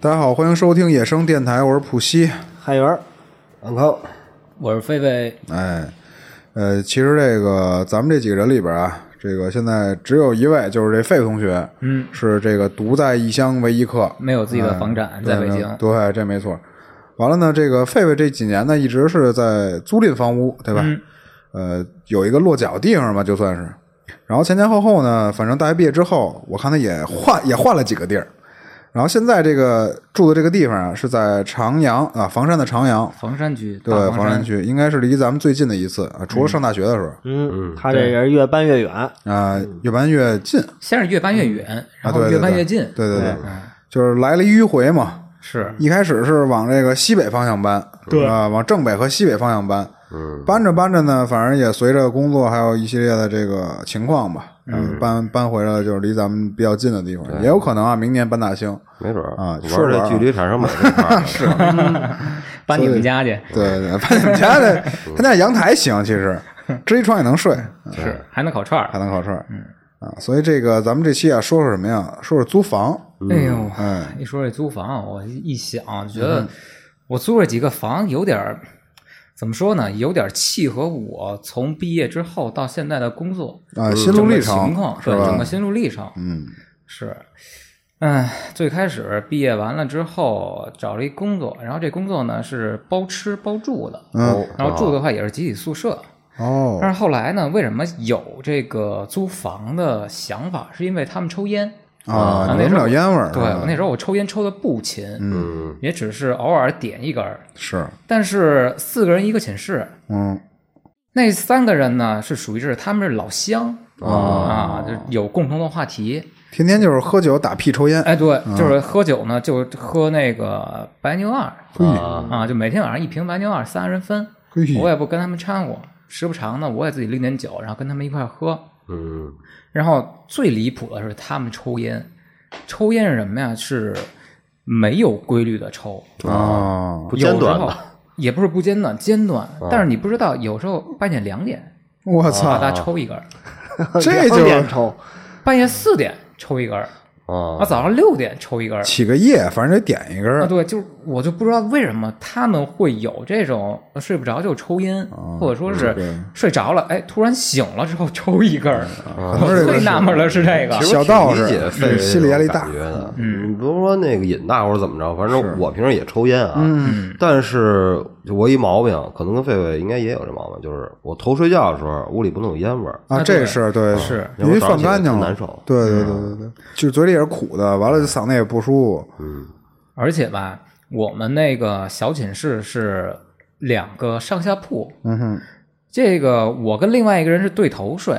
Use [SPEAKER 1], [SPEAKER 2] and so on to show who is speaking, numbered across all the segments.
[SPEAKER 1] 大家好，欢迎收听野生电台，我是普西。
[SPEAKER 2] 海源儿，
[SPEAKER 3] 安康，
[SPEAKER 4] 我是菲菲，
[SPEAKER 1] 哎，呃，其实这个咱们这几个人里边啊，这个现在只有一位就是这费同学，嗯，是这个独在异乡为异客，
[SPEAKER 4] 没有自己的房产
[SPEAKER 1] 哎
[SPEAKER 4] 在北京
[SPEAKER 1] 对，对这没错。完了呢，这个狒狒这几年呢，一直是在租赁房屋，对
[SPEAKER 4] 嗯
[SPEAKER 1] 吧？呃，有一个落脚地方吧，就算是。然后前前后后呢，反正大学毕业之后，我看他也换也换了几个地儿。然后现在这个住的这个地方啊，是在长阳啊，房山的长阳，
[SPEAKER 4] 房山区，
[SPEAKER 1] 对
[SPEAKER 4] 大，
[SPEAKER 1] 房
[SPEAKER 4] 房
[SPEAKER 1] 山，区应该是离咱们最近的一次啊，除了上大学的时候
[SPEAKER 2] 嗯，他这人越搬越远，
[SPEAKER 1] 啊，越搬越近
[SPEAKER 4] 先是越搬越远，
[SPEAKER 1] 啊，
[SPEAKER 4] 然后
[SPEAKER 1] 对，
[SPEAKER 4] 越
[SPEAKER 1] 对
[SPEAKER 4] 搬越近，
[SPEAKER 1] 对对对，就是来了迂回嘛。
[SPEAKER 4] 是
[SPEAKER 1] 一开始是往这个西北方向搬，对啊，往正北和西北方向搬。嗯，搬着搬着呢，反正也随着工作还有一系列的这个情况吧，嗯，搬搬回了就是离咱们比较近的地方，也有可能啊，明年搬大兴。
[SPEAKER 3] 没准儿
[SPEAKER 1] 啊
[SPEAKER 3] 玩
[SPEAKER 1] 说
[SPEAKER 3] 儿
[SPEAKER 1] 着玩
[SPEAKER 3] 这
[SPEAKER 1] 儿
[SPEAKER 3] 距离产生美这 块儿是
[SPEAKER 4] 搬你们家去，
[SPEAKER 1] 对对对，搬你们家的，他家阳台行，其实支一床也能睡，
[SPEAKER 4] 是还能烤串
[SPEAKER 1] 还
[SPEAKER 4] 儿。
[SPEAKER 1] 能烤串儿。嗯啊，所以这个咱们这期啊，说说什么呀？说说租房。
[SPEAKER 4] 哎呦，
[SPEAKER 1] 哎，
[SPEAKER 4] 一说这租房，我一想
[SPEAKER 1] 嗯
[SPEAKER 4] 觉得我租了几个房，有点儿怎么说呢，有点儿契合我从毕业之后到现在的工作
[SPEAKER 1] 啊，心路历
[SPEAKER 4] 整个情
[SPEAKER 1] 程
[SPEAKER 4] 况，
[SPEAKER 1] 是
[SPEAKER 4] 对整
[SPEAKER 1] 吧
[SPEAKER 4] 个？心路历程，
[SPEAKER 1] 嗯，
[SPEAKER 4] 是，嗯，最开始毕业完了之后找了一工作，然后这工作呢是包吃包住的，
[SPEAKER 1] 嗯
[SPEAKER 4] 然后住的话也是集体宿舍。
[SPEAKER 1] 哦，
[SPEAKER 4] 但是后来呢，为什么有这个租房的想法？是因为他们抽烟
[SPEAKER 1] 啊，
[SPEAKER 4] 那
[SPEAKER 1] 闻
[SPEAKER 4] 时
[SPEAKER 1] 不
[SPEAKER 4] 候
[SPEAKER 1] 了烟味儿。嗯
[SPEAKER 4] 对，
[SPEAKER 1] 是吧
[SPEAKER 4] 我那时候我抽烟抽的不勤，
[SPEAKER 3] 嗯，
[SPEAKER 4] 也只是偶尔点一根儿。
[SPEAKER 1] 是，
[SPEAKER 4] 但是四个人一个寝室，
[SPEAKER 1] 嗯，
[SPEAKER 4] 那三个人呢是属于是他们是老乡、
[SPEAKER 3] 哦
[SPEAKER 4] 啊，就是有共同的话题。
[SPEAKER 1] 天天就是喝酒、打屁、抽烟。
[SPEAKER 4] 哎，对，就是喝酒呢，就喝那个白牛二
[SPEAKER 3] 啊，
[SPEAKER 4] 啊，就每天晚上一瓶白牛二，三人分。
[SPEAKER 1] 嘿
[SPEAKER 4] 我也不跟他们掺和，时不常呢，我也自己拎点酒，然后跟他们一块儿喝。
[SPEAKER 3] 嗯，
[SPEAKER 4] 然后最离谱的是他们抽烟，抽烟是什么呀？是没有规律的抽，
[SPEAKER 1] 啊，
[SPEAKER 3] 不间
[SPEAKER 4] 有
[SPEAKER 3] 断啊
[SPEAKER 4] 时
[SPEAKER 3] 的
[SPEAKER 4] 候也不是不间断，间断。但是你不知道，有时候半夜两点
[SPEAKER 1] 我
[SPEAKER 4] 把
[SPEAKER 1] 操，
[SPEAKER 4] 他抽一根儿，
[SPEAKER 1] 这
[SPEAKER 2] 两
[SPEAKER 1] 就
[SPEAKER 2] 点抽，
[SPEAKER 4] 半夜四点抽一根儿，啊，
[SPEAKER 3] 啊，
[SPEAKER 4] 早上六点抽一根儿。
[SPEAKER 1] 起个夜，反正得点一根
[SPEAKER 4] 啊，
[SPEAKER 1] 儿。
[SPEAKER 4] 对，就是我就不知道为什么他们会有这种睡不着就抽烟，
[SPEAKER 1] 哦
[SPEAKER 4] 或者说是睡着了，哎，突然醒了之后抽一根儿。
[SPEAKER 1] 嗯可能
[SPEAKER 4] 我
[SPEAKER 1] 这个
[SPEAKER 4] 最
[SPEAKER 1] 是
[SPEAKER 4] 纳闷的是这个
[SPEAKER 3] 啊其，实
[SPEAKER 1] 小
[SPEAKER 3] 我挺
[SPEAKER 1] 道士
[SPEAKER 3] 理解费
[SPEAKER 1] 嗯
[SPEAKER 3] 这
[SPEAKER 1] 心理压
[SPEAKER 3] 种
[SPEAKER 1] 力大
[SPEAKER 3] 感觉的。嗯，不是说那个瘾大或者怎么着，反正我平时也抽烟啊。
[SPEAKER 1] 嗯，
[SPEAKER 3] 但是就我一毛病，可能跟狒狒应该也有这毛病，就是我头睡觉的时候屋里不能有烟味儿。
[SPEAKER 1] 啊，
[SPEAKER 4] 啊
[SPEAKER 1] 这
[SPEAKER 4] 对
[SPEAKER 1] 是对，
[SPEAKER 4] 是嗯
[SPEAKER 1] 因为
[SPEAKER 3] 要不
[SPEAKER 1] 放
[SPEAKER 3] 早上起来
[SPEAKER 1] 干净
[SPEAKER 3] 就
[SPEAKER 1] 了，
[SPEAKER 3] 难受
[SPEAKER 1] 对对对对对，就是嘴里也是苦的，完了就嗓子也不舒服。
[SPEAKER 3] 嗯
[SPEAKER 4] 而且吧，我们那个小寝室是两个上下铺，
[SPEAKER 1] 嗯哼，
[SPEAKER 4] 这个我跟另外一个人是对头睡，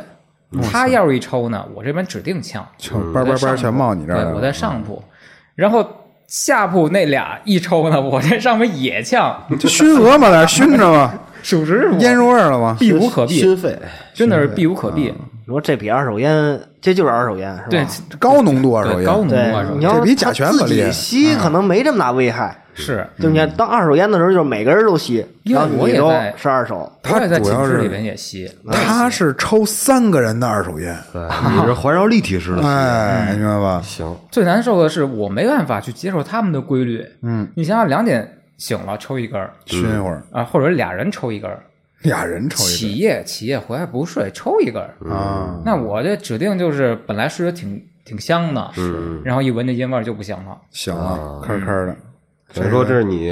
[SPEAKER 4] 他要是一抽呢，我这边指定呛，
[SPEAKER 1] 就叭叭叭全冒你这儿
[SPEAKER 4] 对，
[SPEAKER 1] 来
[SPEAKER 4] 哎我
[SPEAKER 1] 了。嗯
[SPEAKER 4] 在上铺，然后下铺那俩一抽呢，我这上面也呛，
[SPEAKER 1] 就熏鹅嘛，在那熏着嘛，
[SPEAKER 4] 属实是我
[SPEAKER 1] 腌入味儿了吗？
[SPEAKER 4] 避无可避，
[SPEAKER 3] 心肺，
[SPEAKER 4] 真的是避无可避。
[SPEAKER 1] 嗯
[SPEAKER 2] 你说这比二手烟，这就是二手烟，是吧？
[SPEAKER 4] 对，
[SPEAKER 1] 高浓度二手
[SPEAKER 4] 对
[SPEAKER 1] 烟，
[SPEAKER 4] 高浓度啊
[SPEAKER 2] 对
[SPEAKER 4] 二手，
[SPEAKER 2] 你
[SPEAKER 4] 烟
[SPEAKER 2] 要
[SPEAKER 1] 这比甲醛
[SPEAKER 2] 他
[SPEAKER 1] 可
[SPEAKER 2] 自
[SPEAKER 1] 厉害
[SPEAKER 2] 己吸可能没这么大危害，
[SPEAKER 4] 是，
[SPEAKER 2] 对不对？当二手烟的时候，就是每个人都吸，
[SPEAKER 4] 嗯因为
[SPEAKER 2] 然后
[SPEAKER 4] 我
[SPEAKER 2] 你
[SPEAKER 4] 也
[SPEAKER 2] 都
[SPEAKER 4] 在
[SPEAKER 2] 是二手，
[SPEAKER 1] 他
[SPEAKER 4] 我也在
[SPEAKER 1] 主
[SPEAKER 4] 寝
[SPEAKER 1] 要
[SPEAKER 4] 室
[SPEAKER 1] 是
[SPEAKER 4] 里面也吸，
[SPEAKER 1] 他是抽三个人的二手烟，
[SPEAKER 3] 对，你 是环绕立体式的吸。
[SPEAKER 1] 哎，
[SPEAKER 4] 嗯
[SPEAKER 1] 你明白吧？
[SPEAKER 3] 行，
[SPEAKER 4] 最难受的是我没办法去接受他们的规律。
[SPEAKER 1] 嗯，
[SPEAKER 4] 你想想，两点醒了抽一根儿
[SPEAKER 1] 熏一会儿，
[SPEAKER 4] 啊，或者俩人抽一根儿，
[SPEAKER 1] 俩人抽一
[SPEAKER 4] 起夜起夜回来不睡抽一根儿，
[SPEAKER 1] 根啊，
[SPEAKER 4] 那我这指定就是本来睡得挺挺香的，
[SPEAKER 3] 嗯，
[SPEAKER 4] 然后一闻这烟味儿就不香了。
[SPEAKER 1] 行
[SPEAKER 3] 啊
[SPEAKER 1] 了，开开的，
[SPEAKER 3] 所以说这是你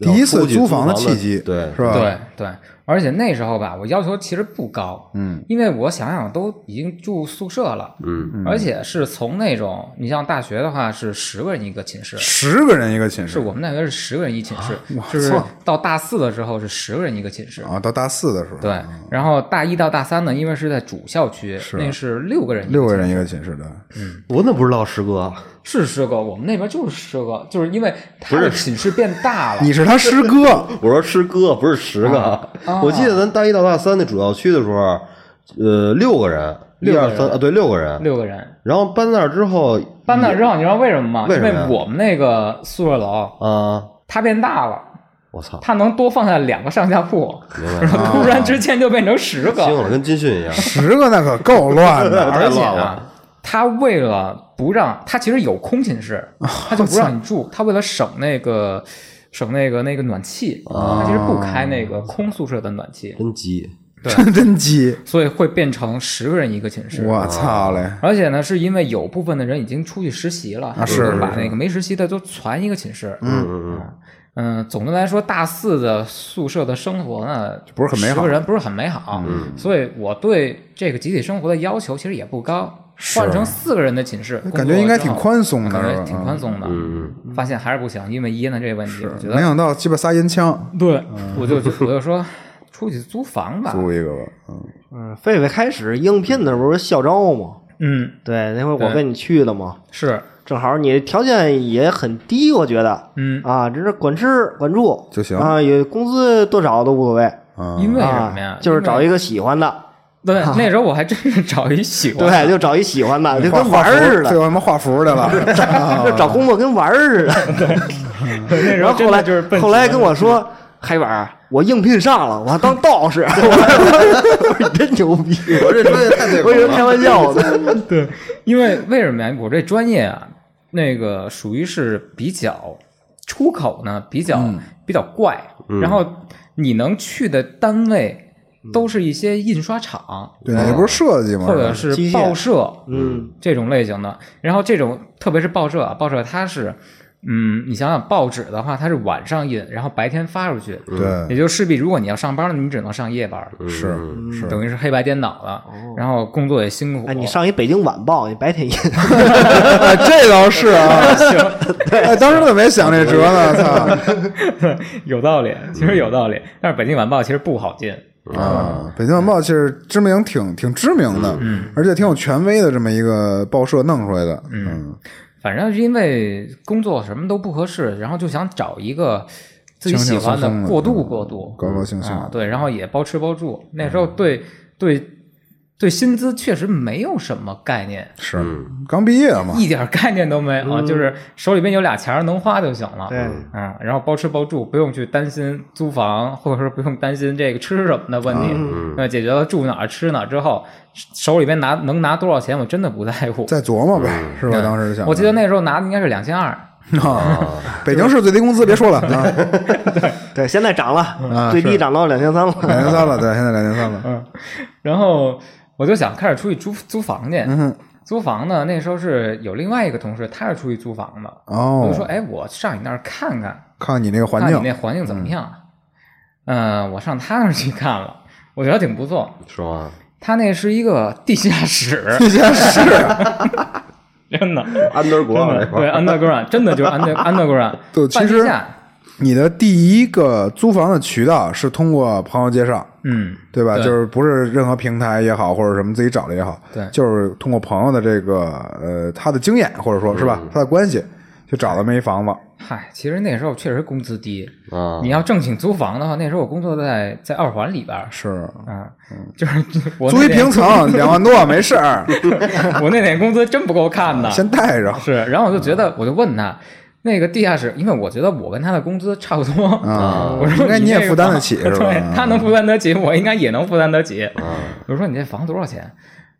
[SPEAKER 1] 第一次
[SPEAKER 3] 出去租
[SPEAKER 1] 房
[SPEAKER 3] 的
[SPEAKER 1] 契机，
[SPEAKER 3] 对，
[SPEAKER 1] 是吧？
[SPEAKER 4] 对对，而且那时候吧，我要求其实不高，
[SPEAKER 1] 嗯，
[SPEAKER 4] 因为我想想都已经住宿舍了，
[SPEAKER 3] 嗯，
[SPEAKER 4] 而且是从那种你像大学的话是十个人一个寝室，
[SPEAKER 1] 十个人一个寝
[SPEAKER 4] 是
[SPEAKER 1] 室
[SPEAKER 4] 我们那边是十个人一寝
[SPEAKER 3] 啊
[SPEAKER 4] 室，就是到大四的时候是十个人一个寝室，
[SPEAKER 1] 啊，到大四的时候，
[SPEAKER 4] 对，然后大一到大三呢，因为是在主校区，
[SPEAKER 1] 是
[SPEAKER 4] 那是六个人一个
[SPEAKER 1] 六
[SPEAKER 4] 寝
[SPEAKER 1] 个
[SPEAKER 4] 室
[SPEAKER 1] 人一个寝室的，
[SPEAKER 3] 我怎么不知道师哥？啊
[SPEAKER 4] 是师哥，我们那边就是师哥，就是因为他的寝室变大了，
[SPEAKER 1] 你是他师 哥，
[SPEAKER 3] 我说师哥不是十个， 我记得咱大一到大三那主校区的时候，呃，六个人，一
[SPEAKER 4] 六个
[SPEAKER 3] 二
[SPEAKER 4] 人
[SPEAKER 3] 三啊，对，六个人。
[SPEAKER 4] 六个人
[SPEAKER 3] 然后搬那儿之后，
[SPEAKER 4] 搬到之后，你知道为什么吗？
[SPEAKER 3] 为什么呀
[SPEAKER 4] 因为我们那个宿舍楼
[SPEAKER 3] 啊，
[SPEAKER 4] 它变大了，
[SPEAKER 3] 我操，
[SPEAKER 4] 它能多放下两个上下铺，
[SPEAKER 3] 明白
[SPEAKER 4] 然
[SPEAKER 1] 啊
[SPEAKER 4] 后突然之间就变成十
[SPEAKER 3] 惊
[SPEAKER 4] 个，
[SPEAKER 3] 了，跟军训一 样。
[SPEAKER 1] 十个那可够乱的，
[SPEAKER 4] 而且
[SPEAKER 3] 太乱
[SPEAKER 4] 啊
[SPEAKER 3] 了，
[SPEAKER 4] 他为了不让他其实有空寝室，
[SPEAKER 1] 啊
[SPEAKER 4] 他就不让你住，他为了省那个省那个那个暖气，
[SPEAKER 3] 啊
[SPEAKER 4] 他其实不开那个空宿舍的暖气，
[SPEAKER 3] 真急，
[SPEAKER 1] 真真鸡，
[SPEAKER 4] 所以会变成十个人一个寝室。
[SPEAKER 1] 我操嘞！
[SPEAKER 4] 而且呢，是因为有部分的人已经出去实习了，他
[SPEAKER 1] 啊是
[SPEAKER 4] 就是把
[SPEAKER 1] 是
[SPEAKER 4] 那个没实习的都攒一个寝室。
[SPEAKER 3] 嗯嗯嗯，
[SPEAKER 4] 嗯，总的来说，大四的宿舍的生活呢，
[SPEAKER 1] 不是很美好嗯
[SPEAKER 4] 十个人不是很美好。
[SPEAKER 2] 嗯
[SPEAKER 4] 所以我对这个集体生活的要求其实也不高。换成四个人的寝室，
[SPEAKER 1] 感觉应该挺宽松
[SPEAKER 4] 工
[SPEAKER 1] 的，
[SPEAKER 4] 作之
[SPEAKER 1] 是
[SPEAKER 4] 后感
[SPEAKER 1] 吧
[SPEAKER 4] 觉挺宽松的。
[SPEAKER 3] 嗯
[SPEAKER 4] 发现还是不行，因为烟的这个问题，我觉
[SPEAKER 1] 嗯没
[SPEAKER 4] 得
[SPEAKER 1] 想到鸡巴撒烟枪，
[SPEAKER 4] 对，我就就我就说出去租房吧。
[SPEAKER 1] 租一个吧，嗯，
[SPEAKER 2] 嗯，狒狒开始应聘的不是校招吗？
[SPEAKER 4] 嗯，
[SPEAKER 2] 对，那回我
[SPEAKER 4] 对
[SPEAKER 2] 跟你去的嘛，
[SPEAKER 4] 是，
[SPEAKER 2] 正好你条件也很低，我觉得
[SPEAKER 4] 嗯，
[SPEAKER 2] 啊，只是管吃管住
[SPEAKER 1] 就行
[SPEAKER 2] 啊，也工资多少都无所谓。
[SPEAKER 1] 啊
[SPEAKER 4] 因为什
[SPEAKER 2] 啊
[SPEAKER 4] 么呀？
[SPEAKER 2] 就是找
[SPEAKER 4] 因为
[SPEAKER 2] 一个喜欢的，
[SPEAKER 4] 对，那时候我还真是找一喜欢的，
[SPEAKER 2] 对，就找一喜欢的，就
[SPEAKER 1] 画
[SPEAKER 2] 跟玩
[SPEAKER 1] 画
[SPEAKER 2] 儿
[SPEAKER 1] 符
[SPEAKER 2] 似
[SPEAKER 1] 最
[SPEAKER 2] 的，
[SPEAKER 1] 后他妈画符去了， 啊
[SPEAKER 2] 就找工作跟玩儿似的。
[SPEAKER 4] 那时
[SPEAKER 2] 然
[SPEAKER 4] 候
[SPEAKER 2] 后
[SPEAKER 4] 真
[SPEAKER 2] 后
[SPEAKER 4] 的
[SPEAKER 2] 来
[SPEAKER 4] 就是奔
[SPEAKER 2] 后来
[SPEAKER 4] 喜欢
[SPEAKER 2] 跟我说，黑板儿，我应聘上了，我还当道士，我说你真牛逼，
[SPEAKER 3] 我这专业太对口
[SPEAKER 2] 我以为
[SPEAKER 3] 了，
[SPEAKER 2] 开玩笑呢。
[SPEAKER 4] 对，因为为什么呀？我这专业啊，那个属于是比较出口呢，比较、比较怪。
[SPEAKER 1] 嗯
[SPEAKER 4] 然后你能去的单位都是一些印刷厂，
[SPEAKER 1] 对，也不是设计嘛，
[SPEAKER 4] 哦或者
[SPEAKER 1] 吧
[SPEAKER 4] 是
[SPEAKER 2] 机械
[SPEAKER 4] 报社，
[SPEAKER 2] 嗯，
[SPEAKER 4] 这种类型的。然后这种特别是报社啊，报社它是，嗯，你想想报纸的话，它是晚上印，然后白天发出去，也
[SPEAKER 1] 对，
[SPEAKER 4] 就势必如果你要上班了，你只能上夜班，
[SPEAKER 3] 嗯
[SPEAKER 1] 是嗯是，
[SPEAKER 4] 等于是黑白颠倒了，然后工作也辛苦。啊
[SPEAKER 2] 哎，你上一北京晚报，你白天印，
[SPEAKER 1] 哎这倒是啊，行，哎，当时怎么没想这辙 呢？操
[SPEAKER 4] 有道理，其
[SPEAKER 1] 嗯
[SPEAKER 4] 实有道理。但是北京晚报其实不好进，
[SPEAKER 1] 啊！北京晚报其实知名挺挺知名的，
[SPEAKER 4] 嗯
[SPEAKER 1] 而且挺有权威的这么一个报社弄出来的，嗯，
[SPEAKER 4] 反正是因为工作什么都不合适，然后就想找一个自己
[SPEAKER 1] 轻
[SPEAKER 4] 喜
[SPEAKER 1] 轻
[SPEAKER 4] 欢
[SPEAKER 1] 松松的嗯
[SPEAKER 4] 过渡过渡，
[SPEAKER 1] 高高兴兴嗯
[SPEAKER 4] 啊，对，然后也包吃包住。那时候对、对对薪资确实没有什么概念，
[SPEAKER 1] 是刚毕业嘛，
[SPEAKER 4] 一点概念都没有，啊
[SPEAKER 1] 嗯
[SPEAKER 4] 就是手里边有俩钱儿能花就行了。
[SPEAKER 2] 对，
[SPEAKER 4] 嗯，然后包吃包住，不用去担心租房，或者说不用担心这个吃什么的问题。
[SPEAKER 1] 嗯
[SPEAKER 4] 那解决了住哪儿吃哪儿之后，手里边拿能拿多少钱，我真的不在乎。
[SPEAKER 1] 再琢磨呗，是吧？当时想，
[SPEAKER 4] 嗯我记得哦那时候拿的应该是两千二，
[SPEAKER 1] 啊，北京市最低工资别说了啊，
[SPEAKER 2] 对，现在涨了，
[SPEAKER 1] 啊
[SPEAKER 2] 最低
[SPEAKER 1] 是
[SPEAKER 2] 涨到两千三了。
[SPEAKER 1] 两千三了，对，现在两千三了，
[SPEAKER 4] 嗯然后我就想开始出去租租房去。
[SPEAKER 1] 嗯，
[SPEAKER 4] 租房呢，那时候是有另外一个同事，他是出去租房的。我就说，
[SPEAKER 1] 哦，
[SPEAKER 4] 哎，我上你那儿看看，
[SPEAKER 1] 看你那个环
[SPEAKER 4] 看
[SPEAKER 1] 境
[SPEAKER 4] 你那环境怎么样。嗯、我上他那儿去看了，我觉得挺不错。
[SPEAKER 3] 说完
[SPEAKER 4] 他那是一个地下室，
[SPEAKER 1] 地下室，
[SPEAKER 4] 真的，
[SPEAKER 3] 安德国
[SPEAKER 4] 真的，对，underground，真的就 是 under underground，
[SPEAKER 1] 对
[SPEAKER 4] 半
[SPEAKER 1] 其
[SPEAKER 4] 地
[SPEAKER 1] 实
[SPEAKER 4] 下，
[SPEAKER 1] 你的第一个租房的渠道是通过朋友介绍，
[SPEAKER 4] 嗯，
[SPEAKER 1] 对吧？
[SPEAKER 4] 对
[SPEAKER 1] 就是不是任何平台也好，或者什么自己找的也好，
[SPEAKER 4] 对
[SPEAKER 1] 就是通过朋友的这个呃他的经验，或者说是
[SPEAKER 4] 嗯
[SPEAKER 1] 吧，他的关系，就找了这么一房子。
[SPEAKER 4] 嗨，其实那时候确实工资低，
[SPEAKER 3] 啊
[SPEAKER 4] 你，要正经租房的话，那时候我工作在在二环里边儿，
[SPEAKER 1] 是
[SPEAKER 4] 啊，就是我
[SPEAKER 1] 嗯租
[SPEAKER 4] 那
[SPEAKER 1] 一
[SPEAKER 4] 点
[SPEAKER 1] 平层两万多没事 儿，
[SPEAKER 4] 我那点工资真不够看的，
[SPEAKER 1] 先带着
[SPEAKER 4] 是，然后我就觉得，我就问他。那个地下室，因为我觉得我跟他的工资差不多
[SPEAKER 1] 啊
[SPEAKER 4] 我说
[SPEAKER 1] 应该
[SPEAKER 4] 你
[SPEAKER 1] 你也
[SPEAKER 4] 这个
[SPEAKER 1] 负担得
[SPEAKER 4] 房
[SPEAKER 1] 起是吧
[SPEAKER 4] 对，他能负担得起，我应该也能负担得起。
[SPEAKER 3] 啊
[SPEAKER 4] 我说你这房多少钱？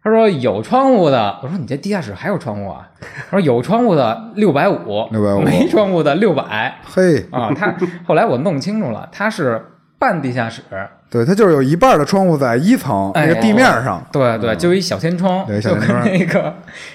[SPEAKER 4] 他说有窗户的。我说你这地下室还有窗户啊？他说有窗户的六 百五，
[SPEAKER 1] 650
[SPEAKER 4] 没窗户的六百
[SPEAKER 1] 嘿，
[SPEAKER 4] 啊。他后来我弄清楚了，他是半地下室，
[SPEAKER 1] 对，它就是有一半的窗户在一层
[SPEAKER 4] 哎
[SPEAKER 1] 那个地面上，
[SPEAKER 4] 对对，就一小天窗，
[SPEAKER 1] 嗯对小
[SPEAKER 4] 就
[SPEAKER 1] 天
[SPEAKER 4] 跟
[SPEAKER 1] 窗
[SPEAKER 4] 那个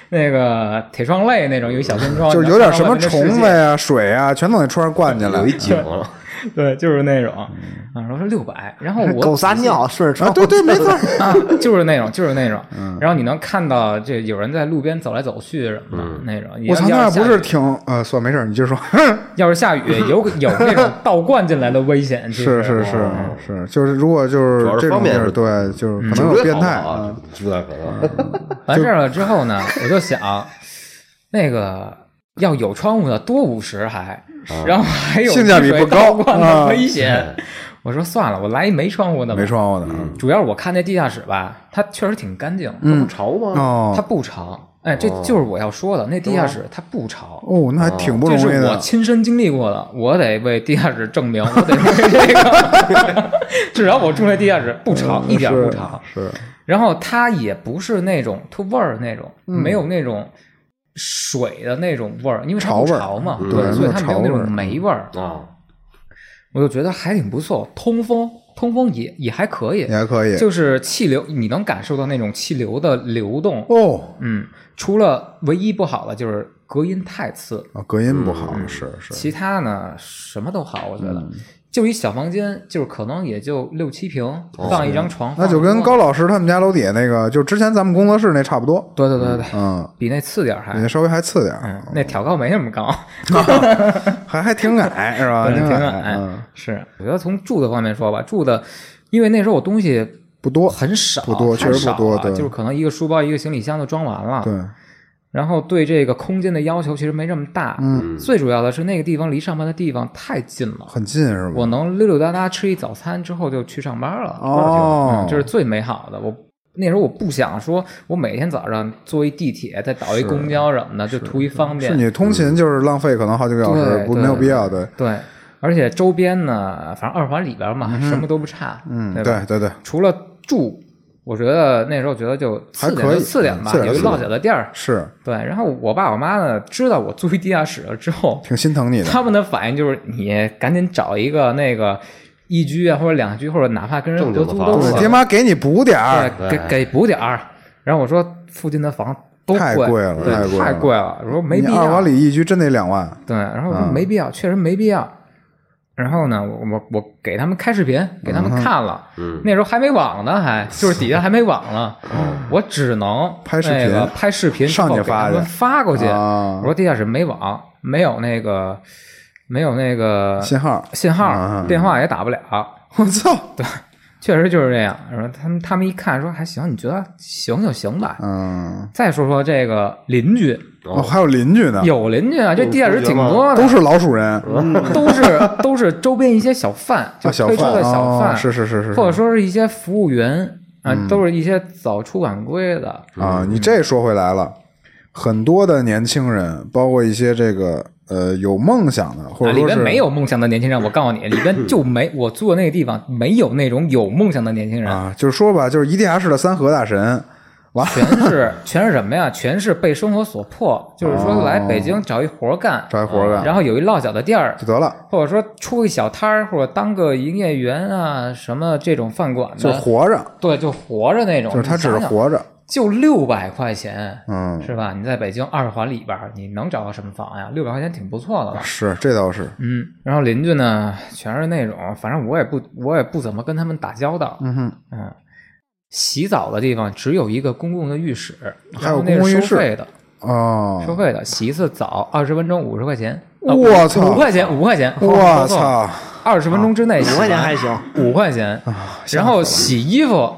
[SPEAKER 4] 那个铁窗泪那种，有一小天窗，
[SPEAKER 1] 就是
[SPEAKER 4] 你
[SPEAKER 1] 有点
[SPEAKER 4] 能看
[SPEAKER 1] 什
[SPEAKER 4] 到
[SPEAKER 1] 么
[SPEAKER 4] 哦外面的
[SPEAKER 1] 虫
[SPEAKER 4] 世
[SPEAKER 1] 子
[SPEAKER 4] 界
[SPEAKER 1] 呀、水呀，全都得窗上灌进来
[SPEAKER 3] 有。一井了，
[SPEAKER 4] 对，就是那种啊，
[SPEAKER 1] 嗯
[SPEAKER 4] 然后说六百，然后我
[SPEAKER 2] 狗撒尿顺着
[SPEAKER 1] 啊，
[SPEAKER 2] 窗户，
[SPEAKER 1] 对 对，没错，
[SPEAKER 4] 啊，就是那种，就是那种，
[SPEAKER 1] 嗯
[SPEAKER 4] 然后你能看到这有人在路边走来走去什么的那种。
[SPEAKER 1] 嗯我操，那
[SPEAKER 4] 要下
[SPEAKER 1] 不是
[SPEAKER 4] 雨
[SPEAKER 1] 挺呃，算没事儿，你接着说。
[SPEAKER 4] 要是下雨，有有那种倒灌进来的危险。其
[SPEAKER 1] 是
[SPEAKER 4] 实
[SPEAKER 1] 是是是，就是如果就是
[SPEAKER 3] 主要是
[SPEAKER 1] 这种
[SPEAKER 3] 方
[SPEAKER 1] 地
[SPEAKER 3] 便
[SPEAKER 1] 儿，
[SPEAKER 3] 是
[SPEAKER 1] 对，
[SPEAKER 4] 嗯
[SPEAKER 1] 就是可
[SPEAKER 3] 主
[SPEAKER 1] 能有
[SPEAKER 3] 队
[SPEAKER 1] 变态
[SPEAKER 3] 好
[SPEAKER 1] 啊
[SPEAKER 3] 啊，住在可能
[SPEAKER 4] 完事儿了之后呢，我就想，那个要有窗户的多五十还，然后还有
[SPEAKER 1] 啊性价比不高
[SPEAKER 4] 水倒灌的
[SPEAKER 1] 啊
[SPEAKER 4] 危险。我说算了，我来一没窗户的吧。
[SPEAKER 1] 没窗户的啊
[SPEAKER 4] 主要是我看那地下室吧，它确实挺干净，
[SPEAKER 1] 嗯
[SPEAKER 3] 潮吗？
[SPEAKER 4] 它
[SPEAKER 1] 哦
[SPEAKER 4] 不潮。哎，这就是我要说的，那地下室它不潮。
[SPEAKER 1] 哦，那还挺不
[SPEAKER 4] 这
[SPEAKER 1] 容易
[SPEAKER 4] 是我
[SPEAKER 1] 的，
[SPEAKER 4] 亲身经历过的，我得为地下室证明，我得为这个，至少我住那地下室不潮，一点不潮。
[SPEAKER 1] 嗯是
[SPEAKER 4] 然后它也不是那种特味儿那种，
[SPEAKER 1] 嗯
[SPEAKER 4] 没有那种水的那种味儿，因为它不
[SPEAKER 1] 潮味儿
[SPEAKER 4] 潮嘛，
[SPEAKER 1] 嗯
[SPEAKER 4] 对，
[SPEAKER 1] 对
[SPEAKER 4] 所
[SPEAKER 1] 没
[SPEAKER 4] 以
[SPEAKER 1] 有
[SPEAKER 4] 它没有
[SPEAKER 1] 潮
[SPEAKER 4] 那
[SPEAKER 1] 味儿
[SPEAKER 4] 种霉味儿。
[SPEAKER 3] 啊，
[SPEAKER 4] 我就觉得还挺不错，通风，通风也也还可以
[SPEAKER 1] 也，还可以。
[SPEAKER 4] 就是气流，你能感受到那种气流的流动。
[SPEAKER 1] 哦，
[SPEAKER 4] 嗯，除了唯一不好的就是隔音太次，
[SPEAKER 1] 啊隔音不好，
[SPEAKER 3] 嗯
[SPEAKER 1] 是是，
[SPEAKER 4] 其他呢什么都好，我觉得。就一小房间，就是可能也就六七平，放一张床，
[SPEAKER 1] 那就
[SPEAKER 4] 放
[SPEAKER 1] 跟
[SPEAKER 4] 个
[SPEAKER 1] 高老师他们家楼底下那个，就之前咱们工作室那差不多。
[SPEAKER 4] 对对对对，
[SPEAKER 1] 嗯，
[SPEAKER 4] 比那次点儿
[SPEAKER 1] 你那
[SPEAKER 4] 还，
[SPEAKER 1] 稍微还次点儿，
[SPEAKER 4] 嗯，那挑高没那 么高，
[SPEAKER 1] 还还挺矮是吧？
[SPEAKER 4] 反 正挺
[SPEAKER 1] 矮，
[SPEAKER 4] 矮
[SPEAKER 1] 嗯，。
[SPEAKER 4] 是，我觉得从住的方面说吧，住的，因为那时候我东西
[SPEAKER 1] 不多，
[SPEAKER 4] 很少，
[SPEAKER 1] 不多
[SPEAKER 4] 太
[SPEAKER 1] 确实不
[SPEAKER 4] 少
[SPEAKER 1] 多
[SPEAKER 4] 了
[SPEAKER 1] 对
[SPEAKER 4] 就是可能一个书包、一个行李箱就装完了。
[SPEAKER 1] 对，
[SPEAKER 4] 然后对这个空间的要求其实没这么大。
[SPEAKER 1] 嗯，
[SPEAKER 4] 最主要的是那个地方离上班的地方太近了，
[SPEAKER 1] 很近是吧
[SPEAKER 4] 我？能溜溜达达吃一早餐之后就去上班了。
[SPEAKER 1] 哦
[SPEAKER 4] 嗯这是最美好的。我那时候我不想说，我每天早上坐一地铁，再倒一公交什么的，就图一方便。
[SPEAKER 1] 是你通勤就是浪费可能好几个小时，
[SPEAKER 4] 对
[SPEAKER 1] 不
[SPEAKER 4] 对
[SPEAKER 1] 没有必要的。
[SPEAKER 4] 对，而且周边呢，反正二环里边嘛，什么都不差。
[SPEAKER 1] 嗯，
[SPEAKER 4] 对吧
[SPEAKER 1] 对对对，
[SPEAKER 4] 除了住，我觉得那时候觉得就次点
[SPEAKER 1] 还可以
[SPEAKER 4] 就次点吧，
[SPEAKER 1] 嗯次点
[SPEAKER 4] 有一
[SPEAKER 1] 次点
[SPEAKER 4] 落脚的地儿。
[SPEAKER 1] 是
[SPEAKER 4] 对，然后我爸我妈呢知道我租一地下室了之后，
[SPEAKER 1] 挺心疼你的。
[SPEAKER 4] 他们的反应就是你赶紧找一个那个一居啊，或者两居，或者哪怕跟人
[SPEAKER 3] 正经
[SPEAKER 4] 合租
[SPEAKER 3] 的房
[SPEAKER 4] 都
[SPEAKER 3] 子
[SPEAKER 1] 对，
[SPEAKER 4] 行
[SPEAKER 1] 爹。妈给你补点儿，
[SPEAKER 4] 对，给给补点儿。然后我说附近的房都
[SPEAKER 1] 太贵
[SPEAKER 4] 贵
[SPEAKER 1] 了太贵
[SPEAKER 4] 对，
[SPEAKER 1] 了
[SPEAKER 4] 太贵了。我说没
[SPEAKER 1] 你
[SPEAKER 4] 必要，
[SPEAKER 1] 二环里一居真得两万。
[SPEAKER 4] 对，然后我说
[SPEAKER 1] 嗯
[SPEAKER 4] 没必要，确实没必要。然后呢，我我我给他们开视频，给他们看了。
[SPEAKER 3] 嗯
[SPEAKER 4] 那时候还没网呢，还就是底下还没网呢，我只能
[SPEAKER 1] 哦拍视
[SPEAKER 4] 那
[SPEAKER 1] 频
[SPEAKER 4] 个拍视频之
[SPEAKER 1] 上
[SPEAKER 4] 后
[SPEAKER 1] 去
[SPEAKER 4] 给
[SPEAKER 1] 发
[SPEAKER 4] 他
[SPEAKER 1] 去
[SPEAKER 4] 们发过去。
[SPEAKER 1] 啊
[SPEAKER 4] 我说地下室没网，没有那个没有那个
[SPEAKER 1] 信号
[SPEAKER 4] 信
[SPEAKER 1] 啊
[SPEAKER 4] 号，电话也打不了。
[SPEAKER 1] 我操，
[SPEAKER 4] 确实就是这样。然后他们他们一看说还行，你觉得行就行吧。
[SPEAKER 1] 嗯，
[SPEAKER 4] 再说说这个邻居，
[SPEAKER 1] 哦，还有邻居呢，
[SPEAKER 4] 有邻居啊，这地下室挺多的
[SPEAKER 1] 都，是老鼠人，
[SPEAKER 4] 都是都是周边一些小贩，
[SPEAKER 1] 嗯
[SPEAKER 4] 就
[SPEAKER 1] 啊小
[SPEAKER 4] 推车的小
[SPEAKER 1] 贩
[SPEAKER 4] 贩，
[SPEAKER 1] 哦是是是是嗯
[SPEAKER 4] 或者说是一些服务员啊，都是一些早出晚归的。
[SPEAKER 1] 啊，你这说回来了，很多的年轻人，包括一些这个呃有梦想的，或
[SPEAKER 4] 啊，
[SPEAKER 1] 者
[SPEAKER 4] 里
[SPEAKER 1] 说是
[SPEAKER 4] 边没有梦想的年轻人，我告诉你，里边就没我住的那个地方没有那种有梦想的年轻人，
[SPEAKER 1] 啊，就是说吧，就是一地下室的三和大神，完了
[SPEAKER 4] 全是全是什么呀？全是被生活所迫，就是说来北京找一活干，
[SPEAKER 1] 哦
[SPEAKER 4] 啊
[SPEAKER 1] 找一活干
[SPEAKER 4] 然后有一落脚的地儿
[SPEAKER 1] 就，得了，
[SPEAKER 4] 或者说出一小摊儿，或者当个营业员啊，什么这种饭馆
[SPEAKER 1] 就是
[SPEAKER 4] 的，
[SPEAKER 1] 活着，
[SPEAKER 4] 对，就活着那种。
[SPEAKER 1] 就是他只是
[SPEAKER 4] 你想想，
[SPEAKER 1] 活着，
[SPEAKER 4] 就六百块钱，
[SPEAKER 1] 嗯，
[SPEAKER 4] 是吧？你在北京二环里边儿，你能找到什么房呀？六百块钱挺不错的了。
[SPEAKER 1] 啊是这倒是，
[SPEAKER 4] 嗯，然后邻居呢，全是那种，反正我也不，我也不怎么跟他们打交道。
[SPEAKER 1] 嗯哼，
[SPEAKER 4] 嗯，洗澡的地方只有一个公共的浴室，
[SPEAKER 1] 还
[SPEAKER 4] 然
[SPEAKER 1] 有
[SPEAKER 4] 后那
[SPEAKER 1] 公共
[SPEAKER 4] 是
[SPEAKER 1] 浴室
[SPEAKER 4] 收费的，收
[SPEAKER 1] 哦，
[SPEAKER 4] 费的，洗一次澡二十分钟五十块钱，
[SPEAKER 1] 我操
[SPEAKER 4] 五块钱五块钱，
[SPEAKER 1] 我操，
[SPEAKER 4] 二十分钟之内洗
[SPEAKER 2] 五
[SPEAKER 4] 完
[SPEAKER 2] 块钱还行，
[SPEAKER 4] 五块钱，
[SPEAKER 1] 啊
[SPEAKER 4] 然后洗衣服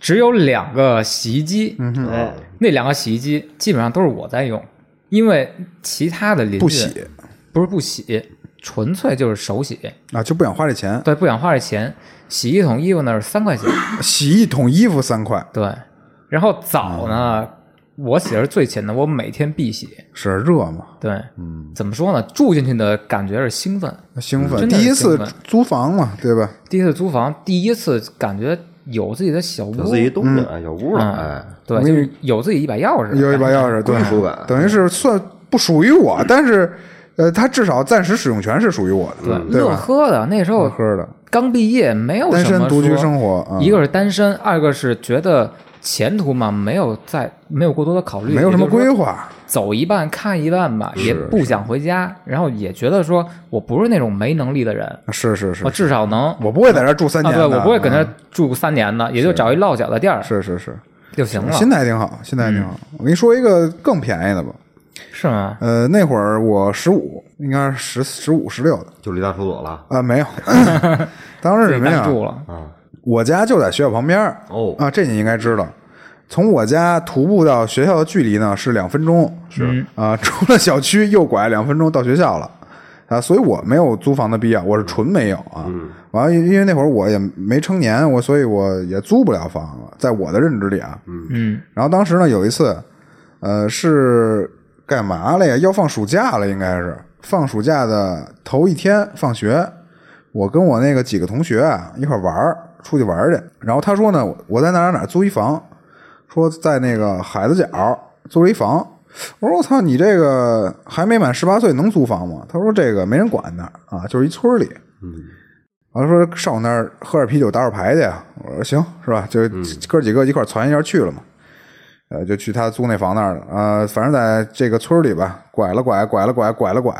[SPEAKER 4] 只有两个洗衣机，
[SPEAKER 1] 嗯
[SPEAKER 2] 哎，
[SPEAKER 4] 那两个洗衣机基本上都是我在用，因为其他的邻居
[SPEAKER 1] 不洗
[SPEAKER 4] 不是不洗，纯粹就是手洗，
[SPEAKER 1] 啊，就不想花这钱，
[SPEAKER 4] 对，不想花这钱。洗一桶衣服那是三块钱，
[SPEAKER 1] 洗一桶衣服三块，
[SPEAKER 4] 对，然后澡呢，我洗的是最勤的，我每天必洗，
[SPEAKER 1] 是热嘛，
[SPEAKER 4] 对，
[SPEAKER 1] 嗯
[SPEAKER 4] 怎么说呢？住进去的感觉是兴奋，
[SPEAKER 1] 兴奋，
[SPEAKER 4] 嗯真的
[SPEAKER 1] 第
[SPEAKER 4] 是
[SPEAKER 1] 一次
[SPEAKER 4] 兴奋
[SPEAKER 1] 租房嘛，对吧？
[SPEAKER 4] 第一次租房，第一次感觉有自己的小
[SPEAKER 3] 有
[SPEAKER 4] 屋
[SPEAKER 3] 自，己东西，哎，有屋了，
[SPEAKER 4] 嗯，，
[SPEAKER 3] 哎
[SPEAKER 4] 对，就是有自己一把钥匙，
[SPEAKER 1] 有一把钥 匙，对
[SPEAKER 3] 归属感
[SPEAKER 1] 等于是算不属于我，但是呃，它至少暂时使用权是属于我的，对
[SPEAKER 4] 乐
[SPEAKER 1] 吧？
[SPEAKER 4] 呵的。那时
[SPEAKER 1] 乐
[SPEAKER 4] 候
[SPEAKER 1] 呵的，
[SPEAKER 4] 刚毕业，没有
[SPEAKER 1] 单
[SPEAKER 4] 什
[SPEAKER 1] 身
[SPEAKER 4] 么
[SPEAKER 1] 独居
[SPEAKER 4] 说
[SPEAKER 1] 生活，嗯
[SPEAKER 4] 一个是单身，二个是觉得前途嘛，没有在没有过多的考虑，
[SPEAKER 1] 没有什么
[SPEAKER 4] 也就是
[SPEAKER 1] 规
[SPEAKER 4] 说，
[SPEAKER 1] 划，
[SPEAKER 4] 走一半看一半吧，也不想回家，然后也觉得说我不是那种没能力的人，
[SPEAKER 1] 是是是
[SPEAKER 4] 我，至少能啊，
[SPEAKER 1] 我不会在这儿住三年
[SPEAKER 4] 对
[SPEAKER 1] 的，
[SPEAKER 4] 我不会搁那儿
[SPEAKER 1] 嗯
[SPEAKER 4] 住三年的，也就找一落脚的地儿
[SPEAKER 1] 是是是，
[SPEAKER 4] 就行了，
[SPEAKER 1] 心态挺好，心态挺好。
[SPEAKER 4] 嗯
[SPEAKER 1] 我跟你说一个更便宜的吧，
[SPEAKER 4] 是吗？
[SPEAKER 1] 呃，那会儿我十五，应该是十十五十六的，
[SPEAKER 3] 就离大出走了，
[SPEAKER 1] 啊，没有， 当时是什么
[SPEAKER 4] 自己
[SPEAKER 1] 呀？
[SPEAKER 4] 住了，
[SPEAKER 3] 啊，
[SPEAKER 1] 我家就在学校旁边儿
[SPEAKER 3] 哦
[SPEAKER 1] 啊，这你应该知道。从我家徒步到学校的距离呢是两分钟，是啊，出了小区右拐两分钟到学校了啊，所以我没有租房的必要，我是纯没有啊。完了，因因为那会儿我也没成年，我所以我也租不了房了，在我的认知里啊。
[SPEAKER 4] 嗯，
[SPEAKER 1] 然后当时呢有一次，呃，是干嘛了呀？要放暑假了，应该是放暑假的头一天放学，我跟我那个几个同学啊一块儿玩儿，出去玩儿去。然后他说呢，我我在哪儿哪儿哪儿租一房，说在那个海子角租了一房。我说我操，你这个还没满十八岁能租房吗？他说这个没人管那儿啊，就是一村儿里。完了说上我那儿喝点啤酒打会儿牌去呀。我说行是吧？就哥几个一块儿攒一下去了嘛。呃，就去他租那房那儿了。呃，反正在这个村儿里吧，拐了拐，拐了拐，拐了拐，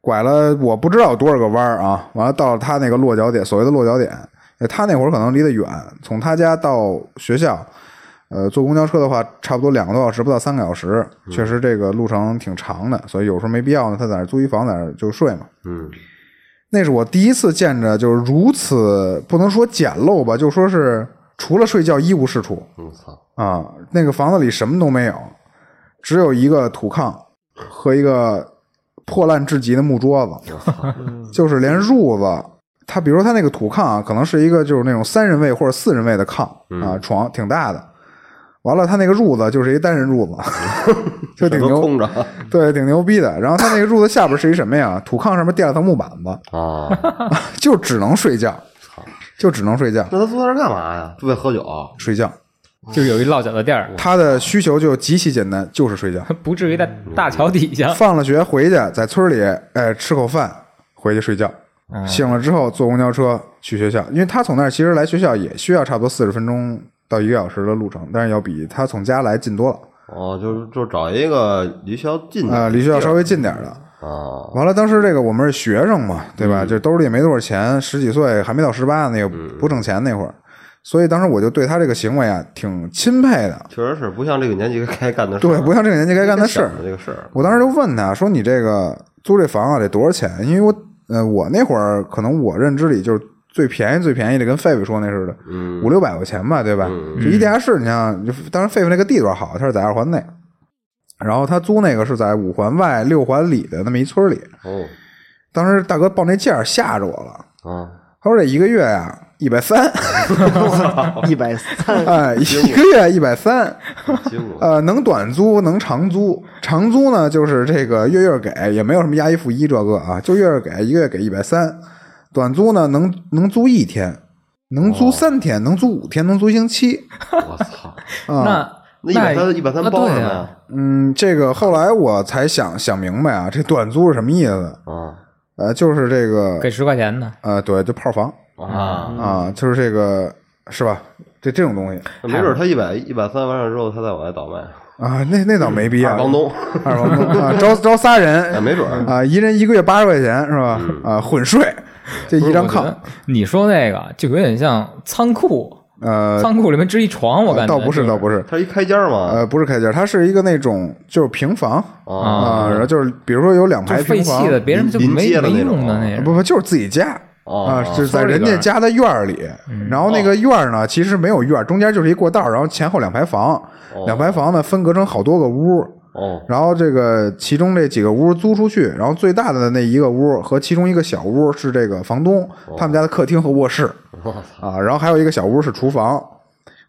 [SPEAKER 1] 拐了我不知道有多少个弯儿啊。完了到了他那个落脚点，所谓的落脚点，呃他那会儿可能离得远，从他家到学校，呃，坐公交车的话，差不多两个多小时，不到三个小时，确实这个路程挺长的，所以有时候没必要呢，他在那儿租一房，在那儿就睡嘛。
[SPEAKER 3] 嗯，
[SPEAKER 1] 那是我第一次见着就是如此不能说简陋吧，就说是除了睡觉一无是处。
[SPEAKER 3] 嗯我操，
[SPEAKER 1] 啊，那个房子里什么都没有，只有一个土炕和一个破烂至极的木桌子，就是连褥子。它比如说它那个土炕啊，可能是一个就是那种三人位或者四人位的炕
[SPEAKER 3] 嗯
[SPEAKER 1] 啊，床挺大的。完了，它那个褥子就是一单人褥 子，就挺
[SPEAKER 3] 这都
[SPEAKER 1] 牛，
[SPEAKER 3] 空着
[SPEAKER 1] 对，挺牛逼的。然后它那个褥子下边是一什么呀？土炕上面垫了层木板子，
[SPEAKER 3] 啊。
[SPEAKER 1] 就只能睡觉，就只能睡觉，
[SPEAKER 3] 那他坐那儿干嘛呀？不为喝酒啊？
[SPEAKER 1] 睡觉。
[SPEAKER 4] 就是有一落脚的地儿，
[SPEAKER 1] 他的需求就极其简单，就是睡觉。
[SPEAKER 4] 不至于在大桥底下。
[SPEAKER 1] 放了学回去，在村里哎吃口饭，回去睡觉。醒了之后坐公交车去学校，因为他从那儿其实来学校也需要差不多四十分钟到一个小时的路程，但是要比他从家来近多了。
[SPEAKER 3] 哦，就是就找一个离学校近的
[SPEAKER 1] 啊，离学校稍微近点儿的。
[SPEAKER 3] 啊，
[SPEAKER 1] 完了，当时这个我们是学生嘛，对吧？就兜里也没多少钱，十几岁还没到十八，那个不挣钱那会儿，所以当时我就对他这个行为啊挺钦佩的。
[SPEAKER 3] 确实是不像这个年纪该干的事儿，
[SPEAKER 1] 对，不像这个年纪该干的事儿
[SPEAKER 3] 想。的这个事儿。
[SPEAKER 1] 我当时就问他说：“你这个租这房啊，得多少钱？”因为我呃，我那会儿可能我认知里就是最便宜最便宜的，跟狒狒说那似的，
[SPEAKER 3] 嗯
[SPEAKER 1] 五六百块钱吧，对吧？就一地下室，你像就当然狒狒那个地段好，它是在二环内，然后他租那个是在五环外六环里的那么一村里。
[SPEAKER 3] 哦
[SPEAKER 1] 当时大哥报那价儿吓着我了，
[SPEAKER 3] 啊，
[SPEAKER 1] 他说这一个月呀一百三，
[SPEAKER 2] 一百 三，。
[SPEAKER 1] 哎，一个月一百三，
[SPEAKER 3] 结果
[SPEAKER 1] 呃，能短租，能长租。长租呢，就是这个月月给，也没有什么押一付一这个啊，就月月给，一个月给一百三。短租呢，能能租一天，能
[SPEAKER 3] 哦
[SPEAKER 1] 租三天，能租五天，能租一星期。啊
[SPEAKER 3] 我操，
[SPEAKER 4] 那
[SPEAKER 3] 那一百
[SPEAKER 4] 那
[SPEAKER 3] 三一百三
[SPEAKER 4] 啊
[SPEAKER 3] 包什
[SPEAKER 4] 对
[SPEAKER 3] 么
[SPEAKER 4] 啊
[SPEAKER 3] 呀？
[SPEAKER 1] 嗯，这个后来我才想想明白啊，这短租是什么意思？
[SPEAKER 3] 啊
[SPEAKER 1] 呃，就是这个
[SPEAKER 4] 给十块钱呢，
[SPEAKER 1] 呃，对，就泡房
[SPEAKER 4] 嗯
[SPEAKER 3] 啊，
[SPEAKER 1] 啊、就是这个是吧？这这种东西
[SPEAKER 3] 那没准
[SPEAKER 4] 嗯
[SPEAKER 3] 儿他一百一百三完事儿之后，他再往外倒卖，
[SPEAKER 1] 啊、那那倒没必要。
[SPEAKER 3] 二房东，
[SPEAKER 1] 二房东啊，招招仨
[SPEAKER 3] 哎，
[SPEAKER 1] 人，
[SPEAKER 3] 没准儿
[SPEAKER 1] 啊，一人一个月八十块钱是吧？啊，混税，这一张
[SPEAKER 4] 嗯我觉
[SPEAKER 1] 炕
[SPEAKER 4] 得，你说那个就有点像仓库，
[SPEAKER 1] 呃，
[SPEAKER 4] 仓库里面支一床，我感觉
[SPEAKER 1] 倒不是，倒不
[SPEAKER 4] 是
[SPEAKER 1] 是，
[SPEAKER 3] 他一开间儿嘛
[SPEAKER 1] 呃，不是开间，它是一个那种就是平房
[SPEAKER 3] 啊
[SPEAKER 1] 啊，然后就是比如说有两
[SPEAKER 4] 就
[SPEAKER 1] 排
[SPEAKER 4] 是废
[SPEAKER 1] 平
[SPEAKER 4] 弃
[SPEAKER 1] 房，
[SPEAKER 4] 的，别人就
[SPEAKER 3] 临
[SPEAKER 4] 没
[SPEAKER 3] 街的
[SPEAKER 4] 没
[SPEAKER 3] 那种
[SPEAKER 4] 用的那
[SPEAKER 1] 啊不
[SPEAKER 4] 种。
[SPEAKER 1] 不就是自己家。
[SPEAKER 4] 哦
[SPEAKER 1] 啊，
[SPEAKER 3] 啊
[SPEAKER 1] 是在人家家的院儿里，
[SPEAKER 4] 嗯
[SPEAKER 1] 然后那个院儿呢，其实没有院儿，中间就是一过道儿，然后前后两排房，
[SPEAKER 4] 嗯哦
[SPEAKER 1] 两排房呢分隔成好多个屋，
[SPEAKER 3] 哦
[SPEAKER 1] 然后这个其中这几个屋租出去，然后最大的那一个屋和其中一个小屋是这个房东他们家的客厅和卧室啊，然后还有一个小屋是厨房，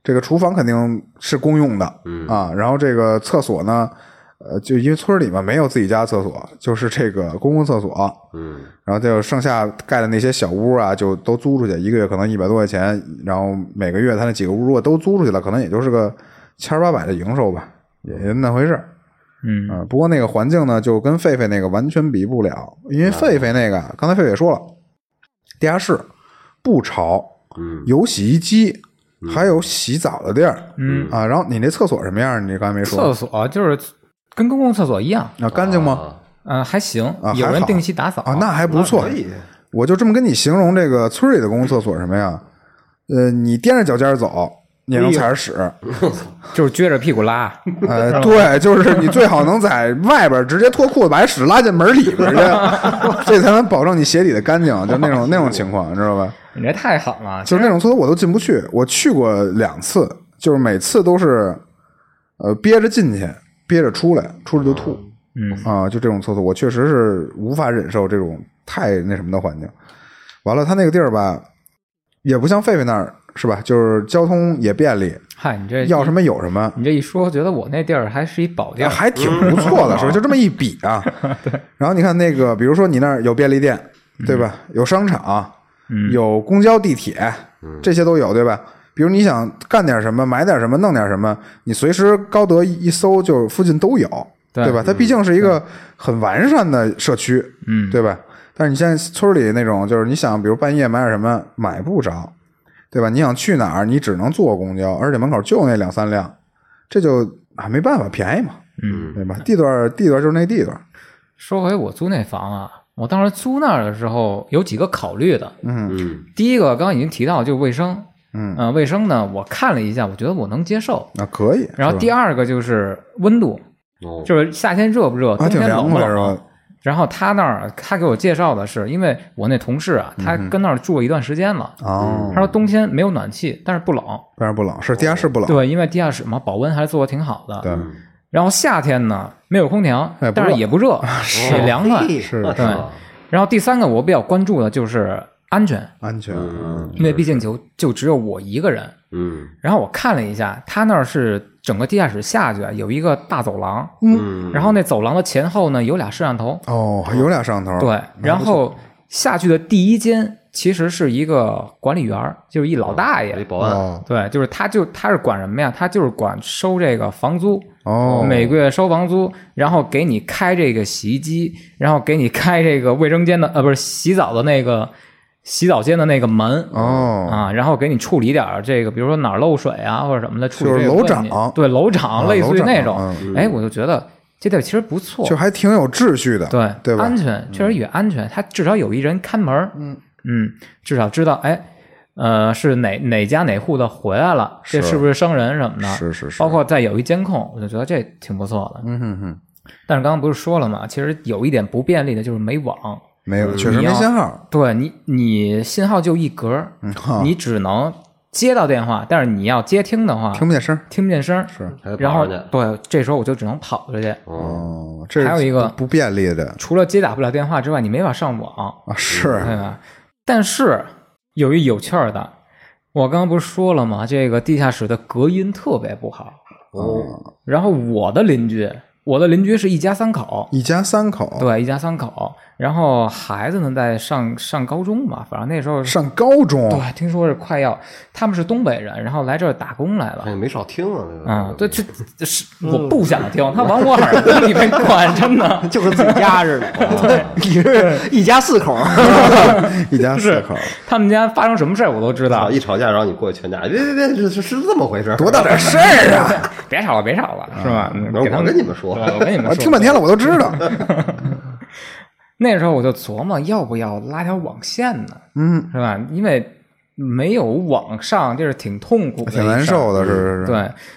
[SPEAKER 1] 这个厨房肯定是公用的啊，然后这个厕所呢，呃，就因为村里嘛没有自己家厕所，就是这个公共厕所，
[SPEAKER 3] 嗯
[SPEAKER 1] 然后就剩下盖的那些小屋啊，就都租出去，一个月可能一百多块钱，然后每个月他那几个屋如果都租出去了，可能也就是个千儿八百的营收吧，也就那回事儿。
[SPEAKER 4] 嗯，
[SPEAKER 1] 嗯，不过那个环境呢，就跟狒狒那个完全比不了，因为狒狒那个，刚才狒狒也说了，地下室不潮，
[SPEAKER 3] 嗯
[SPEAKER 1] 有洗衣机，还有洗澡的地儿，
[SPEAKER 4] 嗯
[SPEAKER 1] 啊，然后你那厕所什么样？你刚才没
[SPEAKER 4] 厕
[SPEAKER 1] 说，
[SPEAKER 4] 所啊就是跟公共厕所一样，
[SPEAKER 1] 啊，干净吗？
[SPEAKER 3] 啊
[SPEAKER 4] 嗯，还行
[SPEAKER 1] 啊，
[SPEAKER 4] 有
[SPEAKER 1] 还
[SPEAKER 4] 人
[SPEAKER 1] 好
[SPEAKER 4] 定期打扫
[SPEAKER 1] 啊，那还不错
[SPEAKER 3] 可。以
[SPEAKER 1] 我就这么跟你形容这个村里的公共厕所什么呀？呃，你踮着脚尖儿走，也能踩着屎。
[SPEAKER 4] 就是撅着屁股拉，
[SPEAKER 1] 呃，对，就是你最好能在外边儿直接脱裤子把屎拉进门里边儿去，这才能保证你鞋底的干净，就那种那种情况，你知道吧？
[SPEAKER 4] 你这太狠了，
[SPEAKER 1] 就是那种厕所我都进不去，我去过两次，就是每次都是，呃，憋着进去，憋着出来，出来就吐，
[SPEAKER 4] 嗯
[SPEAKER 1] 啊，就这种厕所，我确实是无法忍受这种太那什么的环境。完了，他那个地儿吧，也不像狒狒那儿是吧？就是交通也便利，
[SPEAKER 4] 嗨，你这
[SPEAKER 1] 要什么有什么。
[SPEAKER 4] 你这一说，觉得我那地儿还是一宝地儿，
[SPEAKER 1] 还挺不错的，是吧？就这么一比啊。然后你看那个，比如说你那儿有便利店，对吧？有商场，有公交、地铁，这些都有，对吧？比如你想干点什么，买点什么，弄点什么，你随时高德一搜，就是附近都有，
[SPEAKER 4] 对
[SPEAKER 1] 对吧？它毕竟是一个很完善的社区，
[SPEAKER 4] 嗯，
[SPEAKER 1] 对吧？但是你现在村里那种，就是你想，比如半夜买点什么，买不着，对吧？你想去哪儿，你只能坐公交，而且门口就那两三辆，这就啊没办法，便宜嘛，
[SPEAKER 4] 嗯，
[SPEAKER 1] 对吧？地段地段就是那地段，
[SPEAKER 4] 说回我租那房啊，我当时租那儿的时候有几个考虑的，
[SPEAKER 1] 嗯
[SPEAKER 3] 嗯
[SPEAKER 4] 第一个刚刚已经提到就是卫生，
[SPEAKER 1] 嗯，
[SPEAKER 4] 呃，卫生呢，我看了一下，我觉得我能接受。
[SPEAKER 1] 那可以。
[SPEAKER 4] 然后第
[SPEAKER 1] 二
[SPEAKER 4] 二个就是温度，
[SPEAKER 3] 哦，
[SPEAKER 4] 就是夏天热不热，
[SPEAKER 1] 还
[SPEAKER 4] 冬
[SPEAKER 1] 啊挺
[SPEAKER 4] 天
[SPEAKER 1] 凉
[SPEAKER 4] 冷不
[SPEAKER 1] 快是
[SPEAKER 4] 冷。
[SPEAKER 1] 吧？
[SPEAKER 4] 然后他那儿，他给我介绍的是，因为我那同事啊，
[SPEAKER 1] 嗯
[SPEAKER 4] 他跟那儿住了一段时间了。
[SPEAKER 1] 哦
[SPEAKER 4] 他，说冬天没有暖气，但是不冷。
[SPEAKER 1] 但是不冷，是地下室不冷，
[SPEAKER 4] 对，因为地下室嘛，保温还是做的挺好的。
[SPEAKER 1] 对，
[SPEAKER 3] 嗯
[SPEAKER 4] 然后夏天呢，没有空调
[SPEAKER 1] 哎，不
[SPEAKER 4] 但是
[SPEAKER 1] 热
[SPEAKER 4] 也不热，也凉快。
[SPEAKER 1] 是
[SPEAKER 3] 那
[SPEAKER 4] 对
[SPEAKER 3] 好
[SPEAKER 4] 然后第三个我比较关注的就是安全，
[SPEAKER 1] 安全。
[SPEAKER 3] 嗯
[SPEAKER 4] 因为毕竟就就只有我一个人。
[SPEAKER 3] 嗯
[SPEAKER 4] 然后我看了一下，他那儿是整个地下室下去啊有一个大走廊，
[SPEAKER 3] 嗯，
[SPEAKER 4] 然后那走廊的前后呢有俩摄像头，
[SPEAKER 1] 哦，还有俩摄像头。
[SPEAKER 4] 对，然后下去的第一间其实是一个管理员儿，就是一老大
[SPEAKER 3] 有一
[SPEAKER 4] 爷，
[SPEAKER 3] 保安，
[SPEAKER 1] 哦
[SPEAKER 4] 对，就是他就他是管什么呀？他就是管收这个房租，
[SPEAKER 1] 哦，
[SPEAKER 4] 每个月收房租，然后给你开这个洗衣机，然后给你开这个卫生间的呃不是洗澡的那个洗澡间的那个门
[SPEAKER 1] 哦
[SPEAKER 4] 啊，然后给你处理点儿这个，比如说哪儿漏水啊或者什么的，处理
[SPEAKER 1] 就是
[SPEAKER 4] 这个
[SPEAKER 1] 楼
[SPEAKER 4] 问题
[SPEAKER 1] 长
[SPEAKER 4] 对楼长
[SPEAKER 1] 啊
[SPEAKER 4] 类似
[SPEAKER 1] 楼
[SPEAKER 4] 于
[SPEAKER 1] 长
[SPEAKER 4] 那种
[SPEAKER 1] 嗯，
[SPEAKER 4] 哎，我就觉得这地儿其实不错，
[SPEAKER 1] 就还挺有秩序的，
[SPEAKER 4] 对
[SPEAKER 1] 啊对吧？嗯
[SPEAKER 4] 安全确实也安全，他至少有一人看门，嗯嗯，至少知道哎。呃，是哪哪家哪户的回来了？这
[SPEAKER 1] 是
[SPEAKER 4] 是不是生人什么的？
[SPEAKER 1] 是是是
[SPEAKER 4] 包括再有一监控，我就觉得这挺不错的。
[SPEAKER 1] 嗯哼哼，
[SPEAKER 4] 但是刚刚不是说了嘛，其实有一点不便利的就是没网，
[SPEAKER 1] 没有，确实
[SPEAKER 4] 嗯你
[SPEAKER 1] 没
[SPEAKER 4] 要
[SPEAKER 1] 信号。
[SPEAKER 4] 对你你信号就一格儿，
[SPEAKER 1] 嗯哈，
[SPEAKER 4] 你只能接到电话，但是你要接听的话，
[SPEAKER 1] 听
[SPEAKER 4] 听
[SPEAKER 1] 不见声儿。
[SPEAKER 4] 不见声儿，
[SPEAKER 3] 还得
[SPEAKER 4] 然
[SPEAKER 3] 跑
[SPEAKER 4] 后
[SPEAKER 3] 上去
[SPEAKER 4] 对，这时候我就只能跑出去。嗯
[SPEAKER 3] 哦，
[SPEAKER 1] 哦，这是
[SPEAKER 4] 还有一个
[SPEAKER 1] 不不便利的
[SPEAKER 4] 除了接打不了电话之外，你没法上网，
[SPEAKER 1] 啊，是
[SPEAKER 4] 对吧？ 但是有一有趣儿的，我刚刚不是说了吗？这个地下室的隔音特别不好。
[SPEAKER 3] 哦，
[SPEAKER 4] 然后我的邻居，我的邻居是一家三口，
[SPEAKER 1] 一家三口，，
[SPEAKER 4] 对，一家三口，然后孩子呢在上上高中吧，反正那时候
[SPEAKER 1] 上高中，
[SPEAKER 4] 对，听说是快要，他们是东北人，然后来这儿打工来
[SPEAKER 3] 哎，
[SPEAKER 4] 了。
[SPEAKER 3] 没少听啊，这个
[SPEAKER 4] 啊、对，这这这是我不想听，他往我耳朵里面灌，真的
[SPEAKER 2] 就跟自己家似的。 你是一家四口，
[SPEAKER 1] 一家四口，
[SPEAKER 4] 他们家发生什么事儿我都知道
[SPEAKER 3] 啊，。一吵架，然后你过去劝架，别别别，这是是这么回事儿，
[SPEAKER 1] 多大点事儿啊！
[SPEAKER 4] 别吵了，别吵了，是吧？嗯
[SPEAKER 3] 然
[SPEAKER 4] 给
[SPEAKER 3] 后
[SPEAKER 4] 他
[SPEAKER 3] 我
[SPEAKER 4] 们
[SPEAKER 3] 跟你们说，
[SPEAKER 4] 对我啊跟你们
[SPEAKER 1] 我
[SPEAKER 4] 说，
[SPEAKER 1] 听半天了，我都知道。
[SPEAKER 4] 那时候我就琢磨，要不要拉条网线呢？
[SPEAKER 1] 嗯，
[SPEAKER 4] 是吧？因为没有网上，这是挺痛苦的，
[SPEAKER 1] 挺难受的，是是是。
[SPEAKER 4] 对，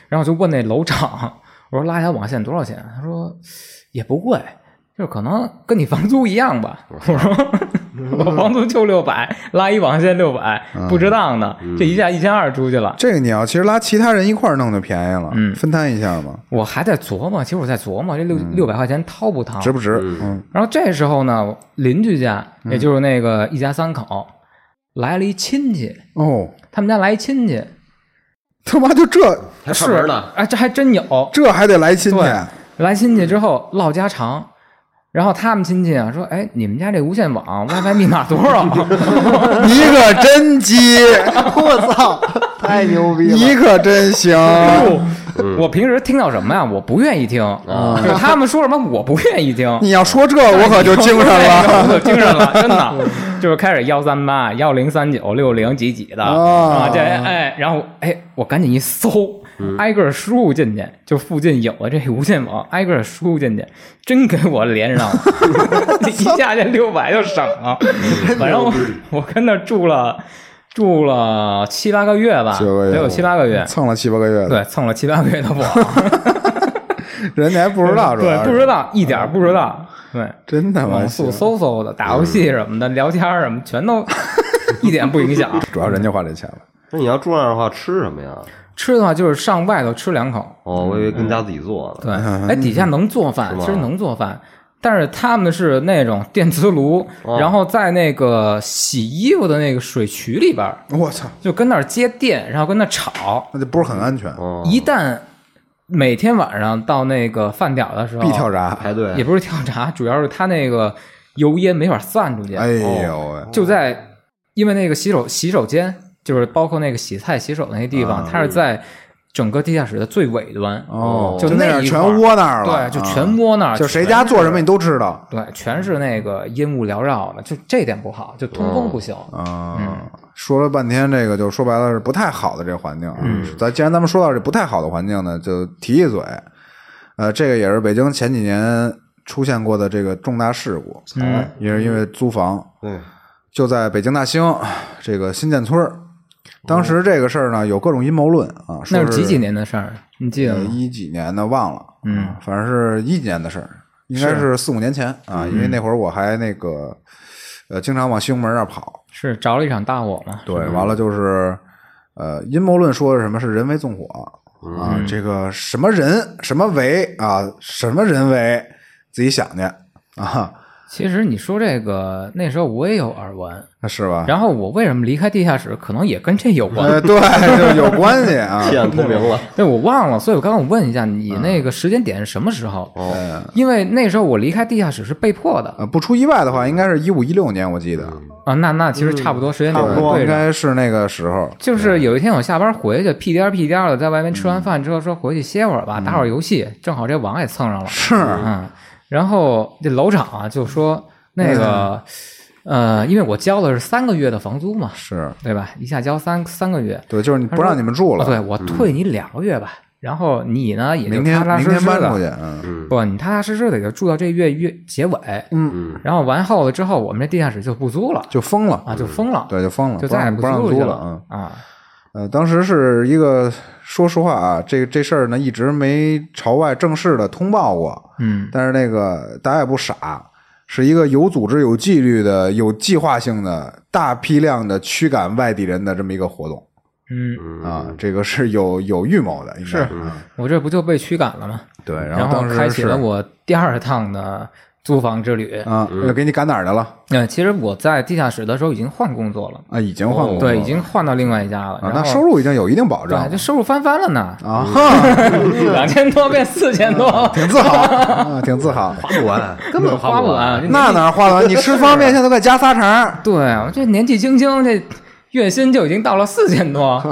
[SPEAKER 4] 然后我就问那楼长，我说拉一条网线多少钱？他说也不贵，就是可能跟你房租一样吧。我说我房租就六百，拉一网线六百，
[SPEAKER 1] 嗯
[SPEAKER 4] 不值当的，这一下一千二出去了。
[SPEAKER 1] 这个你要其实拉其他人一块儿弄就便宜了，
[SPEAKER 4] 嗯
[SPEAKER 1] 分摊一下嘛，
[SPEAKER 4] 我还在琢磨，其实我在琢磨这六
[SPEAKER 1] 嗯
[SPEAKER 4] 六百块钱掏不掏
[SPEAKER 1] 值。不值？嗯
[SPEAKER 3] 嗯，
[SPEAKER 4] 然后这时候呢，邻居家也就是那个一家三口来了一亲戚，
[SPEAKER 1] 哦，
[SPEAKER 4] 他们家来一亲戚，
[SPEAKER 1] 他妈就这
[SPEAKER 3] 还串
[SPEAKER 4] 是
[SPEAKER 3] 门呢，
[SPEAKER 4] 哎，这还真有，
[SPEAKER 1] 这还得来亲戚，
[SPEAKER 4] 对来亲戚之后唠家常，然后他们亲戚啊说：“哎，你们家这无线网 WiFi 密码多少？”
[SPEAKER 1] 你可真鸡，
[SPEAKER 2] 我操，太牛逼 了！
[SPEAKER 1] 你可真行。
[SPEAKER 4] 我平时听到什么呀？我不愿意听，就是 他们说什么我不愿意听。
[SPEAKER 1] 你要说这，我可就 精神了。
[SPEAKER 4] 我可精神了，真的，就是开始幺三八、幺零三九、六零几几的
[SPEAKER 1] 啊
[SPEAKER 4] 啊，这哎，然后哎，我赶紧一搜，
[SPEAKER 1] 嗯
[SPEAKER 4] 挨个输入进去，就附近有的这无线网，挨个输入进去，真给我连 上了，一下这六百就省了。反正我我跟那儿住了住了七八个月吧，
[SPEAKER 1] 七八个月嗯
[SPEAKER 4] 得有七八个月，
[SPEAKER 1] 蹭了七八个月的，
[SPEAKER 4] 对，蹭了七八个月的 网，
[SPEAKER 1] 人家还不知道，主
[SPEAKER 4] 对
[SPEAKER 1] 要，是
[SPEAKER 4] 不知道一点儿不知道，对。
[SPEAKER 1] 真他妈
[SPEAKER 4] 网
[SPEAKER 1] 啊行嗯
[SPEAKER 4] 速嗖嗖的，打游戏什么的，聊天儿什么，全 都一点不影响。
[SPEAKER 1] 主要人家花这钱了。
[SPEAKER 3] 那你要住那儿的话，吃什么呀？
[SPEAKER 4] 吃的话就是上外头吃两口，
[SPEAKER 3] 哦，我以为跟家自己做呢。
[SPEAKER 4] 对，
[SPEAKER 1] 嗯
[SPEAKER 4] 哎，底下能做饭，
[SPEAKER 3] 吗
[SPEAKER 4] 其实能做饭，但是他们是那种电磁炉，
[SPEAKER 1] 哦
[SPEAKER 4] 然后在那个洗衣服的那个水渠里边儿，
[SPEAKER 1] 我操，
[SPEAKER 4] 就跟那儿接电，然后跟那儿炒，
[SPEAKER 1] 那就不是很安全，
[SPEAKER 3] 哦，
[SPEAKER 4] 一旦。每天晚上到那个饭点儿的时候，
[SPEAKER 1] 必跳闸。
[SPEAKER 3] 排队
[SPEAKER 4] 也不是跳闸，主要是他那个油烟没法散出去。
[SPEAKER 1] 哎呦喂，
[SPEAKER 4] 就在因为那个洗手洗手间就是包括那个洗菜洗手那个地方，
[SPEAKER 1] 啊
[SPEAKER 4] 它是在整个地下室的最尾端，
[SPEAKER 1] 哦，
[SPEAKER 4] 就
[SPEAKER 1] 那
[SPEAKER 4] 那
[SPEAKER 1] 样
[SPEAKER 4] 一
[SPEAKER 1] 全
[SPEAKER 4] 块儿
[SPEAKER 1] 窝那儿了，
[SPEAKER 4] 对，就
[SPEAKER 1] 啊
[SPEAKER 4] 全窝那儿，
[SPEAKER 1] 就谁
[SPEAKER 4] 全
[SPEAKER 1] 家做什么你都知道
[SPEAKER 4] 对，全是那个烟雾缭绕的，就这点不好，就通风不行。
[SPEAKER 1] 哦
[SPEAKER 4] 嗯
[SPEAKER 1] 啊。说了半天，这个就说白了是不太好的这个环境啊。
[SPEAKER 4] 嗯
[SPEAKER 1] 咱既然咱们说到这不太好的环境呢，就提一嘴，呃，这个也是北京前几年出现过的这个重大事故，哎
[SPEAKER 4] 嗯
[SPEAKER 1] 也是因为租房，
[SPEAKER 3] 对，
[SPEAKER 1] 就在北京大兴这个新建村儿。当时这个事儿呢，有各种阴谋论啊，说
[SPEAKER 4] 那是几几年的事儿？你记得
[SPEAKER 1] 呃
[SPEAKER 4] 吗？
[SPEAKER 1] 一几年的忘了，
[SPEAKER 4] 嗯
[SPEAKER 1] 啊，反正是一几年的事儿，应该是四五年前啊，
[SPEAKER 4] 嗯
[SPEAKER 1] 因为那会儿我还那个呃，经常往西红门那儿跑，
[SPEAKER 4] 是着了一场大火嘛？
[SPEAKER 1] 对，完了就是呃，阴谋论说是什么是人为纵火
[SPEAKER 4] 嗯
[SPEAKER 1] 啊，这个什么人什么为啊，什么人为，自己想去啊，
[SPEAKER 4] 其实你说这个，那时候我也有耳闻。
[SPEAKER 1] 是吧？
[SPEAKER 4] 然后我为什么离开地下室，可能也跟这 有关。
[SPEAKER 1] 呃，对，就是有关系啊，
[SPEAKER 3] 现透明了，
[SPEAKER 4] 对，我忘了，所以我刚刚我问一下你那个时间点是什么时候？因为那时候我离开地下室是被迫的
[SPEAKER 1] 呃，不出意外的话，应该是一五一六年，我记得，
[SPEAKER 4] 啊，那那其实差不多时间点
[SPEAKER 1] 对
[SPEAKER 4] 不对
[SPEAKER 1] 应
[SPEAKER 4] 上。
[SPEAKER 1] 该是那个时候。
[SPEAKER 4] 就是有一天我下班回去，屁颠儿屁颠儿的，在外面吃完饭之后说回去歇会儿吧，打会儿游戏，正好这网也蹭上了，
[SPEAKER 1] 是，
[SPEAKER 4] 嗯，然后这楼长啊就说那个，呃，因为我交的是三个月的房租嘛，
[SPEAKER 1] 是，
[SPEAKER 4] 对吧？一下交三三个月，
[SPEAKER 1] 对，就是你不让你们住了，嗯
[SPEAKER 4] 哦对我退你两个月吧，然后你呢也就
[SPEAKER 1] 明
[SPEAKER 4] 踏
[SPEAKER 1] 天
[SPEAKER 4] 踏
[SPEAKER 1] 明
[SPEAKER 4] 实
[SPEAKER 1] 天
[SPEAKER 4] 实
[SPEAKER 1] 搬出去
[SPEAKER 4] 的，，
[SPEAKER 1] 嗯，
[SPEAKER 4] 不，你踏踏实实的就住到这月月结尾，
[SPEAKER 1] 嗯，
[SPEAKER 4] 然后完后了之后，我们这地下室就不租了
[SPEAKER 1] 就封了，
[SPEAKER 4] 啊，就封了，
[SPEAKER 1] 嗯对，就封了，
[SPEAKER 4] 就
[SPEAKER 1] 不
[SPEAKER 4] 再也
[SPEAKER 1] 让
[SPEAKER 4] 不
[SPEAKER 1] 不让
[SPEAKER 4] 租
[SPEAKER 1] 租
[SPEAKER 4] 去
[SPEAKER 1] 了，
[SPEAKER 4] 了
[SPEAKER 1] 嗯，
[SPEAKER 4] 啊，
[SPEAKER 1] 呃，当时是一个，说实话啊，这这事儿呢一直没朝外正式的通报过，
[SPEAKER 4] 嗯，
[SPEAKER 1] 但是那个大家也不傻。是一个有组织、有纪律的、有计划性的、大批量的驱赶外地人的这么一个活动
[SPEAKER 4] 嗯，
[SPEAKER 1] 啊，这个是有有预谋的，应该
[SPEAKER 4] 是
[SPEAKER 1] 嗯
[SPEAKER 4] 我这不就被驱赶了吗？
[SPEAKER 1] 对。然
[SPEAKER 4] 然
[SPEAKER 1] 后
[SPEAKER 4] 后
[SPEAKER 1] 当时
[SPEAKER 4] 开启
[SPEAKER 1] 是
[SPEAKER 4] 了我第二趟的租房之旅。
[SPEAKER 1] 啊，又给你赶哪儿去了？
[SPEAKER 4] 嗯，其实我在地下室的时候已经换工作了，
[SPEAKER 1] 啊，已经换工作了，
[SPEAKER 4] 对，已经换到另外一家了。
[SPEAKER 1] 啊，
[SPEAKER 4] 然
[SPEAKER 1] 那
[SPEAKER 4] 后
[SPEAKER 1] 收入已经有一定保障
[SPEAKER 4] 对，
[SPEAKER 1] 了
[SPEAKER 4] 这收入翻番了呢，
[SPEAKER 1] 啊，哈， 嗯
[SPEAKER 4] 两千多变四千多，
[SPEAKER 1] 挺自豪啊，挺自豪。
[SPEAKER 3] 花不完，
[SPEAKER 4] 根本花不完。这
[SPEAKER 1] 那哪儿花完？你吃方便面都快加仨肠。
[SPEAKER 4] 对我这年纪轻轻，这月薪就已经到了四千 多，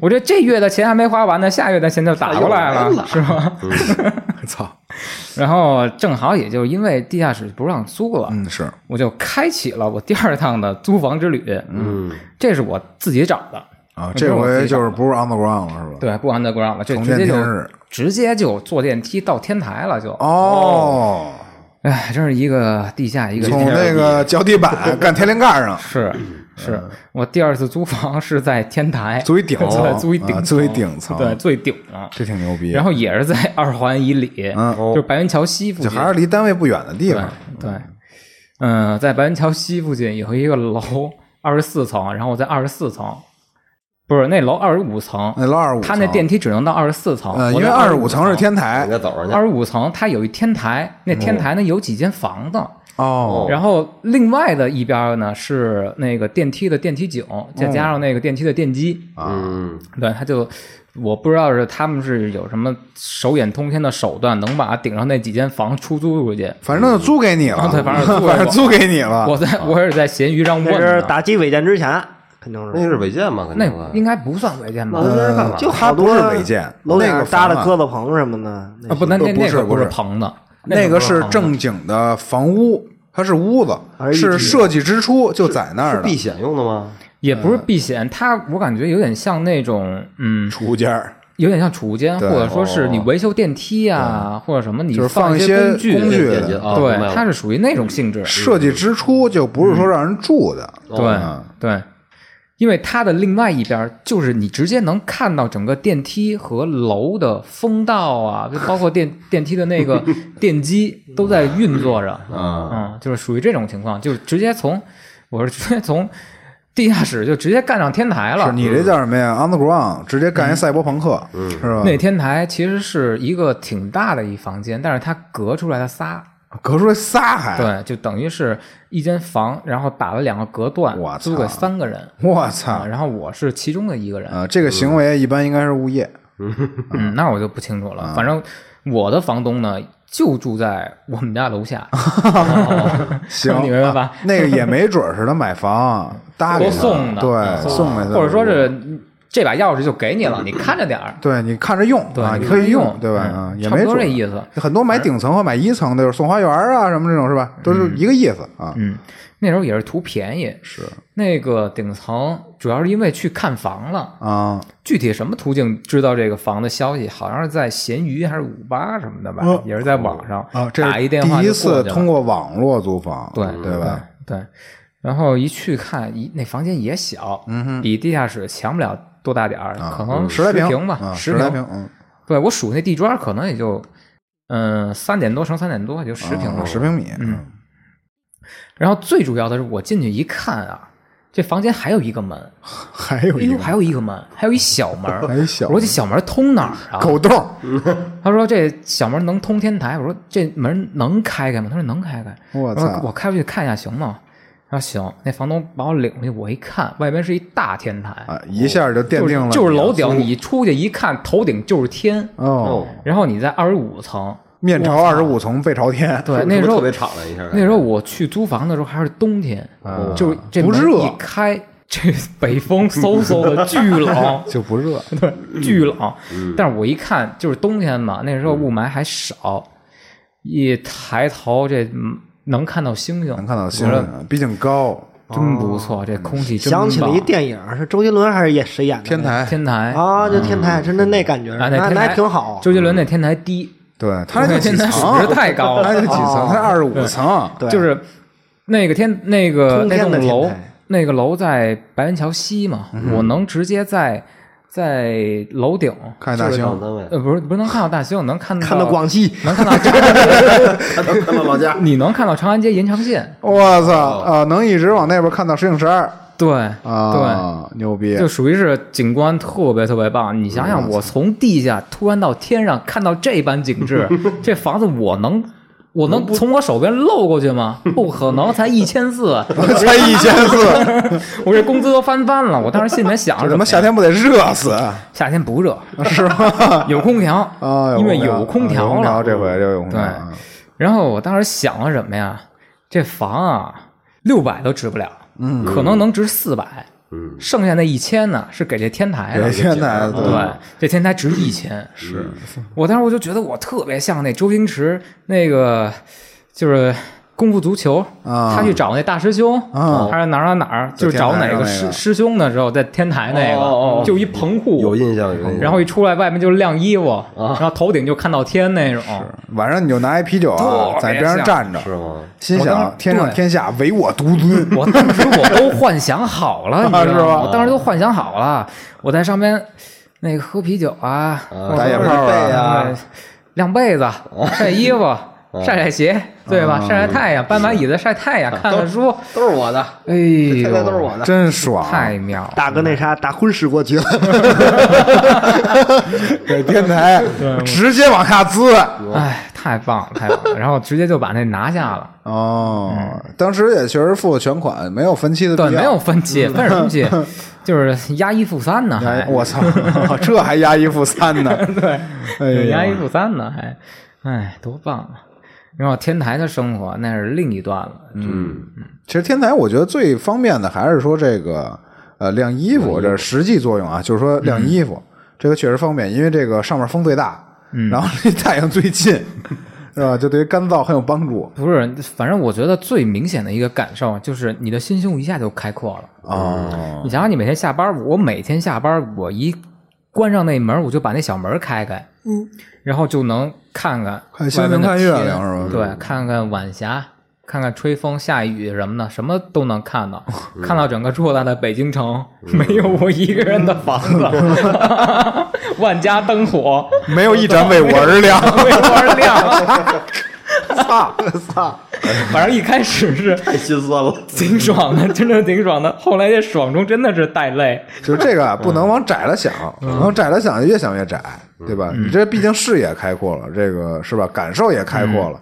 [SPEAKER 4] 我这这月的钱还没花完呢，下月的钱就打过来
[SPEAKER 1] 哎
[SPEAKER 3] 又来
[SPEAKER 4] 了，
[SPEAKER 3] 了
[SPEAKER 4] 是吗？
[SPEAKER 1] 操，
[SPEAKER 4] 然后正好也就因为地下室不让租了，
[SPEAKER 1] 嗯，是
[SPEAKER 4] 我就开启了我第二趟的租房之旅。嗯，这是我自己找的，
[SPEAKER 1] 啊，
[SPEAKER 4] 那
[SPEAKER 1] 这
[SPEAKER 4] 不是我自
[SPEAKER 1] 回
[SPEAKER 4] 己
[SPEAKER 1] 就是不是 on the ground 了，是吧？
[SPEAKER 4] 对，不 underground 了，就
[SPEAKER 1] 重
[SPEAKER 4] 直
[SPEAKER 1] 见
[SPEAKER 4] 接就
[SPEAKER 1] 天日
[SPEAKER 4] 直接就坐电梯到天台了，就，
[SPEAKER 1] 哦，
[SPEAKER 4] 哎，真是一个地下一个
[SPEAKER 1] 从
[SPEAKER 4] 天
[SPEAKER 1] 那个脚底 板干天灵盖上，
[SPEAKER 4] 是是，我第二次租房是在天台，
[SPEAKER 1] 租一顶
[SPEAKER 4] 对
[SPEAKER 1] 层，
[SPEAKER 4] 租一
[SPEAKER 1] 啊
[SPEAKER 4] 顶层，
[SPEAKER 1] 租一顶层，
[SPEAKER 4] 对，最顶了。
[SPEAKER 1] 这挺牛逼。
[SPEAKER 4] 然后也是在 二环以里，
[SPEAKER 1] 嗯
[SPEAKER 4] 就是白云桥西附
[SPEAKER 1] 就
[SPEAKER 4] 近，
[SPEAKER 1] 还是离单位不远的地
[SPEAKER 4] 对
[SPEAKER 1] 方，
[SPEAKER 4] 对，嗯，在白云桥西附近有一个楼，二十四层，然后我在二十四层，不是那楼二十五层，
[SPEAKER 1] 那楼二十五，
[SPEAKER 4] 他那电，梯只能到二十四层，
[SPEAKER 1] 嗯，
[SPEAKER 4] 我
[SPEAKER 1] 因为
[SPEAKER 4] 在
[SPEAKER 1] 二十
[SPEAKER 4] 25
[SPEAKER 1] 五层是天台
[SPEAKER 3] 应该走上去
[SPEAKER 4] 二。十五层它有一天台，那天台呢有几间房子，
[SPEAKER 1] 哦，
[SPEAKER 4] 然后另外的一边呢是那个电梯的电梯井，再
[SPEAKER 1] 哦
[SPEAKER 4] 加上那个电梯的电机，
[SPEAKER 3] 嗯，
[SPEAKER 4] 对，他就我不知道是他们是有什么手眼通天的手段，能把顶上那几间房出租出去。
[SPEAKER 1] 反正就租给你了，
[SPEAKER 4] 啊对反正租给 我
[SPEAKER 1] 反正租给你了
[SPEAKER 4] 我。在我也是在闲鱼上问
[SPEAKER 2] 那是
[SPEAKER 4] 的，
[SPEAKER 2] 打击违建之前，肯定
[SPEAKER 3] 那
[SPEAKER 2] 是。
[SPEAKER 3] 是违建吧？肯
[SPEAKER 4] 那
[SPEAKER 3] 定的。
[SPEAKER 4] 应该不算违建吧？
[SPEAKER 2] 楼
[SPEAKER 3] 那
[SPEAKER 2] 那
[SPEAKER 3] 是干嘛
[SPEAKER 2] 就
[SPEAKER 1] 它
[SPEAKER 2] 好
[SPEAKER 1] 不
[SPEAKER 2] 多
[SPEAKER 1] 是违建
[SPEAKER 2] 楼顶
[SPEAKER 1] 那个
[SPEAKER 2] 上
[SPEAKER 1] 房啊
[SPEAKER 2] 搭的鸽子棚什么的，
[SPEAKER 4] 啊，不，那那
[SPEAKER 1] 不
[SPEAKER 4] 那
[SPEAKER 1] 是
[SPEAKER 4] 个
[SPEAKER 1] 不是
[SPEAKER 4] 是棚子，
[SPEAKER 1] 那
[SPEAKER 4] 个
[SPEAKER 1] 个是正经的房屋，它是屋子，
[SPEAKER 2] 而
[SPEAKER 1] 是
[SPEAKER 2] 一体
[SPEAKER 1] 设计之初就在那
[SPEAKER 3] 是
[SPEAKER 1] 儿
[SPEAKER 3] 避
[SPEAKER 1] 的
[SPEAKER 3] 险用的吗？
[SPEAKER 4] 也不是避险，它我感觉有点像那种嗯，
[SPEAKER 1] 储物间儿，
[SPEAKER 4] 有点像储物间，或
[SPEAKER 1] 对哦
[SPEAKER 4] 者说是你维修电梯啊，或者什么，你
[SPEAKER 1] 就是放
[SPEAKER 4] 一
[SPEAKER 1] 一
[SPEAKER 4] 些
[SPEAKER 1] 些
[SPEAKER 4] 工具，
[SPEAKER 1] 工具
[SPEAKER 3] 电机啊，明白
[SPEAKER 4] 对，
[SPEAKER 3] 了
[SPEAKER 4] 它是属于那种性质，
[SPEAKER 1] 设计之初就不是说让人住的，
[SPEAKER 4] 对
[SPEAKER 1] 哦
[SPEAKER 4] 对，因为它的另外一边儿就是你直接能看到整个电梯和楼的风道 啊，就包括电电梯的那个电机都在运作着，
[SPEAKER 3] 啊
[SPEAKER 4] 嗯，就是属于这种情况，就是直接从我是直接从地下室就直接干上天台了
[SPEAKER 1] 是。你这叫什么呀？On the ground，直接干一赛博朋克，是吧？
[SPEAKER 4] 嗯那天台其实是一个挺大的一房间，但是它隔出来了仨，
[SPEAKER 1] 隔出来仨还，
[SPEAKER 4] 对，就等于是一间房，然后打了两个隔断
[SPEAKER 1] 我，
[SPEAKER 4] 租给
[SPEAKER 1] 操
[SPEAKER 4] 三个人
[SPEAKER 1] 我
[SPEAKER 4] 啊，
[SPEAKER 1] 操！
[SPEAKER 4] 然后我是其中的一个人，
[SPEAKER 1] 啊，这个行为一般应该是物业嗯
[SPEAKER 4] 嗯嗯，那我就不清楚了。反正我的房东呢，就住在我们家楼下，
[SPEAKER 1] 行，
[SPEAKER 4] 你明白吧
[SPEAKER 1] 啊？那个也没准儿是他买 房搭给
[SPEAKER 4] 都
[SPEAKER 1] 他
[SPEAKER 4] 送的啊嗯
[SPEAKER 1] 对，送给他，
[SPEAKER 4] 或者说是这把钥匙就给你了，你看着点儿。
[SPEAKER 1] 对你看着用
[SPEAKER 4] 对
[SPEAKER 1] 啊，
[SPEAKER 4] 你
[SPEAKER 1] 你啊
[SPEAKER 4] 看
[SPEAKER 1] 可
[SPEAKER 4] 着
[SPEAKER 1] 以
[SPEAKER 4] 用
[SPEAKER 1] 对吧？
[SPEAKER 4] 嗯
[SPEAKER 1] 啊，也
[SPEAKER 4] 差不
[SPEAKER 1] 没
[SPEAKER 4] 多
[SPEAKER 1] 准儿
[SPEAKER 4] 这意思
[SPEAKER 1] 很多买顶层和买一层的，就是送花园啊什么这种是吧？都是一个意思啊。
[SPEAKER 4] 嗯，那时候也是图便宜，
[SPEAKER 1] 是
[SPEAKER 4] 那个顶层主要是因为去看房了，
[SPEAKER 1] 啊，
[SPEAKER 4] 具体什么途径知道这个房的消息？好像是在闲鱼还是五八什么的吧，
[SPEAKER 1] 哦
[SPEAKER 4] 也是在网上
[SPEAKER 1] 啊，这
[SPEAKER 4] 打
[SPEAKER 1] 是
[SPEAKER 4] 一电话
[SPEAKER 1] 第一
[SPEAKER 4] 就过
[SPEAKER 1] 次
[SPEAKER 4] 去了
[SPEAKER 1] 通过网络租房，
[SPEAKER 4] 对
[SPEAKER 1] 对吧？
[SPEAKER 4] 对对，然后一去看，一那房间也小，
[SPEAKER 1] 嗯哼，
[SPEAKER 4] 比地下室强不了多大点儿，
[SPEAKER 1] 啊
[SPEAKER 4] 可能
[SPEAKER 1] 十来
[SPEAKER 4] 平吧，
[SPEAKER 1] 啊
[SPEAKER 4] 十
[SPEAKER 1] 十来平，嗯，
[SPEAKER 4] 对我数那地砖可能也就，嗯，三点多乘三点多也就十平
[SPEAKER 1] 啊
[SPEAKER 4] 吧。
[SPEAKER 1] 十平米，
[SPEAKER 4] 嗯，然后最主要的是，我进去一看啊，这房间还有一个门，
[SPEAKER 1] 还有
[SPEAKER 4] 哎
[SPEAKER 1] 一
[SPEAKER 4] 呦，
[SPEAKER 1] 个
[SPEAKER 4] 还有一个门，还有一小门儿。
[SPEAKER 1] 还有一小
[SPEAKER 4] 我说这小门儿通哪儿啊？
[SPEAKER 1] 狗洞儿，
[SPEAKER 4] 他说这小门能通天台，我说这门能开开吗？他说能开开。
[SPEAKER 1] 我
[SPEAKER 4] 我说
[SPEAKER 1] 操
[SPEAKER 4] 我开过去看一下行吗？他说行。那房东把我领过去，我一看外边是一大天台，
[SPEAKER 1] 啊，一下就奠定了
[SPEAKER 4] 就是就是
[SPEAKER 1] 你的
[SPEAKER 4] 楼顶，你出去一看头顶就是天，
[SPEAKER 1] 哦，
[SPEAKER 4] 然后你在二十五层。
[SPEAKER 1] 面朝二十五层背朝天，
[SPEAKER 4] 对，
[SPEAKER 3] 是不
[SPEAKER 4] 那
[SPEAKER 3] 是
[SPEAKER 4] 时候
[SPEAKER 3] 特别敞亮一下，
[SPEAKER 4] 那时候我去租房的时候还是冬天，
[SPEAKER 1] 啊
[SPEAKER 4] 就是这
[SPEAKER 1] 不
[SPEAKER 4] 门
[SPEAKER 1] 热
[SPEAKER 4] 一开，这北风嗖 嗖的，巨冷。
[SPEAKER 1] 就嗯不热，
[SPEAKER 4] 对，巨冷。但是我一看就是冬天嘛，那时
[SPEAKER 1] 嗯
[SPEAKER 4] 候雾霾还少，一抬头这嗯能看到星 星，
[SPEAKER 1] 能看到哦嗯星
[SPEAKER 4] 我说
[SPEAKER 1] 星，毕竟高，
[SPEAKER 4] 真不错，这空气真
[SPEAKER 2] 想起了
[SPEAKER 4] 棒
[SPEAKER 2] 一电影，是周杰伦还是也谁演的？
[SPEAKER 1] 天台，嗯
[SPEAKER 4] 天台，
[SPEAKER 2] 啊，就天台，真的那感觉，
[SPEAKER 4] 啊，
[SPEAKER 2] 那
[SPEAKER 4] 天
[SPEAKER 2] 那
[SPEAKER 4] 台
[SPEAKER 2] 还挺好。
[SPEAKER 4] 周杰伦那天台低，
[SPEAKER 1] 对，它那就
[SPEAKER 4] 天
[SPEAKER 1] 几层
[SPEAKER 4] 台属实太高
[SPEAKER 1] 它就
[SPEAKER 4] 了，哦
[SPEAKER 1] 几层，它二十五层，
[SPEAKER 2] 对，
[SPEAKER 4] 就是那个天那个
[SPEAKER 2] 通
[SPEAKER 4] 那
[SPEAKER 2] 天的
[SPEAKER 4] 栋楼
[SPEAKER 2] 天台，嗯
[SPEAKER 4] 那个楼在白云桥西嘛，我能直接在在楼顶。
[SPEAKER 1] 看大
[SPEAKER 3] 厂
[SPEAKER 1] 兴，
[SPEAKER 3] 单 位，
[SPEAKER 4] 呃，不是，不是能看到大兴，能看到
[SPEAKER 2] 看到广西，
[SPEAKER 4] 能看到长，
[SPEAKER 3] 看到老家，
[SPEAKER 4] 你能看到长安街延长线，
[SPEAKER 1] 我操
[SPEAKER 4] 哦
[SPEAKER 1] 啊，能一直往那边看到石景山
[SPEAKER 4] 对，
[SPEAKER 2] 哦
[SPEAKER 1] 啊，牛逼
[SPEAKER 4] 对，，就属于是景观特别特别棒。你想
[SPEAKER 1] 嗯
[SPEAKER 4] 想，我从地下突然到天上看到这般景 致，这房子我能我能从我手边漏过去吗？不可能，才一千四，
[SPEAKER 1] 才一千四，
[SPEAKER 4] 我这工资都翻番了。我当时心里面想
[SPEAKER 1] 这
[SPEAKER 4] 着
[SPEAKER 1] 他妈啊夏
[SPEAKER 4] 天
[SPEAKER 1] 天不得热死？啊
[SPEAKER 4] 夏天不热，
[SPEAKER 1] 是吗？
[SPEAKER 4] 有空调
[SPEAKER 1] 啊，
[SPEAKER 4] 因为
[SPEAKER 1] 有
[SPEAKER 4] 空
[SPEAKER 1] 调啊有
[SPEAKER 4] 调
[SPEAKER 1] 空调
[SPEAKER 4] 了。哦
[SPEAKER 1] 这回就有空调啊，
[SPEAKER 4] 然后我当时想了什么呀？这房啊，六百都值不了，嗯，可能能值四百，
[SPEAKER 3] 嗯，
[SPEAKER 4] 剩下那一千呢是给这天台
[SPEAKER 1] 有
[SPEAKER 4] 的。啊
[SPEAKER 1] 天台
[SPEAKER 3] 对
[SPEAKER 4] 对，这天台值一千。
[SPEAKER 1] 是
[SPEAKER 4] 我当时我就觉得我特别像那周星驰那个，就是功夫足球，
[SPEAKER 1] 啊
[SPEAKER 4] 他去找那大师兄，
[SPEAKER 1] 啊
[SPEAKER 4] 还是哪儿哪儿哪儿，
[SPEAKER 1] 在
[SPEAKER 4] 就是找哪
[SPEAKER 1] 天台上
[SPEAKER 4] 个
[SPEAKER 1] 那
[SPEAKER 4] 师
[SPEAKER 1] 个
[SPEAKER 4] 师兄的时候，在天台那个，
[SPEAKER 3] 哦哦哦
[SPEAKER 4] 就一棚
[SPEAKER 3] 有
[SPEAKER 4] 户，
[SPEAKER 3] 印象有印象。
[SPEAKER 4] 然后一出来外面就晾衣服，
[SPEAKER 3] 啊
[SPEAKER 4] 然后头顶就看到天那种。
[SPEAKER 1] 晚上你就拿一啤酒啊，
[SPEAKER 4] 特别
[SPEAKER 1] 在边上
[SPEAKER 4] 像
[SPEAKER 1] 站着，
[SPEAKER 3] 是吗？
[SPEAKER 1] 心
[SPEAKER 4] 我当
[SPEAKER 1] 想
[SPEAKER 4] 时
[SPEAKER 1] 天上
[SPEAKER 4] 对
[SPEAKER 1] 天下唯我独尊，
[SPEAKER 4] 我当时我都幻想好 了，你知道
[SPEAKER 1] 是吧
[SPEAKER 4] 吗？我当时都幻想好了，我在上面那个喝啤酒啊，或者
[SPEAKER 1] 打野炮啊
[SPEAKER 4] 对哎
[SPEAKER 3] 哎
[SPEAKER 4] 晾被子、晒衣服、晒晒鞋，对吧？晒晒太阳，搬把椅子晒太阳，看看书，
[SPEAKER 2] 都是我的，
[SPEAKER 4] 哎呦，
[SPEAKER 2] 天台都是我的。
[SPEAKER 1] 真爽，
[SPEAKER 4] 太妙了！
[SPEAKER 2] 大哥那啥，打昏死过去了，
[SPEAKER 1] 给天台直接往下滋。
[SPEAKER 4] 哎，太棒了，太棒了！然后直接就把那拿下了，
[SPEAKER 1] 哦，当时也确实付了全款，没有分期的必
[SPEAKER 4] 对，
[SPEAKER 1] 要。
[SPEAKER 4] 没有分期，分什么期？就是押一付三呢，
[SPEAKER 1] 哎
[SPEAKER 4] 还
[SPEAKER 1] 我操， 这还押一付三 呢？对，
[SPEAKER 4] 有
[SPEAKER 1] 哎
[SPEAKER 4] 押一
[SPEAKER 1] 呀，
[SPEAKER 4] 付三呢，还，哎，多棒啊！然后天台的生活那是另一段了，
[SPEAKER 3] 嗯，
[SPEAKER 1] 其实天台我觉得最方便的还是说这个呃晾衣服，这实际作用啊，就是说晾衣服这个确实方便，因为这个上面风最大，然后离太阳最近， 是吧？就对于干燥很有帮助
[SPEAKER 4] 不是，反正我觉得最明显的一个感受就是你的心胸一下就开阔了。
[SPEAKER 1] 哦
[SPEAKER 4] 你想想，你每天下班，我每天下班，我一关上那门，我就把那小门开开，嗯，然后就能看看
[SPEAKER 1] 看星星
[SPEAKER 4] 外面的
[SPEAKER 1] 看月
[SPEAKER 4] 天
[SPEAKER 1] 亮是吧嗯
[SPEAKER 4] 对，看看晚霞，看看吹风、下雨什么的，什么都能看到，
[SPEAKER 1] 哦
[SPEAKER 4] 看到整个偌大的北京城，
[SPEAKER 1] 嗯
[SPEAKER 4] 没有我一个人的房子， 万家灯火，
[SPEAKER 1] 没有一盏为我而亮。
[SPEAKER 4] 微光亮。
[SPEAKER 2] 操操！
[SPEAKER 4] 反正一开始是
[SPEAKER 3] 太心酸了。
[SPEAKER 4] 挺爽的，真的挺爽的。后来这爽中真的是带泪，
[SPEAKER 1] 就是这个啊不能往窄了想，往窄了想就越想越窄，对吧？你这毕竟视野开阔了，这个是吧？感受也开阔了，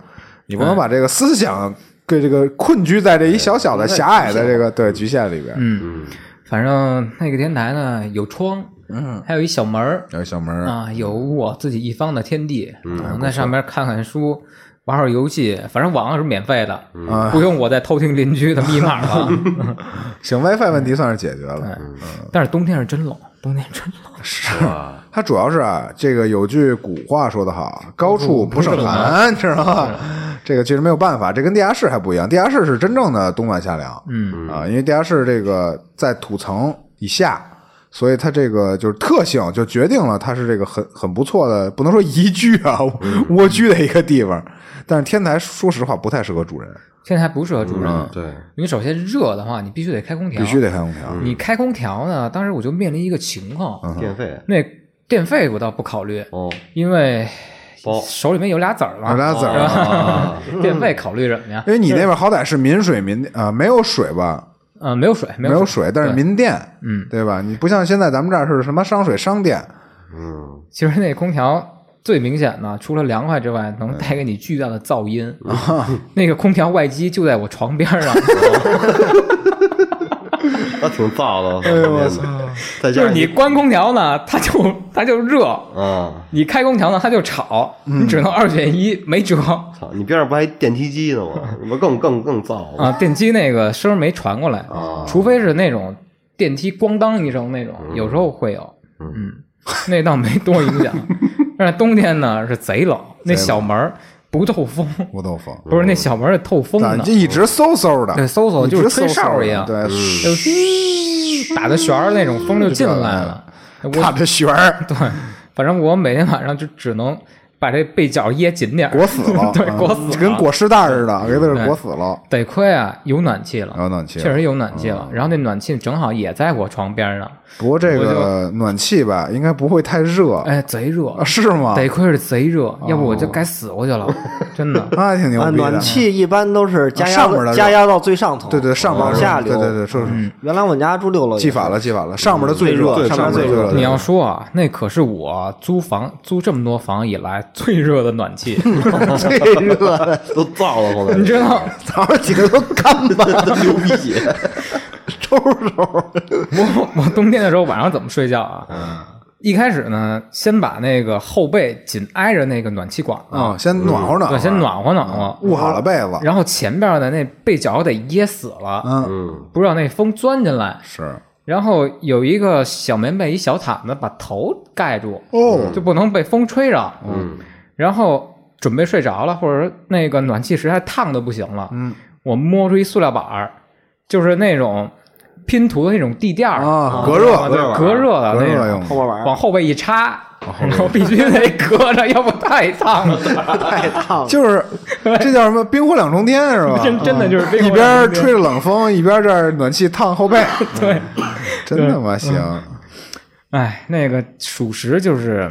[SPEAKER 1] 你不能把这个思想跟这个困居在这一小小的狭隘的这个对局限里边。
[SPEAKER 4] 嗯，反正那个天台呢有窗，
[SPEAKER 2] 嗯，
[SPEAKER 4] 还有一小门儿
[SPEAKER 1] 有一小门儿，
[SPEAKER 4] 啊，有我自己一方的天地，嗯，在上面看看书，玩会儿游戏，反正网是免费的，
[SPEAKER 1] 啊
[SPEAKER 4] 不用我再偷听邻居的密码了。
[SPEAKER 1] 行，WiFi 问题算是解决了。
[SPEAKER 4] 但是冬天是真冷，冬天真冷。
[SPEAKER 1] 是， 它主要是啊，这个有句古话说得好，高处不胜寒，知道吗？这个其实没有办法，这跟地下室还不一样，地下室是真正的冬暖夏凉，
[SPEAKER 4] 嗯
[SPEAKER 1] 啊，因为地下室这个在土层以下，所以它这个就是特性就决定了它是这个很很不错的，不能说宜居啊，
[SPEAKER 4] 嗯
[SPEAKER 1] 蜗居的一个地方。但是天台说实话不太适合住人，
[SPEAKER 4] 现在还不适合住人，
[SPEAKER 1] 嗯
[SPEAKER 3] 对，
[SPEAKER 4] 因为首先热的话，你必须得开空调，嗯
[SPEAKER 1] 必须得开空调。
[SPEAKER 4] 你开空调呢，当时我就面临一个情况，
[SPEAKER 1] 嗯
[SPEAKER 3] 电费
[SPEAKER 4] 那电费我倒不考虑，
[SPEAKER 3] 哦，
[SPEAKER 4] 因为
[SPEAKER 3] 包
[SPEAKER 4] 手里面有俩子儿
[SPEAKER 1] 有
[SPEAKER 4] 嘛，
[SPEAKER 1] 俩子儿，
[SPEAKER 3] 啊，
[SPEAKER 4] 电费考虑什么呀？
[SPEAKER 1] 因为你那边好歹是民水民啊、没有水吧？
[SPEAKER 4] 呃，没有水，
[SPEAKER 1] 没
[SPEAKER 4] 有
[SPEAKER 1] 有水，但是
[SPEAKER 4] 对
[SPEAKER 1] 民电，
[SPEAKER 4] 嗯
[SPEAKER 1] 对吧？你不像现在咱们这儿是什么商水商电，
[SPEAKER 3] 嗯，
[SPEAKER 4] 其实那空调最明显的，除了凉快之外，能带给你巨大的噪音。啊那个空调外机就在我床边 上，
[SPEAKER 3] 那挺燥的，
[SPEAKER 1] 哎呦我操！
[SPEAKER 3] 再
[SPEAKER 4] 就
[SPEAKER 3] 加
[SPEAKER 4] 是
[SPEAKER 3] 上
[SPEAKER 4] 你关空调呢，它就它就热。
[SPEAKER 3] 啊，
[SPEAKER 4] 你开空调呢，它就吵，你只能二选一，没辙
[SPEAKER 3] 操，你边上不还电梯机呢 吗？你不更更更燥吗？
[SPEAKER 4] 啊！电机那个声儿没传过来，
[SPEAKER 3] 啊
[SPEAKER 4] 除非是那种电梯咣当一声那种，有时候会有，嗯，那倒没多影 响。但是冬天呢是贼冷，哦那小门儿不透风，
[SPEAKER 1] 不透风，
[SPEAKER 4] 不是那小门儿是透风
[SPEAKER 1] 咱
[SPEAKER 4] 的
[SPEAKER 1] 这，一直嗖嗖的，
[SPEAKER 4] 对，嗖嗖
[SPEAKER 1] 一
[SPEAKER 4] 就是
[SPEAKER 1] 直
[SPEAKER 4] 吹
[SPEAKER 1] 嗖嗖
[SPEAKER 4] 哨
[SPEAKER 1] 的
[SPEAKER 4] 一样，嗯
[SPEAKER 1] 对，
[SPEAKER 4] 就嘘打的旋儿那种风就进来了。
[SPEAKER 1] 踏
[SPEAKER 4] 我
[SPEAKER 1] 着旋儿
[SPEAKER 4] 对，反正我每天晚上就只能把这被角掖紧点 儿，，
[SPEAKER 1] 裹死了
[SPEAKER 4] 对
[SPEAKER 1] 嗯
[SPEAKER 4] 裹死了
[SPEAKER 1] 跟裹尸袋似的，给它给裹死了。
[SPEAKER 4] 得亏啊有暖气了，
[SPEAKER 1] 有暖气了嗯
[SPEAKER 4] 确实有暖气了。然后那暖气正好也在我床边上，
[SPEAKER 1] 不过这个暖气吧，应该不会太热，
[SPEAKER 4] 哎，贼热
[SPEAKER 1] 啊，是吗？。
[SPEAKER 4] 得亏是贼热，要不我就该死过去了，真的
[SPEAKER 1] 那还挺牛
[SPEAKER 2] 啊，
[SPEAKER 1] 逼的。
[SPEAKER 2] 暖气一般都是加压
[SPEAKER 1] 上面的
[SPEAKER 2] 到
[SPEAKER 1] 热
[SPEAKER 2] 加压到最上层，
[SPEAKER 1] 对对，上边
[SPEAKER 2] 往
[SPEAKER 1] 儿
[SPEAKER 2] 下
[SPEAKER 1] 对
[SPEAKER 2] 流。
[SPEAKER 1] 对对，说
[SPEAKER 4] 嗯
[SPEAKER 1] 是
[SPEAKER 2] 原来我们家住六楼，
[SPEAKER 1] 记 反了，记反了，上面的最热，
[SPEAKER 2] 最热
[SPEAKER 1] 上面的
[SPEAKER 2] 上面
[SPEAKER 1] 热。
[SPEAKER 4] 你要说啊，那可是我租房租这么多房以来最热的暖 气，
[SPEAKER 1] 最热，
[SPEAKER 3] 都燥了，我感觉
[SPEAKER 4] 你知道
[SPEAKER 1] 咱们几个都干巴，
[SPEAKER 3] 流鼻血，
[SPEAKER 1] 抽抽。
[SPEAKER 4] 我我冬天的时候晚上怎么睡觉啊？
[SPEAKER 1] 嗯
[SPEAKER 4] 一开始呢，先把那个后背紧挨着那个暖气管子，
[SPEAKER 1] 啊，先暖和暖和，
[SPEAKER 4] 嗯
[SPEAKER 1] 嗯
[SPEAKER 4] 对，先暖和暖和，
[SPEAKER 1] 捂好了被子，
[SPEAKER 4] 然后前边的那被角得噎死了，
[SPEAKER 1] 嗯，
[SPEAKER 3] 嗯，
[SPEAKER 4] 不让那风钻进来。
[SPEAKER 1] 是
[SPEAKER 4] 然后有一个小棉被，一小毯子把头盖住，
[SPEAKER 1] 哦，
[SPEAKER 4] 就不能被风吹着。嗯，然后准备睡着了，或者说那个暖气实在烫的不行了，
[SPEAKER 1] 嗯，
[SPEAKER 4] 我摸出一塑料板儿，就是那种拼图的那种地垫儿
[SPEAKER 1] 啊
[SPEAKER 4] 隔
[SPEAKER 1] 隔热
[SPEAKER 4] 对隔热的
[SPEAKER 1] 隔
[SPEAKER 4] 那
[SPEAKER 1] 热
[SPEAKER 4] 种，
[SPEAKER 1] 用
[SPEAKER 2] 后边玩
[SPEAKER 4] 往
[SPEAKER 2] 儿
[SPEAKER 4] 后背一插，然后必须 得隔着，要不太烫了，
[SPEAKER 2] 太烫了，
[SPEAKER 1] 就是这叫什么冰火两重天是吧？嗯
[SPEAKER 4] 真真的就是
[SPEAKER 1] 一边吹着冷风，一边这儿暖气烫后背，
[SPEAKER 4] 对。嗯
[SPEAKER 1] 真他妈行！
[SPEAKER 4] 哎，那个属实就是，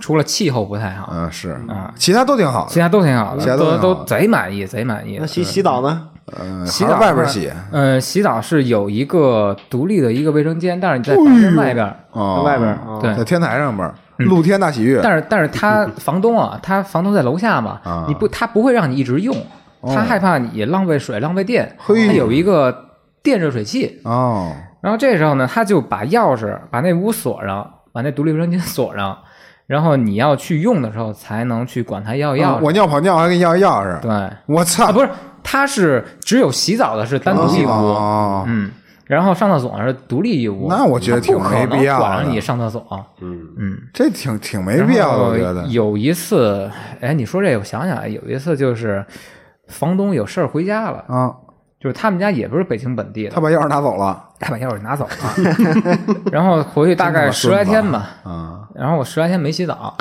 [SPEAKER 4] 除了气候不太好，
[SPEAKER 1] 嗯，是
[SPEAKER 4] 啊，
[SPEAKER 1] 其他都挺好
[SPEAKER 4] 其
[SPEAKER 1] 的，
[SPEAKER 4] 他都挺好的，
[SPEAKER 1] 其他都挺好
[SPEAKER 4] 都贼满意，贼满意
[SPEAKER 2] 那。洗洗澡呢？
[SPEAKER 1] 嗯，
[SPEAKER 4] 洗
[SPEAKER 1] 还
[SPEAKER 4] 澡
[SPEAKER 1] 是外边洗
[SPEAKER 4] 嗯，洗澡是有一个独立的一个卫生间，但是你在房间外边儿，
[SPEAKER 1] 哦，
[SPEAKER 2] 外边儿哦
[SPEAKER 4] 对嗯
[SPEAKER 1] 在天台上边儿，露天大洗浴，
[SPEAKER 4] 但是但是 他房东啊，他房东在楼下嘛
[SPEAKER 1] 啊，
[SPEAKER 4] 你不他不会让你一直用，他害怕你浪费水、浪费电，他
[SPEAKER 1] 嘿
[SPEAKER 4] 有一个电热水器。
[SPEAKER 1] 哦，
[SPEAKER 4] 然后这时候呢，他就把钥匙把那屋锁上，把那独立卫生间锁上，然后你要去用的时候才能去管他要钥匙。
[SPEAKER 1] 嗯我尿跑尿还给你要钥匙，
[SPEAKER 4] 对啊，
[SPEAKER 1] 我操！
[SPEAKER 4] 不是，他是只有洗澡的是单独一屋，
[SPEAKER 1] 哦，
[SPEAKER 4] 嗯，然后上厕所是独立一屋。
[SPEAKER 1] 那我觉得挺
[SPEAKER 4] 他不可
[SPEAKER 1] 没
[SPEAKER 4] 能
[SPEAKER 1] 必要
[SPEAKER 4] 管着
[SPEAKER 1] 的
[SPEAKER 4] 你上厕所，
[SPEAKER 3] 嗯
[SPEAKER 4] 嗯。
[SPEAKER 1] 这挺挺没
[SPEAKER 4] 然
[SPEAKER 1] 必要的，
[SPEAKER 4] 后
[SPEAKER 1] 我觉得。
[SPEAKER 4] 有一次，哎，你说这个，我想想，有一次就是房东有事儿回家了，
[SPEAKER 1] 啊，
[SPEAKER 4] 就是他们家也不是北京本地
[SPEAKER 1] 他
[SPEAKER 4] 的，
[SPEAKER 1] 把钥匙拿走了
[SPEAKER 4] 他把钥匙拿走了， 然后回去大概十来天吧，
[SPEAKER 1] 啊，
[SPEAKER 4] 然后我十来天没洗澡，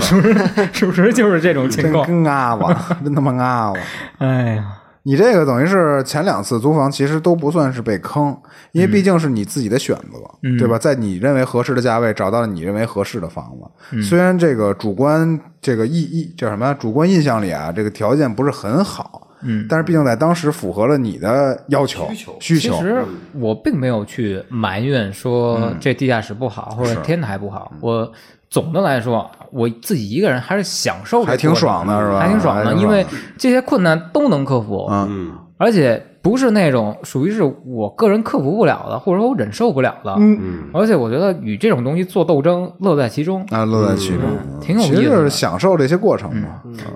[SPEAKER 4] 是不是？是不是就是这种情
[SPEAKER 1] 真
[SPEAKER 4] 况？
[SPEAKER 1] 跟阿吧， 真他妈阿吧。
[SPEAKER 4] 哎呀，
[SPEAKER 1] 你这个等于是前两次租房其实都不算是被坑，因为毕竟是你自己的选择，
[SPEAKER 4] 嗯
[SPEAKER 1] 对吧？在你认为合适的价位找到了你认为合适的房
[SPEAKER 4] 嗯
[SPEAKER 1] 子，虽然这个主观这个意意叫什么呀主观印象里啊，这个条件不是很好，
[SPEAKER 4] 嗯，
[SPEAKER 1] 但是毕竟在当时符合了你的要求、需求、需
[SPEAKER 4] 其实我并没有去埋怨说这地下室不好
[SPEAKER 1] 嗯
[SPEAKER 4] 或者天台不好，我总的来说，我自己一个人还是享受这
[SPEAKER 1] 还
[SPEAKER 4] 个过程，
[SPEAKER 1] 挺爽的是吧
[SPEAKER 4] 还挺爽
[SPEAKER 1] 还
[SPEAKER 4] 的，
[SPEAKER 1] 挺爽的
[SPEAKER 4] 因为这些困难都能克服。
[SPEAKER 1] 嗯
[SPEAKER 3] 嗯，
[SPEAKER 4] 而且不是那种属于是我个人克服不了的，或者说我忍受不了的。
[SPEAKER 3] 嗯，
[SPEAKER 4] 而且我觉得与这种东西做斗争，乐在其中。
[SPEAKER 1] 啊，乐在其中，
[SPEAKER 4] 嗯挺有
[SPEAKER 1] 其实
[SPEAKER 4] 意思
[SPEAKER 1] 就
[SPEAKER 4] 的嗯
[SPEAKER 1] 是享受这些过程嘛。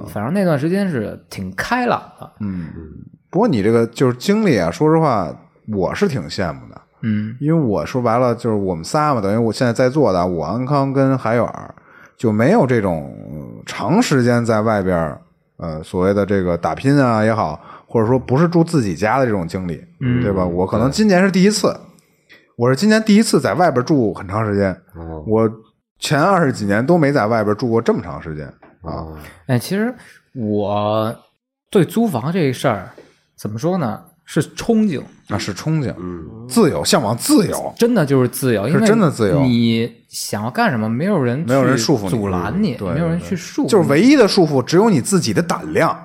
[SPEAKER 4] 反正那段时间是挺开朗的，
[SPEAKER 1] 嗯，不过你这个就是经历啊，说实话，我是挺羡慕的，
[SPEAKER 4] 嗯
[SPEAKER 1] 因为我说白了就是我们仨嘛，等于我现在在座的我安康跟海远儿就没有这种呃长时间在外边儿呃所谓的这个打拼啊也好，或者说不是住自己家的这种经历，
[SPEAKER 4] 嗯
[SPEAKER 1] 对吧？我可能今年是第一次，我是今年第一次在外边住很长时间，
[SPEAKER 3] 哦
[SPEAKER 1] 我前二十几年都没在外边住过这么长时间啊，
[SPEAKER 3] 哦
[SPEAKER 4] 哎，其实我对租房这事儿怎么说呢？是憧憬，
[SPEAKER 1] 那是憧憬、
[SPEAKER 3] 嗯
[SPEAKER 1] 自由，向往自由。
[SPEAKER 4] 真的就是自由，
[SPEAKER 1] 是
[SPEAKER 4] 因为
[SPEAKER 1] 真的自由
[SPEAKER 4] 你想要干什么，没有人
[SPEAKER 1] 没有人
[SPEAKER 4] 去
[SPEAKER 1] 束缚你
[SPEAKER 4] 阻拦你，
[SPEAKER 1] 对对
[SPEAKER 4] 没有人
[SPEAKER 1] 对
[SPEAKER 4] 去束缚你，
[SPEAKER 1] 就是唯一的束缚只有你自己的胆量，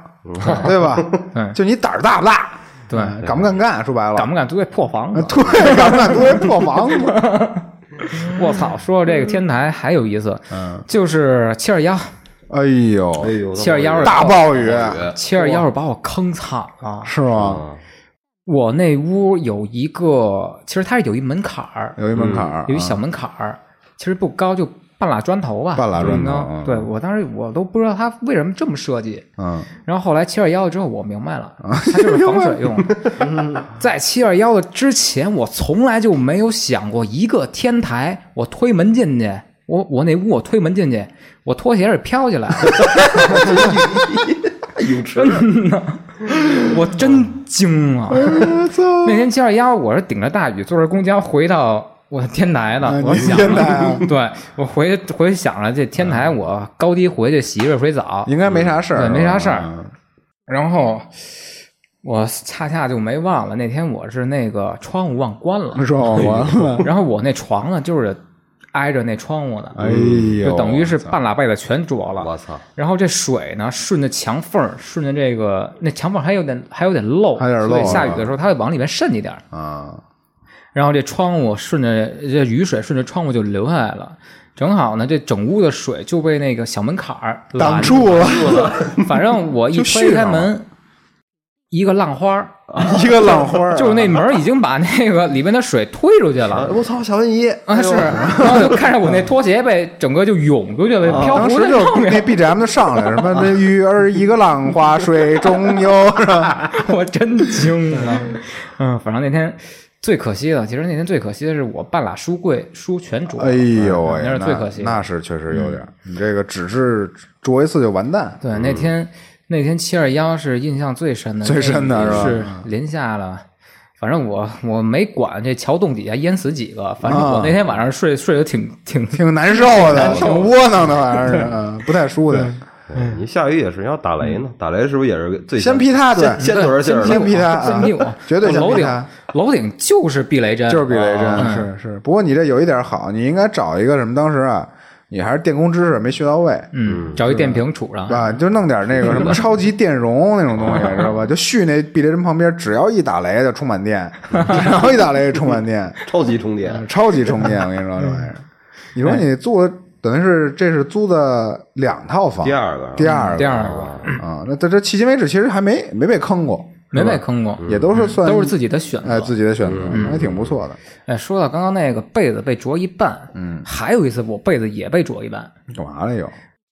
[SPEAKER 1] 对吧？
[SPEAKER 4] 嗯 对
[SPEAKER 1] 就你胆儿大不大，
[SPEAKER 4] 对
[SPEAKER 1] 敢不敢干？说白了，
[SPEAKER 4] 敢不敢租这破房子？
[SPEAKER 1] 对，敢不敢作为破房子？
[SPEAKER 4] 我操！说到这个天台还有意思，
[SPEAKER 1] 嗯，
[SPEAKER 4] 就是七二幺，
[SPEAKER 1] 哎呦，
[SPEAKER 3] 哎呦，
[SPEAKER 4] 七二幺
[SPEAKER 1] 大暴雨嗯
[SPEAKER 4] 七二幺是把我坑惨了。
[SPEAKER 1] 是吗？
[SPEAKER 3] 啊，
[SPEAKER 4] 我那屋有一个，其实它是有一门槛儿，
[SPEAKER 1] 有一门槛儿，啊
[SPEAKER 4] 有一小门槛儿，其实不高，就半拉砖头吧，
[SPEAKER 1] 半拉砖头
[SPEAKER 4] 嗯
[SPEAKER 1] 嗯
[SPEAKER 4] 对我当时我都不知道它为什么这么设计。
[SPEAKER 1] 嗯，
[SPEAKER 4] 然后后来七二幺之后，我明白了，
[SPEAKER 1] 啊
[SPEAKER 4] 它就是 防水用的。
[SPEAKER 2] 啊嗯
[SPEAKER 4] 在七二幺的之前，我从来就没有想过一个天台，我推门进去，我我那屋我推门进去，我拖鞋是飘起来的，
[SPEAKER 1] 嗯
[SPEAKER 3] 泳池
[SPEAKER 4] 我真惊
[SPEAKER 1] 哎
[SPEAKER 4] 了。那天七二幺，我是顶着大雨坐着公交回到我的天台的，我
[SPEAKER 1] 你
[SPEAKER 4] 想
[SPEAKER 1] 天台啊
[SPEAKER 4] 着，对我回回想着这天台，
[SPEAKER 1] 嗯
[SPEAKER 4] 我高低回去洗热水澡，
[SPEAKER 1] 应该没啥事儿，
[SPEAKER 4] 对没啥事儿
[SPEAKER 1] 嗯
[SPEAKER 4] 然后我恰恰就没忘了那天我是那个窗户忘关了，
[SPEAKER 1] 嗯说完了，
[SPEAKER 4] 然后我那床呢就是挨着那窗户的，
[SPEAKER 1] 哎呦，
[SPEAKER 4] 就等于是半拉被子全着了
[SPEAKER 3] 啊我。操，
[SPEAKER 4] 然后这水呢，顺着墙缝儿，顺着这个那墙缝儿还有点还有点漏，
[SPEAKER 1] 还有点漏
[SPEAKER 4] 所以下雨
[SPEAKER 1] 啊
[SPEAKER 4] 的时候它会往里面渗一点儿。
[SPEAKER 1] 啊，
[SPEAKER 4] 然后这窗户顺着这雨水顺着窗户就流下来了，正好呢，这整屋的水就被那个小门槛儿
[SPEAKER 1] 挡
[SPEAKER 4] 拦
[SPEAKER 1] 住了
[SPEAKER 4] 反正我 一
[SPEAKER 1] 就续
[SPEAKER 4] 推开
[SPEAKER 1] 上了
[SPEAKER 4] 门，一个浪花儿，
[SPEAKER 1] 一个浪花儿 啊，
[SPEAKER 4] 就是那门儿已经把那个里面的水推出去
[SPEAKER 3] 啊
[SPEAKER 4] 了。
[SPEAKER 3] 我操，小文怡
[SPEAKER 4] 啊，
[SPEAKER 2] 哎
[SPEAKER 4] 是，
[SPEAKER 1] 哎
[SPEAKER 4] 然后就看着我那拖鞋被整个就涌出去了，漂
[SPEAKER 1] 啊当
[SPEAKER 4] 浮
[SPEAKER 1] 时
[SPEAKER 4] 在
[SPEAKER 1] 就
[SPEAKER 4] 上
[SPEAKER 1] 那
[SPEAKER 4] 面，
[SPEAKER 1] BGM 就上来了，什么那鱼儿一个浪花水中游，是吧？
[SPEAKER 4] 我真惊了。嗯，反正那天最可惜的，其实那天最可惜的是我半拉书柜书全着了，
[SPEAKER 1] 哎呦
[SPEAKER 4] 嗯
[SPEAKER 1] 喂，
[SPEAKER 4] 那是最
[SPEAKER 1] 那
[SPEAKER 4] 可惜嗯的
[SPEAKER 1] 那是确实有点儿，你这个只是啄一次就完蛋，
[SPEAKER 4] 对，那天那天七二幺是印象最深的，
[SPEAKER 1] 嗯最深的
[SPEAKER 4] 那
[SPEAKER 1] 是吧嗯
[SPEAKER 4] 是临下了。反正我我没管这桥洞底下淹死几个，反正我
[SPEAKER 1] 啊
[SPEAKER 4] 那天晚上睡睡得挺挺
[SPEAKER 1] 挺难受的，挺窝囊的，反正是嗯不太舒服的。
[SPEAKER 3] 哎你下雨也是，你要打雷呢，打雷是不是也是最
[SPEAKER 1] 嗯先劈他，对，
[SPEAKER 3] 先躲着劲儿了
[SPEAKER 1] 先劈他，
[SPEAKER 4] 先
[SPEAKER 1] 啊
[SPEAKER 4] 避我，
[SPEAKER 1] 绝对
[SPEAKER 4] 我
[SPEAKER 1] 先
[SPEAKER 4] 楼
[SPEAKER 1] 劈
[SPEAKER 4] 顶
[SPEAKER 1] 他，
[SPEAKER 4] 楼顶就是避雷针，
[SPEAKER 1] 啊就是避雷针，
[SPEAKER 4] 啊
[SPEAKER 1] 是是。不过你这有一点好，你应该找一个什么，当时啊，你还是电工知识没学到位。
[SPEAKER 4] 嗯，找一电瓶杵上
[SPEAKER 1] 是，吧？就弄点那个什么超级电容那种东西，知道吧？就续那避雷针旁边，只要一打雷就充满电，只要一打雷就充满电，
[SPEAKER 3] 超级充电，
[SPEAKER 1] 超级充电。我跟你说这玩意儿，你说你租等于是这是租的两套房，
[SPEAKER 3] 第二个，
[SPEAKER 1] 第二个
[SPEAKER 4] 第二个
[SPEAKER 1] 啊，那这这迄今为止其实还没没被坑过，
[SPEAKER 4] 没被坑过，
[SPEAKER 1] 也嗯都是算
[SPEAKER 4] 都是自己的选择
[SPEAKER 1] 哎。自己的选择，
[SPEAKER 4] 嗯
[SPEAKER 1] 还挺不错的。
[SPEAKER 4] 哎，说到刚刚那个被子被啄一半，嗯，还有一次我被子也被啄一半。
[SPEAKER 1] 你干嘛了又？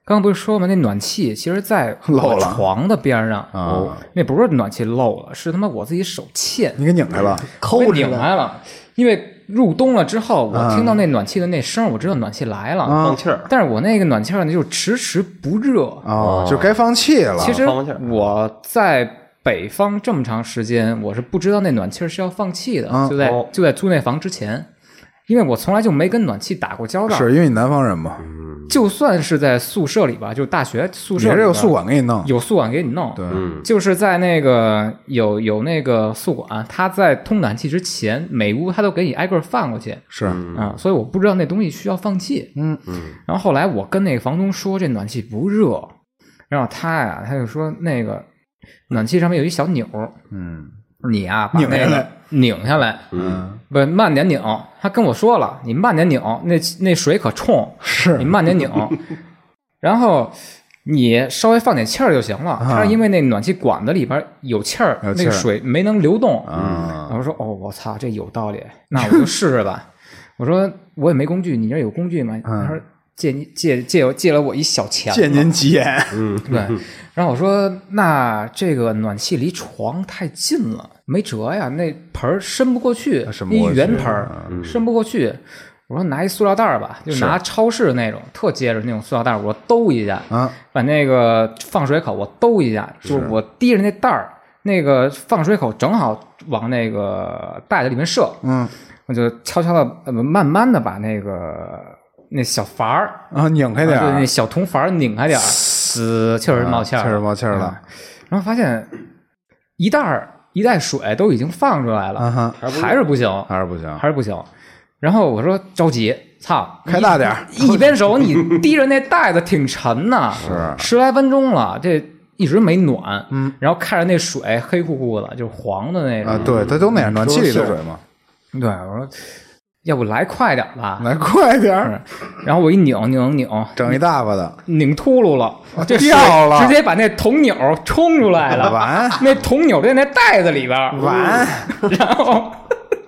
[SPEAKER 4] 刚刚不是说吗？那暖气其实在
[SPEAKER 1] 漏
[SPEAKER 4] 我
[SPEAKER 1] 了
[SPEAKER 4] 床的边上
[SPEAKER 1] 啊，
[SPEAKER 4] 那不是暖气漏了，是他妈我自己手 欠
[SPEAKER 1] 你给拧开了，
[SPEAKER 4] 抠拧来了。因为入冬了之后，我听
[SPEAKER 1] 啊
[SPEAKER 4] 到那暖气的那声儿，我知道暖气来了。
[SPEAKER 3] 放气儿，
[SPEAKER 4] 但是我那个暖气儿呢，就是迟迟不热。
[SPEAKER 1] 啊，就该放弃了。
[SPEAKER 4] 哦其实
[SPEAKER 3] 放气儿
[SPEAKER 4] 我在北方这么长时间，我是不知道那暖气儿是要放气的，
[SPEAKER 1] 嗯
[SPEAKER 4] 就在、
[SPEAKER 3] 哦
[SPEAKER 4] 就在租那房之前，因为我从来就没跟暖气打过交道。
[SPEAKER 1] 是因为你南方人嘛，
[SPEAKER 4] 嗯就算是在宿舍里吧，就大学宿
[SPEAKER 1] 你
[SPEAKER 4] 舍里
[SPEAKER 1] 这有
[SPEAKER 4] 边
[SPEAKER 1] 宿管给你弄，
[SPEAKER 4] 有宿管给你弄，
[SPEAKER 1] 对，
[SPEAKER 3] 嗯，
[SPEAKER 4] 就是在那个有有那个宿管，他在通暖气之前，每屋他都给你挨个放过去
[SPEAKER 1] 是
[SPEAKER 4] 啊、所以我不知道那东西需要放气。
[SPEAKER 1] 嗯
[SPEAKER 3] 嗯，
[SPEAKER 4] 然后后来我跟那个房东说这暖气不热，然后他呀他就说那个暖气上面有一小钮儿，
[SPEAKER 1] 嗯
[SPEAKER 4] 你呀把
[SPEAKER 1] 拧下
[SPEAKER 4] 那个
[SPEAKER 1] 来
[SPEAKER 4] 拧下来，
[SPEAKER 1] 嗯，
[SPEAKER 4] 不慢点拧。他跟我说了，你慢点拧，那那水可冲，
[SPEAKER 1] 是
[SPEAKER 4] 你慢点拧。然后你稍微放点气儿就行了。他是因为那暖气管子里边有气儿，
[SPEAKER 1] 啊有气
[SPEAKER 4] 那
[SPEAKER 1] 儿
[SPEAKER 4] 个水没能流动。
[SPEAKER 1] 啊
[SPEAKER 4] 我说哦，我操，这有道理，那我就试试吧。 我说我也没工具，你这儿有工具吗？他说借你借借我借了我一小钳子，
[SPEAKER 1] 嗯借您吉言，
[SPEAKER 3] 嗯
[SPEAKER 4] 对，
[SPEAKER 1] 嗯
[SPEAKER 4] 然后我说那这个暖气离床太近了，没辙呀，那盆儿伸不过去，
[SPEAKER 1] 啊伸不
[SPEAKER 4] 一
[SPEAKER 1] 过去嗯
[SPEAKER 4] 圆盆儿伸不过去。我说拿一塑料袋儿吧，就拿超市那种特结实那种塑料袋儿，我兜一下，
[SPEAKER 1] 啊
[SPEAKER 4] 把那个放水口我兜一下，就是我提着那袋儿，那个放水口正好往那个袋子里面射，
[SPEAKER 1] 嗯
[SPEAKER 4] 我就悄悄的慢慢的把那个那小阀儿
[SPEAKER 1] 啊，拧开点
[SPEAKER 4] 啊就
[SPEAKER 1] 儿
[SPEAKER 4] 那，小铜阀拧开点儿，呲，确实冒气儿，
[SPEAKER 1] 啊确实冒气儿了
[SPEAKER 4] 啊。然后发现一袋儿一袋水都已经放出来
[SPEAKER 1] 啊
[SPEAKER 4] 了，
[SPEAKER 1] 哈，
[SPEAKER 4] 嗯
[SPEAKER 1] 啊
[SPEAKER 4] 还是不行，
[SPEAKER 1] 还是不行，
[SPEAKER 4] 还是不行。然后我说着急，操，
[SPEAKER 1] 开大点儿
[SPEAKER 4] 一一边手 你提着那袋子挺沉呐，
[SPEAKER 1] 是
[SPEAKER 4] 十来分钟了，这一直没暖，嗯，然后看着那水黑乎乎的，就是黄的那
[SPEAKER 1] 啊，
[SPEAKER 4] 种，
[SPEAKER 1] 对，它都那样，
[SPEAKER 4] 嗯
[SPEAKER 1] 暖气里的水嘛，
[SPEAKER 4] 对，我说要不来快点吧，
[SPEAKER 1] 来快点儿，
[SPEAKER 4] 是然后我一拧拧拧，
[SPEAKER 1] 整一大发的，
[SPEAKER 4] 拧秃噜了，这水
[SPEAKER 1] 啊掉了
[SPEAKER 4] 直接把那铜钮冲出来了， 嗯
[SPEAKER 1] 完
[SPEAKER 4] 那铜钮在那袋子里边儿，
[SPEAKER 1] 完，
[SPEAKER 4] 然后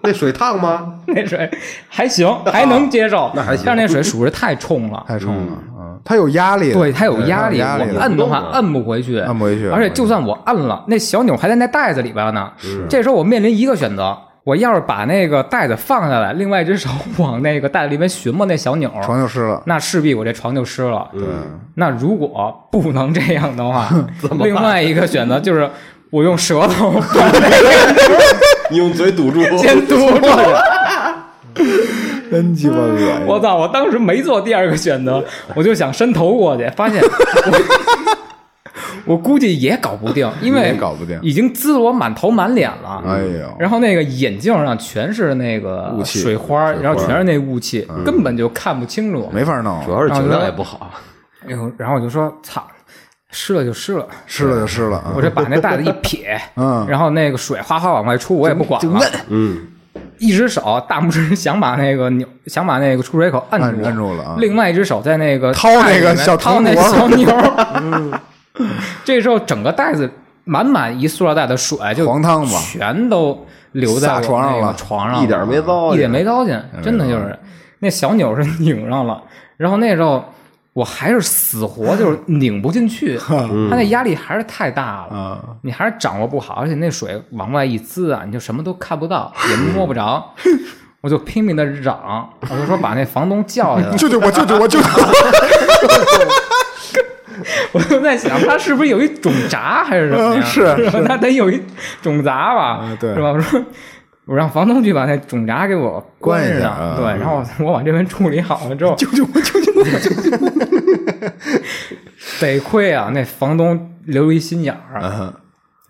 [SPEAKER 3] 那水烫吗？
[SPEAKER 4] 那水还行，还能接受，
[SPEAKER 3] 那还行
[SPEAKER 4] 但是那水属实太冲了，
[SPEAKER 1] 太冲了，嗯，它有压力的，
[SPEAKER 4] 对，它有压力，
[SPEAKER 1] 它有压力
[SPEAKER 4] 我
[SPEAKER 1] 的，
[SPEAKER 4] 摁的话
[SPEAKER 3] 动啊
[SPEAKER 4] 摁不回去，
[SPEAKER 1] 摁不回去
[SPEAKER 4] 而且就算我摁了，那小钮还在那袋子里边呢。这时候我面临一个选择，我要是把那个袋子放下来，另外一只手 往那个袋子里面寻摸那小钮，
[SPEAKER 1] 床就湿了，
[SPEAKER 4] 那势必我这床就湿了。
[SPEAKER 3] 嗯，
[SPEAKER 4] 那如果不能这样的话，另外一个选择就是我用舌头 把那个
[SPEAKER 3] 你用嘴堵住，
[SPEAKER 4] 先堵住。
[SPEAKER 1] 真鸡巴恶心，
[SPEAKER 4] 我操！我当时没做第二个选择，我就想伸头过去，发现我 我估计也搞不定，因
[SPEAKER 1] 也
[SPEAKER 4] 为
[SPEAKER 1] 搞不定
[SPEAKER 4] 已经滋得我满头满脸了。
[SPEAKER 1] 哎呦，
[SPEAKER 4] 然后那个眼镜上全是那个
[SPEAKER 1] 雾气
[SPEAKER 4] 水花，然后全是那雾气，根本就看不清楚。
[SPEAKER 1] 嗯没法弄，
[SPEAKER 3] 主要是酒量也不好，
[SPEAKER 4] 然后，然后我就说：“操，湿了就湿了。”
[SPEAKER 1] 湿了就湿了，
[SPEAKER 4] 我
[SPEAKER 1] 啊
[SPEAKER 4] 这把那袋子一撇，
[SPEAKER 1] 嗯
[SPEAKER 4] 然后那个水哗哗往外出，我也不管了，
[SPEAKER 3] 嗯，
[SPEAKER 4] 一只手大拇指想把那个钮，想把那个出水口摁
[SPEAKER 1] 按
[SPEAKER 4] 住，
[SPEAKER 1] 按住了啊，
[SPEAKER 4] 另外一只手在那个
[SPEAKER 1] 掏那个小
[SPEAKER 4] 掏
[SPEAKER 1] 铜
[SPEAKER 4] 那
[SPEAKER 1] 锣
[SPEAKER 4] 小牛儿， 这时候整个袋子满满一塑料袋的水就
[SPEAKER 1] 黄汤吧
[SPEAKER 4] 全都留在
[SPEAKER 1] 撒
[SPEAKER 4] 我
[SPEAKER 1] 床上
[SPEAKER 4] 那个
[SPEAKER 1] 了
[SPEAKER 4] 床上
[SPEAKER 3] 一点没糟践，
[SPEAKER 4] 一点没糟践，真的就是嗯那小钮是拧上了，然后那时候我还是死活就是拧不进 去，它那压力还是太大了，
[SPEAKER 1] 啊，
[SPEAKER 4] 你还是掌握不好，而且那水往外一滋啊，你就什么都看不到，也摸不 着。我就拼命的嚷，我就说把那房东叫下来，
[SPEAKER 1] 救救我，救救我，救救我，
[SPEAKER 4] 我就在想，他是不是有一种闸还是什么呀？
[SPEAKER 1] 嗯是
[SPEAKER 4] 吧他得有一种闸吧？
[SPEAKER 1] 嗯对
[SPEAKER 4] 是吧？我说我让房东去把那种闸给我
[SPEAKER 1] 关一下
[SPEAKER 4] 上，
[SPEAKER 1] 啊
[SPEAKER 4] 对，然后我往这边处理好了之后，
[SPEAKER 1] 救救我，救救我，
[SPEAKER 4] 得亏啊，那房东留一心眼儿，啊
[SPEAKER 1] 嗯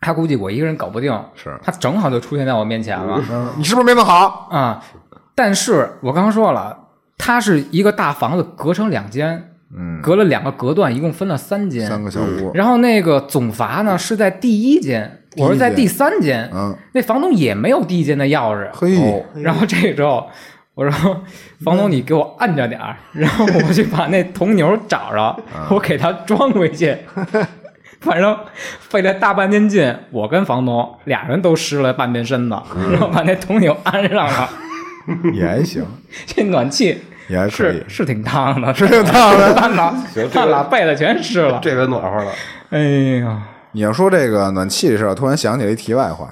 [SPEAKER 4] 他估计我一个人搞不定，
[SPEAKER 1] 是
[SPEAKER 4] 他正好就出现在我面前了
[SPEAKER 1] 嗯你是不是没弄好？
[SPEAKER 4] 啊。但是我刚刚说了，它是一个大房子，隔成两间，
[SPEAKER 1] 嗯，
[SPEAKER 4] 隔了两个隔断，一共分了三间，
[SPEAKER 1] 三个小屋，
[SPEAKER 4] 然后那个总阀呢是在第一间，
[SPEAKER 1] 嗯一间
[SPEAKER 4] 我是在第三间，
[SPEAKER 1] 嗯，
[SPEAKER 4] 那房东也没有第一间的钥匙。
[SPEAKER 1] 嘿
[SPEAKER 4] 哦然后这时候我说：“房东，你给我按着 点儿。”然后我去把那铜牛找着，
[SPEAKER 1] 嗯
[SPEAKER 4] 我给他装回去。 反正费了大半天劲，我跟房东俩人都湿了半边身子，
[SPEAKER 1] 嗯
[SPEAKER 4] 然后把那铜牛安上 了。
[SPEAKER 1] 也还行，
[SPEAKER 4] 这暖气
[SPEAKER 1] 也还可以
[SPEAKER 4] 是，是挺烫的，
[SPEAKER 1] 是挺烫的
[SPEAKER 4] 烫了，烫了，被子全湿了。
[SPEAKER 3] 这个暖和了，
[SPEAKER 4] 哎呀！
[SPEAKER 1] 你要说这个暖气的事儿，突然想起了一题外话。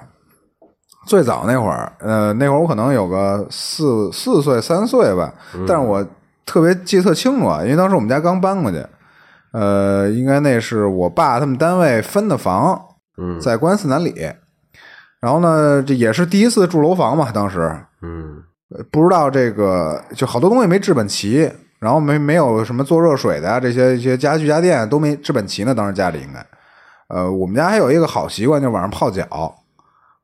[SPEAKER 1] 最早那会儿，呃，那会儿我可能有个四四岁、三岁吧，但是我特别记特清楚啊，因为当时我们家刚搬过去，呃，应该那是我爸他们单位分的房，
[SPEAKER 3] 嗯
[SPEAKER 1] 在关寺南里。然后呢，这也是第一次住楼房嘛，当时
[SPEAKER 3] 嗯
[SPEAKER 1] 呃不知道这个，就好多东西没治本齐，然后没没有什么做热水的啊，这些一些家具家电都没治本齐呢。当时家里应该，呃，我们家还有一个好习惯，就是晚上泡脚，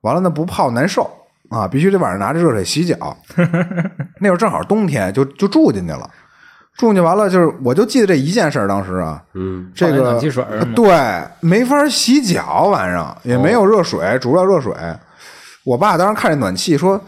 [SPEAKER 1] 完了呢不泡难受啊，必须得晚上拿着热水洗脚。那会儿正好冬天，就就住进去了，住进去完了就是，我就记得这一件事儿，当时啊，
[SPEAKER 3] 嗯，
[SPEAKER 1] 这
[SPEAKER 4] 放
[SPEAKER 1] 个
[SPEAKER 4] 点暖气水儿是吗
[SPEAKER 1] 对，没法洗
[SPEAKER 4] 哦
[SPEAKER 1] 脚，晚上也没有热水，煮不了热水。我爸当时看这暖气说：“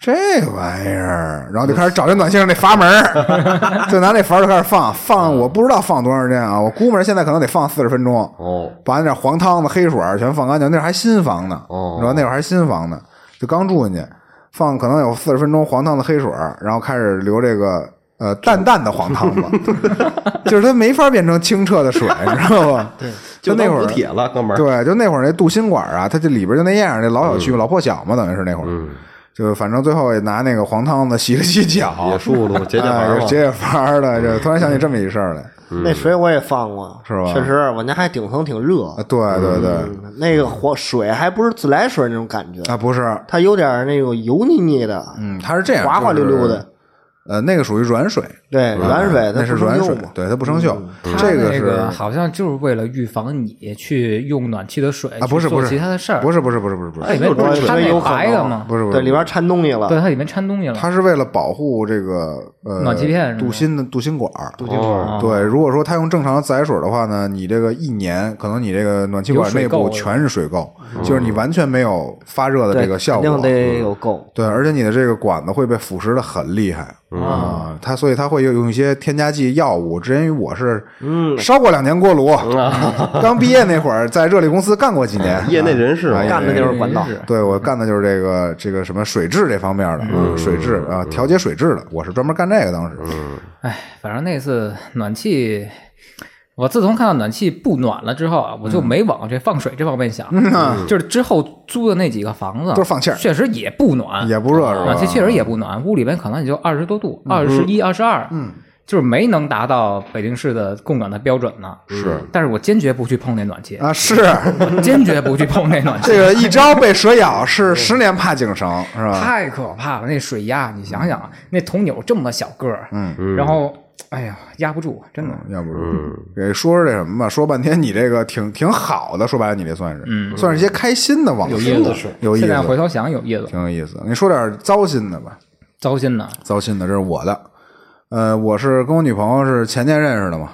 [SPEAKER 1] 这玩意儿，然后就开始找这暖先生那阀门儿， 就拿那阀儿就开始放
[SPEAKER 4] 嗯
[SPEAKER 1] 放，我不知道放多长时间啊，我估摸着现在可能得放四十分钟，
[SPEAKER 3] 哦，
[SPEAKER 1] 把那点黄汤子、黑水儿全放干净。那会儿还新房呢，
[SPEAKER 3] 哦
[SPEAKER 1] 你知道那会儿还新房呢，就刚住进去，放可能有四十分钟黄汤子、黑水儿，然后开始流这个呃淡淡的黄汤 子， 就是它没法变成清澈的水，你知道吧？对，就
[SPEAKER 3] 就
[SPEAKER 1] 那会
[SPEAKER 3] 当
[SPEAKER 1] 儿
[SPEAKER 3] 补铁了，哥们儿。
[SPEAKER 1] 对，就那会儿那镀锌管啊，它这里边就那样，那老小区、老破小嘛，等于是那会儿，
[SPEAKER 3] 嗯，
[SPEAKER 1] 就反正最后也拿那个黄汤子洗了洗脚，
[SPEAKER 3] 也舒服，解解
[SPEAKER 1] 哎
[SPEAKER 3] 乏嘛。
[SPEAKER 1] 解解乏儿的，就突然想起这么一事儿来。
[SPEAKER 2] 那水我也放过，
[SPEAKER 1] 是吧
[SPEAKER 2] 确实，我家还顶层挺热，
[SPEAKER 1] 啊，对对对，
[SPEAKER 2] 嗯那个火水还不是自来水那种感觉，
[SPEAKER 1] 啊不是，
[SPEAKER 2] 它有点那种油腻腻的，
[SPEAKER 1] 嗯，它是这样，
[SPEAKER 2] 滑滑溜溜
[SPEAKER 1] 就是
[SPEAKER 2] 的。
[SPEAKER 1] 呃，那个属于软水，
[SPEAKER 2] 对，软水哎它
[SPEAKER 1] 那是
[SPEAKER 2] 不生
[SPEAKER 1] 软
[SPEAKER 2] 锈
[SPEAKER 1] 水
[SPEAKER 2] 嘛，，嗯
[SPEAKER 1] 对，它不生锈。
[SPEAKER 4] 嗯它
[SPEAKER 1] 这
[SPEAKER 4] 那
[SPEAKER 1] 是
[SPEAKER 4] 个好像就是为了预防你去用暖气的水
[SPEAKER 1] 啊，
[SPEAKER 4] 去
[SPEAKER 1] 不是不
[SPEAKER 4] 做
[SPEAKER 1] 是
[SPEAKER 4] 其他的事儿，
[SPEAKER 1] 不是不是不是不是不
[SPEAKER 4] 它里
[SPEAKER 1] 是，
[SPEAKER 4] 面不
[SPEAKER 2] 我
[SPEAKER 4] 是
[SPEAKER 2] 觉
[SPEAKER 4] 掺
[SPEAKER 2] 得有
[SPEAKER 4] 那
[SPEAKER 2] 可能啊
[SPEAKER 4] 白的吗？
[SPEAKER 1] 不是不
[SPEAKER 2] 哎对，
[SPEAKER 1] 是
[SPEAKER 2] 里边掺东西了。
[SPEAKER 4] 对，它里面掺东西了。
[SPEAKER 1] 啊它是为了保护这个呃
[SPEAKER 4] 暖气片是吗
[SPEAKER 1] 镀锌的镀锌管儿。
[SPEAKER 3] 哦，
[SPEAKER 1] 对，如果说它用正常的自来水的话呢，你这个一年可能你这个暖气
[SPEAKER 4] 有
[SPEAKER 1] 管
[SPEAKER 4] 水
[SPEAKER 1] 内
[SPEAKER 4] 垢
[SPEAKER 1] 部
[SPEAKER 4] 了嗯
[SPEAKER 1] 全是水垢，就是你完全没有发热的
[SPEAKER 2] 对，
[SPEAKER 1] 这个效
[SPEAKER 2] 肯定
[SPEAKER 1] 果。嗯
[SPEAKER 2] 得有够。
[SPEAKER 1] 对，而且你的这个管子会被腐蚀的很厉害
[SPEAKER 3] 嗯
[SPEAKER 1] 啊、它所以它会有用一些添加剂、药物。之前我是嗯烧过两年锅炉， 刚毕业那会儿在热力公司干过几年，
[SPEAKER 3] 嗯业内哎人士嘛
[SPEAKER 1] 啊
[SPEAKER 2] 干的就是管道
[SPEAKER 4] 真是
[SPEAKER 1] 对我干的就是这个这个什么水质这方面的，
[SPEAKER 3] 嗯
[SPEAKER 1] 水质啊，调节水质的，我是专门干这个当时。
[SPEAKER 4] 哎，反正那次暖气，我自从看到暖气不暖了之后啊，我
[SPEAKER 1] 嗯
[SPEAKER 4] 就没往这放水这方面想。就是之后租的那几个房子
[SPEAKER 1] 都是放气儿
[SPEAKER 4] 确实也不暖，
[SPEAKER 1] 也不热是吧
[SPEAKER 4] 暖气确啊实也不暖，屋里边可能也就二十多度，二十一、二十二，嗯，就是没能达到北京市的供暖的标准呢。
[SPEAKER 1] 是
[SPEAKER 4] 但是我坚决不去碰那暖气，
[SPEAKER 1] 啊，是
[SPEAKER 4] 我坚决不去碰那暖气
[SPEAKER 1] 这。个一朝被蛇咬是十年怕井绳，是吧？
[SPEAKER 4] 太可怕了，那水压，你想想，那铜钮这么小个儿，嗯，然后，哎呀，压不住，真的，
[SPEAKER 1] 要不给说说这什么吧，说半天你这个挺挺好的，说白了你这算是，嗯，算是一些开心的往事，有
[SPEAKER 4] 意思
[SPEAKER 1] 有意
[SPEAKER 4] 现在回
[SPEAKER 1] 思，
[SPEAKER 4] 头想有意思，
[SPEAKER 1] 挺有意思。你说点糟心的吧，
[SPEAKER 4] 糟心呐！
[SPEAKER 1] 糟心的，这是我的。呃，我是跟我女朋友是前年认识的嘛，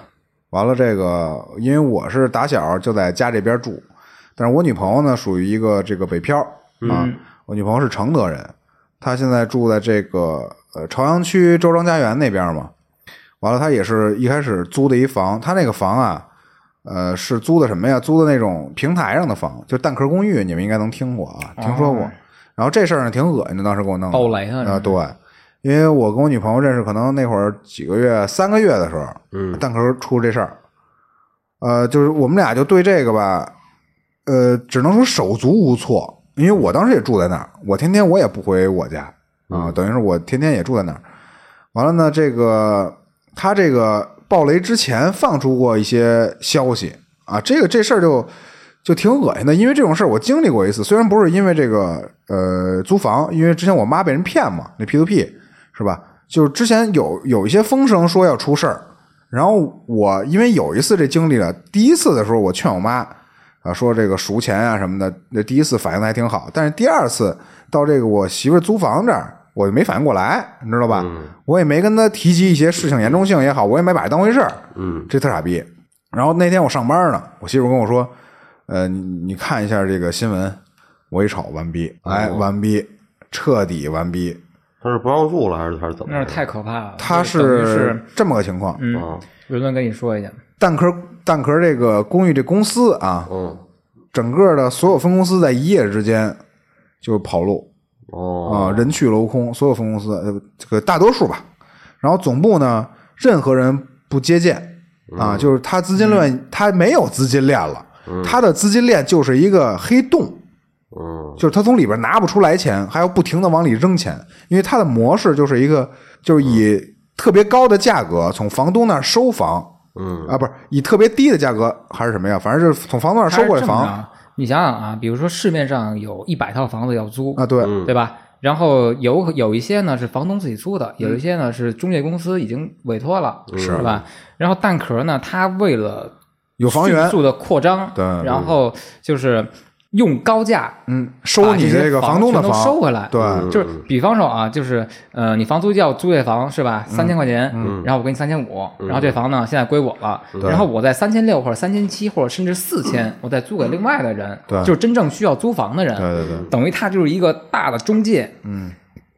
[SPEAKER 1] 完了这个，因为我是打小就在家这边住，但是我女朋友呢属于一个这个北漂
[SPEAKER 4] 嗯
[SPEAKER 1] 啊，我女朋友是承德人，她现在住在这个呃朝阳区周庄家园那边嘛，完了她也是一开始租的一房，她那个房啊，呃是租的什么呀？租的那种平台上的房，就蛋壳公寓，你们应该能听过啊，听说过。然后这事儿呢挺恶心的，当时给我弄的
[SPEAKER 4] 哦爆雷啊
[SPEAKER 1] 啊、对，因为我跟我女朋友认识，可能那会儿几个月、三个月的时候，嗯，蛋壳出这事儿，呃，就是我们俩就对这个吧，呃，只能说手足无措，因为我当时也住在那儿，我天天我也不回我家啊、等于是我天天也住在那儿。完了呢，这个他这个暴雷之前放出过一些消息啊，这个这事儿就就挺恶心的，因为这种事儿我经历过一次，虽然不是因为这个呃租房，因为之前我妈被人骗嘛，那 P to P 是吧？就是之前有有一些风声说要出事儿，然后我因为有一次这经历了，第一次的时候我劝我妈啊说这个赎钱啊什么的，那第一次反应的还挺好，但是第二次到这个我媳妇儿租房这儿，我就没反应过来，你知道吧？我也没跟她提及一些事情严重性也好，我也没把它当回事儿，嗯，这特傻逼。然后那天我上班呢，我媳妇儿跟我说，呃，你你看一下这个新闻，我一瞅完逼，哎，完逼，彻底完逼，
[SPEAKER 3] 他是不让住了还是还是怎么
[SPEAKER 4] 那
[SPEAKER 3] 着？
[SPEAKER 4] 是太可怕了。
[SPEAKER 1] 他
[SPEAKER 4] 就等于是，
[SPEAKER 1] 这么个情况，
[SPEAKER 4] 嗯
[SPEAKER 3] 啊，
[SPEAKER 4] 伦敦跟你说一下，
[SPEAKER 1] 蛋壳蛋壳这个公寓这公司啊，
[SPEAKER 3] 嗯
[SPEAKER 1] 整个的所有分公司在一夜之间就跑路啊、
[SPEAKER 3] 哦
[SPEAKER 1] 人去楼空，所有分公司呃这个大多数吧。然后总部呢，任何人不接见啊，就是他资金链，他没有资金链了，他的资金链就是一个黑洞。
[SPEAKER 3] 嗯
[SPEAKER 1] 就是他从里边拿不出来钱，还要不停的往里扔钱，因为他的模式就是一个，就是以特别高的价格从房东那儿收房，
[SPEAKER 3] 嗯
[SPEAKER 1] 啊，不是以特别低的价格还是什么呀，反正就是从房东那儿收过来
[SPEAKER 4] 它是这
[SPEAKER 1] 房
[SPEAKER 4] 么着。你想想啊，比如说市面上有一百套房子要租，
[SPEAKER 1] 啊，对，
[SPEAKER 4] 对吧？然后有有一些呢是房东自己租的，有
[SPEAKER 1] 嗯
[SPEAKER 4] 一些呢是中介公司已经委托了，是吧？然后蛋壳呢，它为了
[SPEAKER 1] 有房源
[SPEAKER 4] 迅速的扩张，
[SPEAKER 1] 对
[SPEAKER 4] 然后就是用高价
[SPEAKER 1] 嗯，收
[SPEAKER 4] 把
[SPEAKER 1] 你
[SPEAKER 4] 这些
[SPEAKER 1] 个
[SPEAKER 4] 房
[SPEAKER 1] 房东的
[SPEAKER 4] 全都
[SPEAKER 1] 房，
[SPEAKER 4] 收回来
[SPEAKER 1] 对，嗯
[SPEAKER 4] 就是比方说啊，就是呃，你房租要租这房是吧？三
[SPEAKER 1] 嗯
[SPEAKER 4] 千块钱，然后我给你三千五，然后这房呢现在归我了，
[SPEAKER 1] 嗯
[SPEAKER 4] 然后我在三千六或者三千七或者甚至四千，我再租给另外的人，
[SPEAKER 1] 对
[SPEAKER 4] 就是真正需要租房的人，
[SPEAKER 1] 对对对
[SPEAKER 4] 等于他就是一个大的中介，嗯，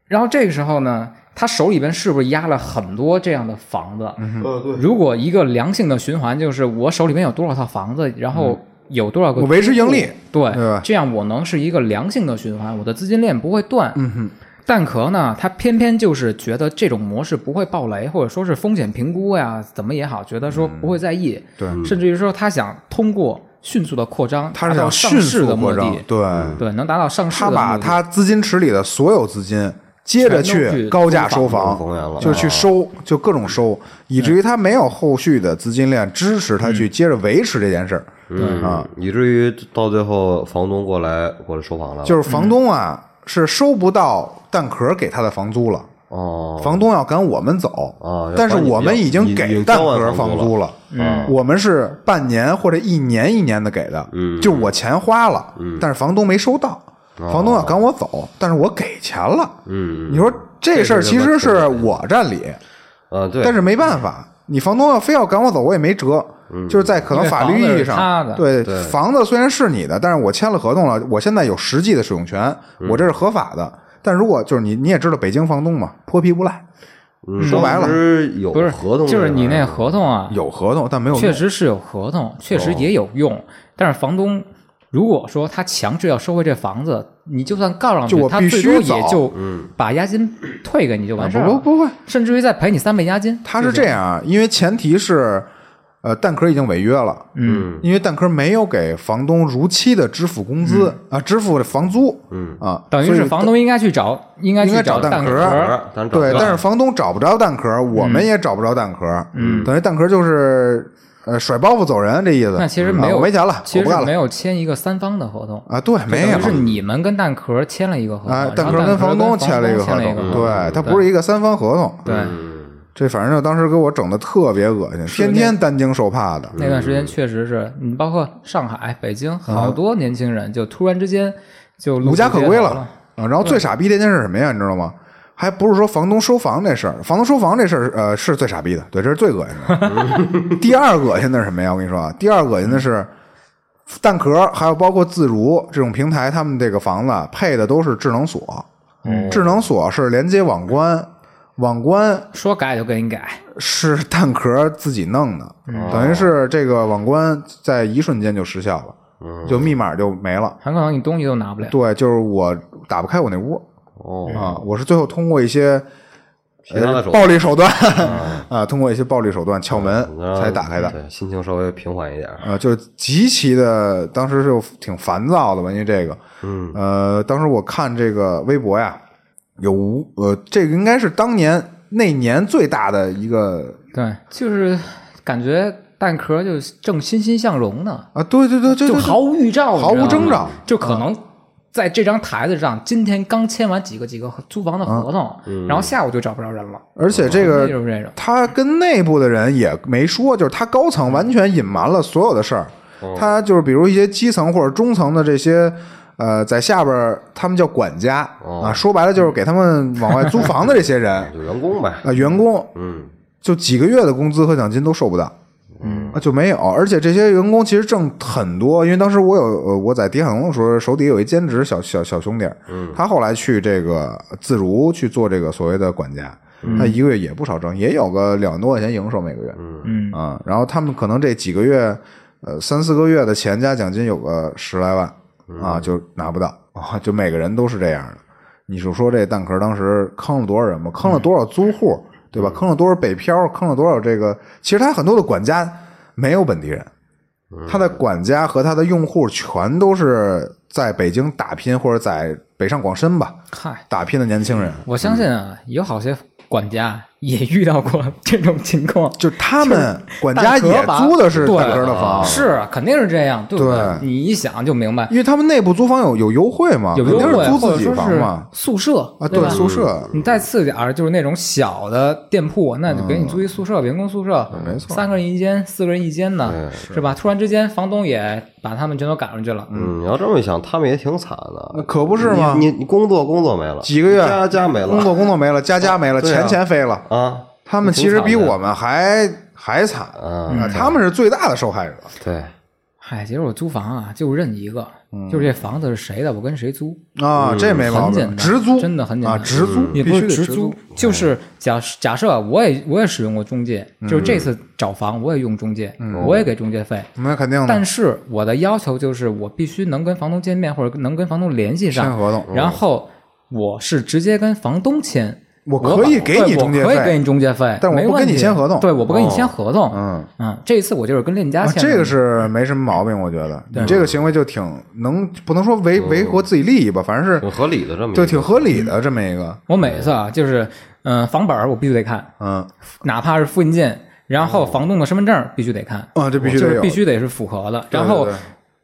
[SPEAKER 4] 然后这个时候呢，他手里边是不是压了很多这样的房子？
[SPEAKER 1] 嗯
[SPEAKER 3] 呃，对，
[SPEAKER 4] 如果一个良性的循环，就是我手里边有多少套房子，然后有多少个
[SPEAKER 1] 嗯我维持盈利
[SPEAKER 4] 租户对，
[SPEAKER 1] 对吧
[SPEAKER 4] 这样我能是一个良性的循环，我的资金链不会断。嗯哼。蛋壳呢，它偏偏就是觉得这种模式不会爆雷，或者说是风险评估呀，怎么也好，觉得说不会在意。
[SPEAKER 1] 嗯对
[SPEAKER 4] 甚至于说他想通过迅速的扩张，
[SPEAKER 1] 他是
[SPEAKER 4] 达到
[SPEAKER 1] 想
[SPEAKER 4] 上
[SPEAKER 1] 迅
[SPEAKER 4] 市
[SPEAKER 1] 速
[SPEAKER 4] 的目
[SPEAKER 1] 扩张
[SPEAKER 4] 的，，
[SPEAKER 1] 对，
[SPEAKER 4] 对，能达到上市
[SPEAKER 1] 嗯他
[SPEAKER 4] 的目的。
[SPEAKER 1] 把他资金池里的所有资金接着
[SPEAKER 4] 全都
[SPEAKER 1] 去
[SPEAKER 4] 去
[SPEAKER 1] 高价收
[SPEAKER 3] 房
[SPEAKER 1] 房
[SPEAKER 3] 供源了，
[SPEAKER 1] 就去收，就各种收，以至于他没有后续的资金链支持他
[SPEAKER 4] 嗯
[SPEAKER 1] 去接着维持这件事儿。
[SPEAKER 3] 嗯
[SPEAKER 1] 啊，
[SPEAKER 3] 以至于到最后房东过来过来收房来了，
[SPEAKER 1] 就是房东啊，是收不到蛋壳给他的房租了，
[SPEAKER 3] 哦，
[SPEAKER 1] 房东要赶我们走
[SPEAKER 3] 啊要
[SPEAKER 1] 但是我们已经
[SPEAKER 3] 赶紧
[SPEAKER 1] 给
[SPEAKER 3] 要
[SPEAKER 1] 蛋壳
[SPEAKER 3] 已
[SPEAKER 1] 房
[SPEAKER 3] 经交
[SPEAKER 1] 租
[SPEAKER 3] 完
[SPEAKER 1] 了，嗯我们是半年或者一年一年的给的，
[SPEAKER 3] 嗯哦
[SPEAKER 1] 就我钱花了，但是房东没收到，房东要赶我走，但是我给钱了，
[SPEAKER 3] 嗯，嗯
[SPEAKER 1] 你说这事儿其实
[SPEAKER 3] 这
[SPEAKER 1] 是我占理，
[SPEAKER 3] 啊，对，
[SPEAKER 1] 但是没办法，你房东要非要赶我走，我也没辙。就是在可能法律意义
[SPEAKER 4] 因
[SPEAKER 1] 上
[SPEAKER 4] 为房子是他的，
[SPEAKER 1] 对
[SPEAKER 3] 嗯对
[SPEAKER 1] 房子虽然是你的，但是我签了合同了，我现在有实际的使用权，
[SPEAKER 3] 嗯
[SPEAKER 1] 我这是合法的。但如果就是你，你也知道北京房东嘛，泼皮不赖，
[SPEAKER 3] 嗯
[SPEAKER 1] 说白了
[SPEAKER 3] 当时有
[SPEAKER 4] 不是
[SPEAKER 3] 合同，
[SPEAKER 4] 就是你那合同啊，
[SPEAKER 1] 有合同但没有用哦
[SPEAKER 4] 确实是有合同，确实也有用，但是房东如果说他强制要收回这房子，你就算告上去
[SPEAKER 1] 就，我
[SPEAKER 4] 他
[SPEAKER 1] 必
[SPEAKER 4] 最
[SPEAKER 1] 须
[SPEAKER 4] 多
[SPEAKER 1] 走嗯
[SPEAKER 4] 也就把押金退给你就完事儿了，
[SPEAKER 1] 不不不会，
[SPEAKER 4] 甚至于再赔你三倍押金。
[SPEAKER 1] 啊他是这样啊，因为前提是，呃，蛋壳已经违约了，
[SPEAKER 4] 嗯，
[SPEAKER 1] 因为蛋壳没有给房东如期的支付工资啊，支付房租，
[SPEAKER 3] 嗯
[SPEAKER 1] 啊，
[SPEAKER 4] 嗯等于
[SPEAKER 1] 所以
[SPEAKER 4] 是房东应该去找，应该
[SPEAKER 1] 应该
[SPEAKER 4] 去
[SPEAKER 1] 找
[SPEAKER 4] 蛋
[SPEAKER 1] 壳
[SPEAKER 4] 壳。
[SPEAKER 3] 儿，咱找
[SPEAKER 1] 对，
[SPEAKER 3] 个
[SPEAKER 1] 但是房东找不着蛋壳，我们也找不着蛋壳，嗯，等于蛋壳就是呃甩包袱走人这意思。
[SPEAKER 4] 那其实
[SPEAKER 1] 嗯
[SPEAKER 4] 没有，
[SPEAKER 1] 我没钱了，
[SPEAKER 4] 其
[SPEAKER 1] 我
[SPEAKER 4] 实
[SPEAKER 1] 不干
[SPEAKER 4] 是没
[SPEAKER 1] 了
[SPEAKER 4] 有签一个三方的合同，
[SPEAKER 1] 啊，对，没有
[SPEAKER 4] 就。是你们跟蛋壳签了一个合同，
[SPEAKER 1] 啊
[SPEAKER 4] 然，后
[SPEAKER 1] 蛋
[SPEAKER 4] 蛋
[SPEAKER 1] 壳跟
[SPEAKER 4] 房
[SPEAKER 1] 房东签了
[SPEAKER 4] 一
[SPEAKER 1] 一个合
[SPEAKER 4] 合
[SPEAKER 1] 同，
[SPEAKER 4] 同
[SPEAKER 1] 对，它不是一嗯个三方合同。
[SPEAKER 4] 对，
[SPEAKER 3] 嗯
[SPEAKER 1] 这反正就当时给我整的特别恶心，天天担惊受怕的。
[SPEAKER 4] 那段时间确实是你，包括上海、北京，好多年轻人就突然之间就
[SPEAKER 1] 无家可归
[SPEAKER 4] 了
[SPEAKER 1] 了。啊。然后最傻逼的一件事是什么呀？你知道吗？还不是说房东收房这事儿，房东收房这事儿，呃，是最傻逼的，对，这是最恶心的。 第二恶心的是什么呀？我跟你说啊，第二恶心的是蛋壳，还有包括自如这种平台，他们这个房子配的都是智能锁，智能锁是连接网关，网关
[SPEAKER 4] 说改就给你改，
[SPEAKER 1] 是蛋壳自己弄的，等于是这个网关在一瞬间就失效了，就密码就没了。
[SPEAKER 4] 很可能你东西都拿不了。
[SPEAKER 1] 对，就是我打不开我那屋，
[SPEAKER 3] 哦，
[SPEAKER 1] 啊，我是最后通过一些
[SPEAKER 3] 哎其他的手段
[SPEAKER 1] 暴力手段 啊，通过一些暴力手段撬门
[SPEAKER 3] 让
[SPEAKER 1] 才打开的。
[SPEAKER 3] 嗯对，心情稍微平缓一点儿，
[SPEAKER 1] 呃，就是极其的，当时是挺烦躁的吧，因为这个，
[SPEAKER 3] 嗯，
[SPEAKER 1] 呃，当时我看这个微博呀，有无呃，这个应该是当年那年最大的一个
[SPEAKER 4] 对，就是感觉蛋壳就正欣欣向荣呢，
[SPEAKER 1] 啊，对对对对，
[SPEAKER 4] 就
[SPEAKER 1] 对
[SPEAKER 4] 毫无预兆，
[SPEAKER 1] 毫
[SPEAKER 4] 你
[SPEAKER 1] 无
[SPEAKER 4] 知道吗
[SPEAKER 1] 征兆，嗯
[SPEAKER 4] 就可能在这张台子上，今天刚签完几个几个租房的
[SPEAKER 1] 嗯
[SPEAKER 4] 合同，然后下午就找不着人了。
[SPEAKER 1] 而且这
[SPEAKER 4] 那
[SPEAKER 1] 个
[SPEAKER 4] 就是这种，
[SPEAKER 1] 他跟内部的人也没说，就是他高层完全隐瞒了所有的事儿。他就是比如一些基层或者中层的这些，呃，在下边儿他们叫管家
[SPEAKER 3] 哦
[SPEAKER 1] 啊，说白了就是给他们往外租房的这些人 啊、
[SPEAKER 3] 就员工呗，
[SPEAKER 1] 员工
[SPEAKER 3] 嗯，
[SPEAKER 1] 就几个月的工资和奖金都收不到，嗯，啊就没有。而且这些员工其实挣很多，因为当时我有呃我在迪卡侬的时候，手底下有一兼职小小小兄弟，嗯，他后来去这个自如去做这个所谓的管家，他一个月也不少挣，也有个两万多块钱营收每个月，
[SPEAKER 4] 嗯，
[SPEAKER 1] 啊，然后他们可能这几个月，呃三四个月的钱加奖金有个十来万啊，就拿不到啊，就每个人都是这样的。你就说这蛋壳当时坑了多少人吧？坑了多少租
[SPEAKER 4] 嗯
[SPEAKER 1] 户，对吧？坑了多少北漂，坑了多少这个？其实他很多的管家没有本地人，
[SPEAKER 4] 嗯
[SPEAKER 1] 他的管家和他的用户全都是在北京打拼或者在北上广深吧
[SPEAKER 4] 嗨，
[SPEAKER 1] 打拼的年轻人。
[SPEAKER 4] 我相信啊，有好些管家也遇到过 这种情况，
[SPEAKER 1] 就他们管家
[SPEAKER 4] 蛋壳
[SPEAKER 1] 也
[SPEAKER 4] 吧
[SPEAKER 1] 租的是
[SPEAKER 4] 对啊
[SPEAKER 1] 蛋壳的房，
[SPEAKER 4] 是肯定是这样，对不
[SPEAKER 1] 对
[SPEAKER 4] 你一想就明白，
[SPEAKER 1] 因为他们内部租房有有优惠嘛，
[SPEAKER 4] 有优
[SPEAKER 1] 肯定
[SPEAKER 4] 惠，
[SPEAKER 1] 是租
[SPEAKER 4] 或
[SPEAKER 1] 自
[SPEAKER 4] 者
[SPEAKER 1] 己
[SPEAKER 4] 说
[SPEAKER 1] 房
[SPEAKER 4] 是
[SPEAKER 1] 嘛，
[SPEAKER 4] 宿舍
[SPEAKER 1] 啊，
[SPEAKER 4] 对吧嗯
[SPEAKER 1] 宿舍，
[SPEAKER 4] 你再次点儿，就是那种小的店铺，那就给你租一宿舍，员工宿舍，
[SPEAKER 1] 嗯没错
[SPEAKER 4] 三个人一间，四个人一间呢，是吧？突然之间，房东也把他们全都赶出去了，
[SPEAKER 3] 嗯，你要这么一想，他们也挺惨
[SPEAKER 1] 那
[SPEAKER 3] 的，
[SPEAKER 1] 可不是吗？
[SPEAKER 3] 你你工作工作没了，
[SPEAKER 1] 几个月
[SPEAKER 3] 家家没了，
[SPEAKER 1] 工作工作没了，家家没了，
[SPEAKER 3] 对啊
[SPEAKER 1] 钱钱飞了，
[SPEAKER 3] 啊，
[SPEAKER 1] 他们其实比我们还还惨
[SPEAKER 3] 啊，
[SPEAKER 4] 嗯
[SPEAKER 1] 他们是最大的受害者。
[SPEAKER 3] 对，
[SPEAKER 4] 嗨，其实我租房啊，就认一个，
[SPEAKER 1] 嗯
[SPEAKER 4] 就是这房子是谁的，我跟谁租，
[SPEAKER 1] 啊，这没毛
[SPEAKER 4] 嗯很简
[SPEAKER 1] 病，
[SPEAKER 4] 单
[SPEAKER 1] 直租
[SPEAKER 4] 真的很简
[SPEAKER 1] 啊，
[SPEAKER 4] 单嗯
[SPEAKER 1] 直租
[SPEAKER 4] 也
[SPEAKER 1] 必
[SPEAKER 4] 不
[SPEAKER 1] 须
[SPEAKER 4] 是
[SPEAKER 1] 得
[SPEAKER 4] 直
[SPEAKER 1] 租
[SPEAKER 4] 租，，就是假假设啊我也我也使用过中介，就是
[SPEAKER 1] 嗯
[SPEAKER 4] 这次找房我也用中介，我也给中介费，
[SPEAKER 1] 那肯定的，
[SPEAKER 4] 但是我的要求就是我必须能跟房东见面或者能跟房东联系
[SPEAKER 1] 签
[SPEAKER 4] 上，
[SPEAKER 1] 合同，嗯
[SPEAKER 4] 然后我是直接跟房东签。
[SPEAKER 1] 我
[SPEAKER 4] 我
[SPEAKER 1] 可以给你
[SPEAKER 4] 对
[SPEAKER 1] 中介
[SPEAKER 4] 我可以给
[SPEAKER 1] 费，
[SPEAKER 4] 你中介费，
[SPEAKER 1] 但我不
[SPEAKER 4] 没问
[SPEAKER 1] 跟你
[SPEAKER 4] 题
[SPEAKER 1] 签合同
[SPEAKER 4] 对，我不跟你签合同。
[SPEAKER 1] 嗯，
[SPEAKER 4] 嗯，这一次我就是跟链家
[SPEAKER 1] 啊
[SPEAKER 4] 签、
[SPEAKER 1] 这个，是没什么毛病，我觉得你
[SPEAKER 4] 对嗯
[SPEAKER 1] 这个行为就挺能，不能说维维护自己利益吧，反正
[SPEAKER 3] 挺
[SPEAKER 1] 是
[SPEAKER 3] 合理的这么一
[SPEAKER 1] 就
[SPEAKER 3] 个
[SPEAKER 1] 挺合理的这么一个，
[SPEAKER 4] 我每次啊，就是嗯、呃房本儿我必须得看，
[SPEAKER 1] 嗯
[SPEAKER 4] 哪怕是复印件，然
[SPEAKER 1] 哦
[SPEAKER 4] 后房东的身份证儿必须得看，
[SPEAKER 1] 啊，这必须
[SPEAKER 4] 就
[SPEAKER 1] 得有，
[SPEAKER 4] 是必须得是符合的。
[SPEAKER 1] 对
[SPEAKER 4] 然后
[SPEAKER 1] 对对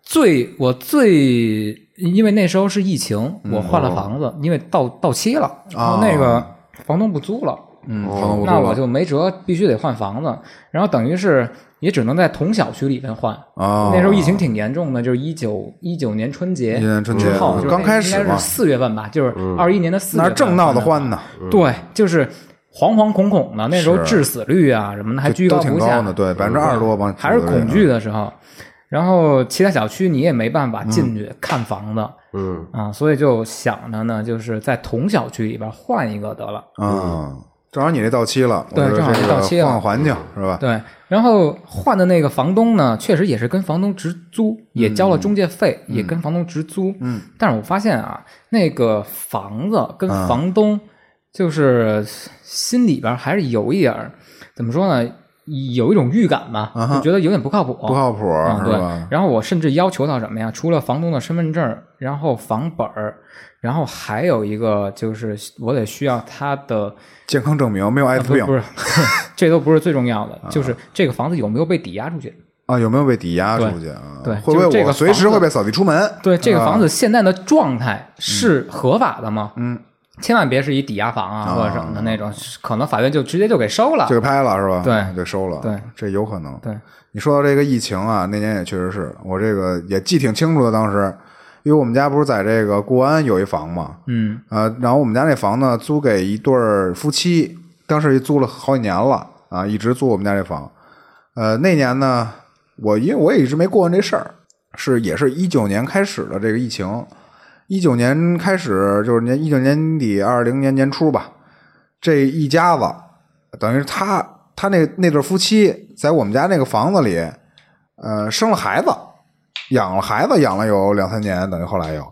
[SPEAKER 4] 最我最因为那时候是疫情，
[SPEAKER 1] 嗯
[SPEAKER 4] 我换
[SPEAKER 1] 哦
[SPEAKER 4] 了房子，因为到到期了，然后那个房东不租了。
[SPEAKER 1] 啊嗯，房东不
[SPEAKER 4] 哦那
[SPEAKER 1] 住
[SPEAKER 4] 我
[SPEAKER 1] 了
[SPEAKER 4] 就没辙，必须得换房子，然后等于是也只能在同小区里边换。
[SPEAKER 1] 啊，
[SPEAKER 4] 那时候疫情挺严重的，就是一九一九年春
[SPEAKER 1] 19
[SPEAKER 4] 节
[SPEAKER 1] 年春节嗯
[SPEAKER 4] 之后，就是
[SPEAKER 1] 刚
[SPEAKER 4] 那
[SPEAKER 1] 开始
[SPEAKER 4] 应该
[SPEAKER 1] 嘛
[SPEAKER 4] 是四月份吧，就是二一年的四月
[SPEAKER 1] 那
[SPEAKER 4] 份。
[SPEAKER 1] 正闹得欢呢，
[SPEAKER 4] 对，就是惶惶恐恐的，那时候
[SPEAKER 1] 是
[SPEAKER 4] 致死率啊什么的还居
[SPEAKER 1] 都
[SPEAKER 4] 高
[SPEAKER 1] 挺
[SPEAKER 4] 不
[SPEAKER 1] 高
[SPEAKER 4] 下
[SPEAKER 1] 的，对，百分之二十多吧，
[SPEAKER 4] 还是恐惧的时
[SPEAKER 1] 嗯
[SPEAKER 4] 候。然后其他小区你也没办法进去看房子、
[SPEAKER 3] 嗯，
[SPEAKER 4] 啊，所以就想着呢，就是在同小区里边换一个得了。
[SPEAKER 1] 啊。正好你这到期了，我
[SPEAKER 4] 嗯对
[SPEAKER 1] 觉得
[SPEAKER 4] 正好
[SPEAKER 1] 这
[SPEAKER 4] 这
[SPEAKER 1] 个
[SPEAKER 4] 到期了
[SPEAKER 1] 换换环境是吧？
[SPEAKER 4] 对，然后换的那个房东呢，确实也是跟房东直租，也交了中介费，也跟房东直租。
[SPEAKER 1] 嗯，
[SPEAKER 4] 但是我发现啊，那个房子跟
[SPEAKER 1] 啊
[SPEAKER 4] 房东就是心里边还是有一点儿，怎么说呢，有一种预感吧，
[SPEAKER 1] 啊哈
[SPEAKER 4] 就觉得有点不靠谱。
[SPEAKER 1] 不靠谱
[SPEAKER 4] 啊，
[SPEAKER 1] 是
[SPEAKER 4] 对
[SPEAKER 1] 吧。？
[SPEAKER 4] 然后我甚至要求到什么呀？除了房东的身份证儿，然后房本儿，然后还有一个就是我得需要他的
[SPEAKER 1] 健康证明没有艾
[SPEAKER 4] 啊
[SPEAKER 1] 滋
[SPEAKER 4] 不
[SPEAKER 1] 病
[SPEAKER 4] 不是， 这都不是最重要的，就是这个房子有没有被抵押出去？
[SPEAKER 1] 啊，有没有被抵押出去啊？
[SPEAKER 4] 对对
[SPEAKER 1] 会不会
[SPEAKER 4] 就是这
[SPEAKER 1] 我
[SPEAKER 4] 个
[SPEAKER 1] 随时
[SPEAKER 4] 房
[SPEAKER 1] 会
[SPEAKER 4] 子
[SPEAKER 1] 被扫地出门？
[SPEAKER 4] 对，这个房子现在的状态是合法的吗？嗯，千万别是一抵押房啊或者什么的那种，可能法院就直接就给收了
[SPEAKER 1] 就。给拍了是吧？
[SPEAKER 4] 对
[SPEAKER 1] 给收了。
[SPEAKER 4] 对，
[SPEAKER 1] 这有可能。
[SPEAKER 4] 对，
[SPEAKER 1] 你说到这个疫情啊，那年也确实是我这个也记挺清楚的，当时，因为我们家不是在这个固安有一房嘛，
[SPEAKER 4] 嗯，
[SPEAKER 1] 呃，然后我们家那房呢租给一对儿夫妻，当时也租了好几年了啊，一直租我们家这房。呃，那年呢，我因为我也一直没过完这事儿，是也是一九年开始的这个疫情，一九年开始就是年一九年底二零年年初吧，这一家子等于是他他那那对夫妻在我们家那个房子里，呃，生了孩子，养了孩子，养了有两三年，等于后来又，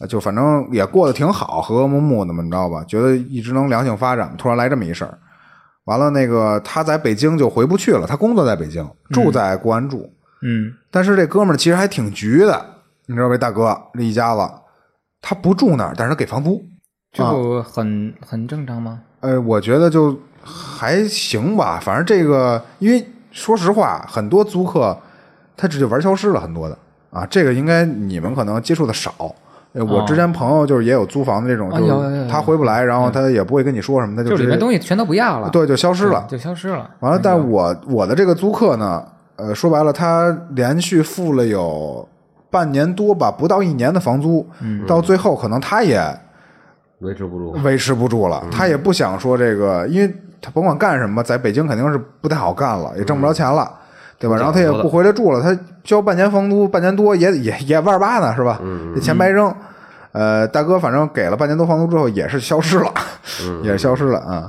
[SPEAKER 1] 呃就反正也过得挺好，和和睦睦的嘛，你知道吧？觉得一直能良性发展，突然来这么一事儿，完了那个他在北京就回不去了，他工作在北京，住在国安住。
[SPEAKER 4] 嗯，
[SPEAKER 1] 但是这哥们儿其实还挺局的，你知道吧？这大哥这一家子，他不住那儿，但是他给房租。
[SPEAKER 4] 这
[SPEAKER 1] 啊
[SPEAKER 4] 不很很正常吗？
[SPEAKER 1] 呃，我觉得就还行吧，反正这个，因为说实话，很多租客他这就玩消失了很多的啊，这个应该你们可能接触的少。呃我
[SPEAKER 4] 哦
[SPEAKER 1] 之前朋友就是也有租房的这种，
[SPEAKER 4] 啊
[SPEAKER 1] 就
[SPEAKER 4] 有有
[SPEAKER 1] 是
[SPEAKER 4] 有
[SPEAKER 1] 他回不来，然后他也不会跟你说什么，他
[SPEAKER 4] 就
[SPEAKER 1] 直
[SPEAKER 4] 里
[SPEAKER 1] 接
[SPEAKER 4] 面东西全都不要了，
[SPEAKER 1] 对就消失
[SPEAKER 4] 对，
[SPEAKER 1] 了。
[SPEAKER 4] 就消失了。
[SPEAKER 1] 完了，
[SPEAKER 4] 哎
[SPEAKER 1] 但
[SPEAKER 4] 呦
[SPEAKER 1] 我我的这个租客呢，呃，说白了，他连续付了有半年多吧，不到一年的房租，
[SPEAKER 4] 嗯
[SPEAKER 1] 到最后可能他也
[SPEAKER 3] 维持不住，
[SPEAKER 1] 维持不住了，他也不想说这个，因为他甭管干什么，在北京肯定是不太好干了，也挣不着钱了，对吧？然后他也不回来住了，他交半年房租，半年多也也也万儿八呢，是吧？这钱白扔。呃，大哥，反正给了半年多房租之后，也是消失了，也是消失了啊。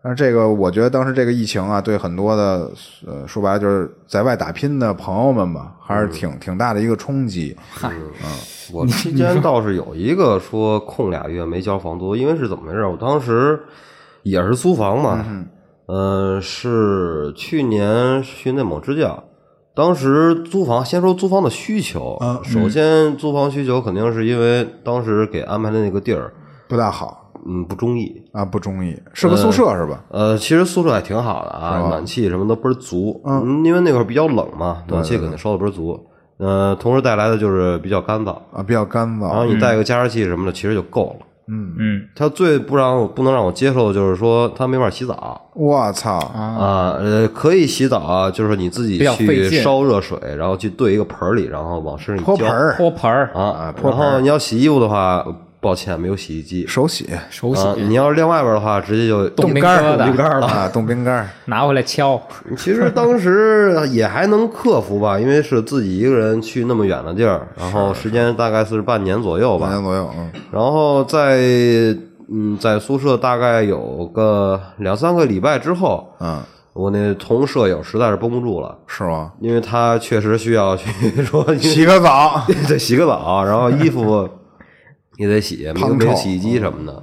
[SPEAKER 1] 但是这个，我觉得当时这个疫情啊，对很多的呃，说白了就是在外打拼的朋友们吧，还是挺挺大的一个冲击。
[SPEAKER 3] 嗯我期间倒是有一个说空俩月没交房租，因为是怎么回事儿？我当时也是租房嘛，嗯、呃，是去年去内蒙支教，当时租房，先说租房的需求，首先租房需求肯定是因为当时给安排的那个地儿，
[SPEAKER 1] 不大好
[SPEAKER 3] 嗯，不中意。
[SPEAKER 1] 啊，不中意，是个宿舍是吧？
[SPEAKER 3] 呃，其实宿舍还挺好的啊，暖气什么都倍儿足。嗯，因为那会儿比较冷嘛，暖气肯定烧的倍儿足。呃，同时带来的就是比较干燥，
[SPEAKER 1] 啊，比较干
[SPEAKER 3] 然后
[SPEAKER 1] 燥。
[SPEAKER 3] 你带个加湿器什么的，其实就够了。
[SPEAKER 4] 嗯
[SPEAKER 3] 他最不让我不能让我接受的就是说他没法洗澡
[SPEAKER 1] 我操！
[SPEAKER 3] 啊，呃，可以洗澡啊，就是你自己
[SPEAKER 4] 比较费
[SPEAKER 3] 去
[SPEAKER 4] 劲
[SPEAKER 3] 烧热水，然后去兑一个盆儿里，然后往身上一
[SPEAKER 1] 泼
[SPEAKER 3] 浇
[SPEAKER 1] 盆儿
[SPEAKER 4] 泼盆儿
[SPEAKER 3] 啊，
[SPEAKER 1] 泼
[SPEAKER 3] 然
[SPEAKER 1] 盆儿
[SPEAKER 3] 后你要洗衣服的话，抱歉，没有洗衣机。
[SPEAKER 1] 手洗
[SPEAKER 4] 手洗
[SPEAKER 3] 啊，你要是晾外边的话，直接就
[SPEAKER 4] 冻冰疙
[SPEAKER 1] 冻
[SPEAKER 4] 瘩
[SPEAKER 1] 冰干儿了， 啊冻冰干儿。
[SPEAKER 4] 拿回来敲，
[SPEAKER 3] 其实当时也还能克服吧，因为是自己一个人去那么远的地儿，然后时间大概是半年左右
[SPEAKER 1] 半
[SPEAKER 3] 吧
[SPEAKER 1] 年。左右，嗯，
[SPEAKER 3] 然后在嗯，在宿舍大概有个两三个礼拜之后，
[SPEAKER 1] 嗯，
[SPEAKER 3] 我那同舍友实在是绷不住了，
[SPEAKER 1] 是 吗？
[SPEAKER 3] 因为他确实需要去说
[SPEAKER 1] 洗个澡，
[SPEAKER 3] 得洗个澡，然后衣服也得洗，没有
[SPEAKER 1] 烫
[SPEAKER 3] 没有
[SPEAKER 1] 手
[SPEAKER 3] 洗衣机什么的。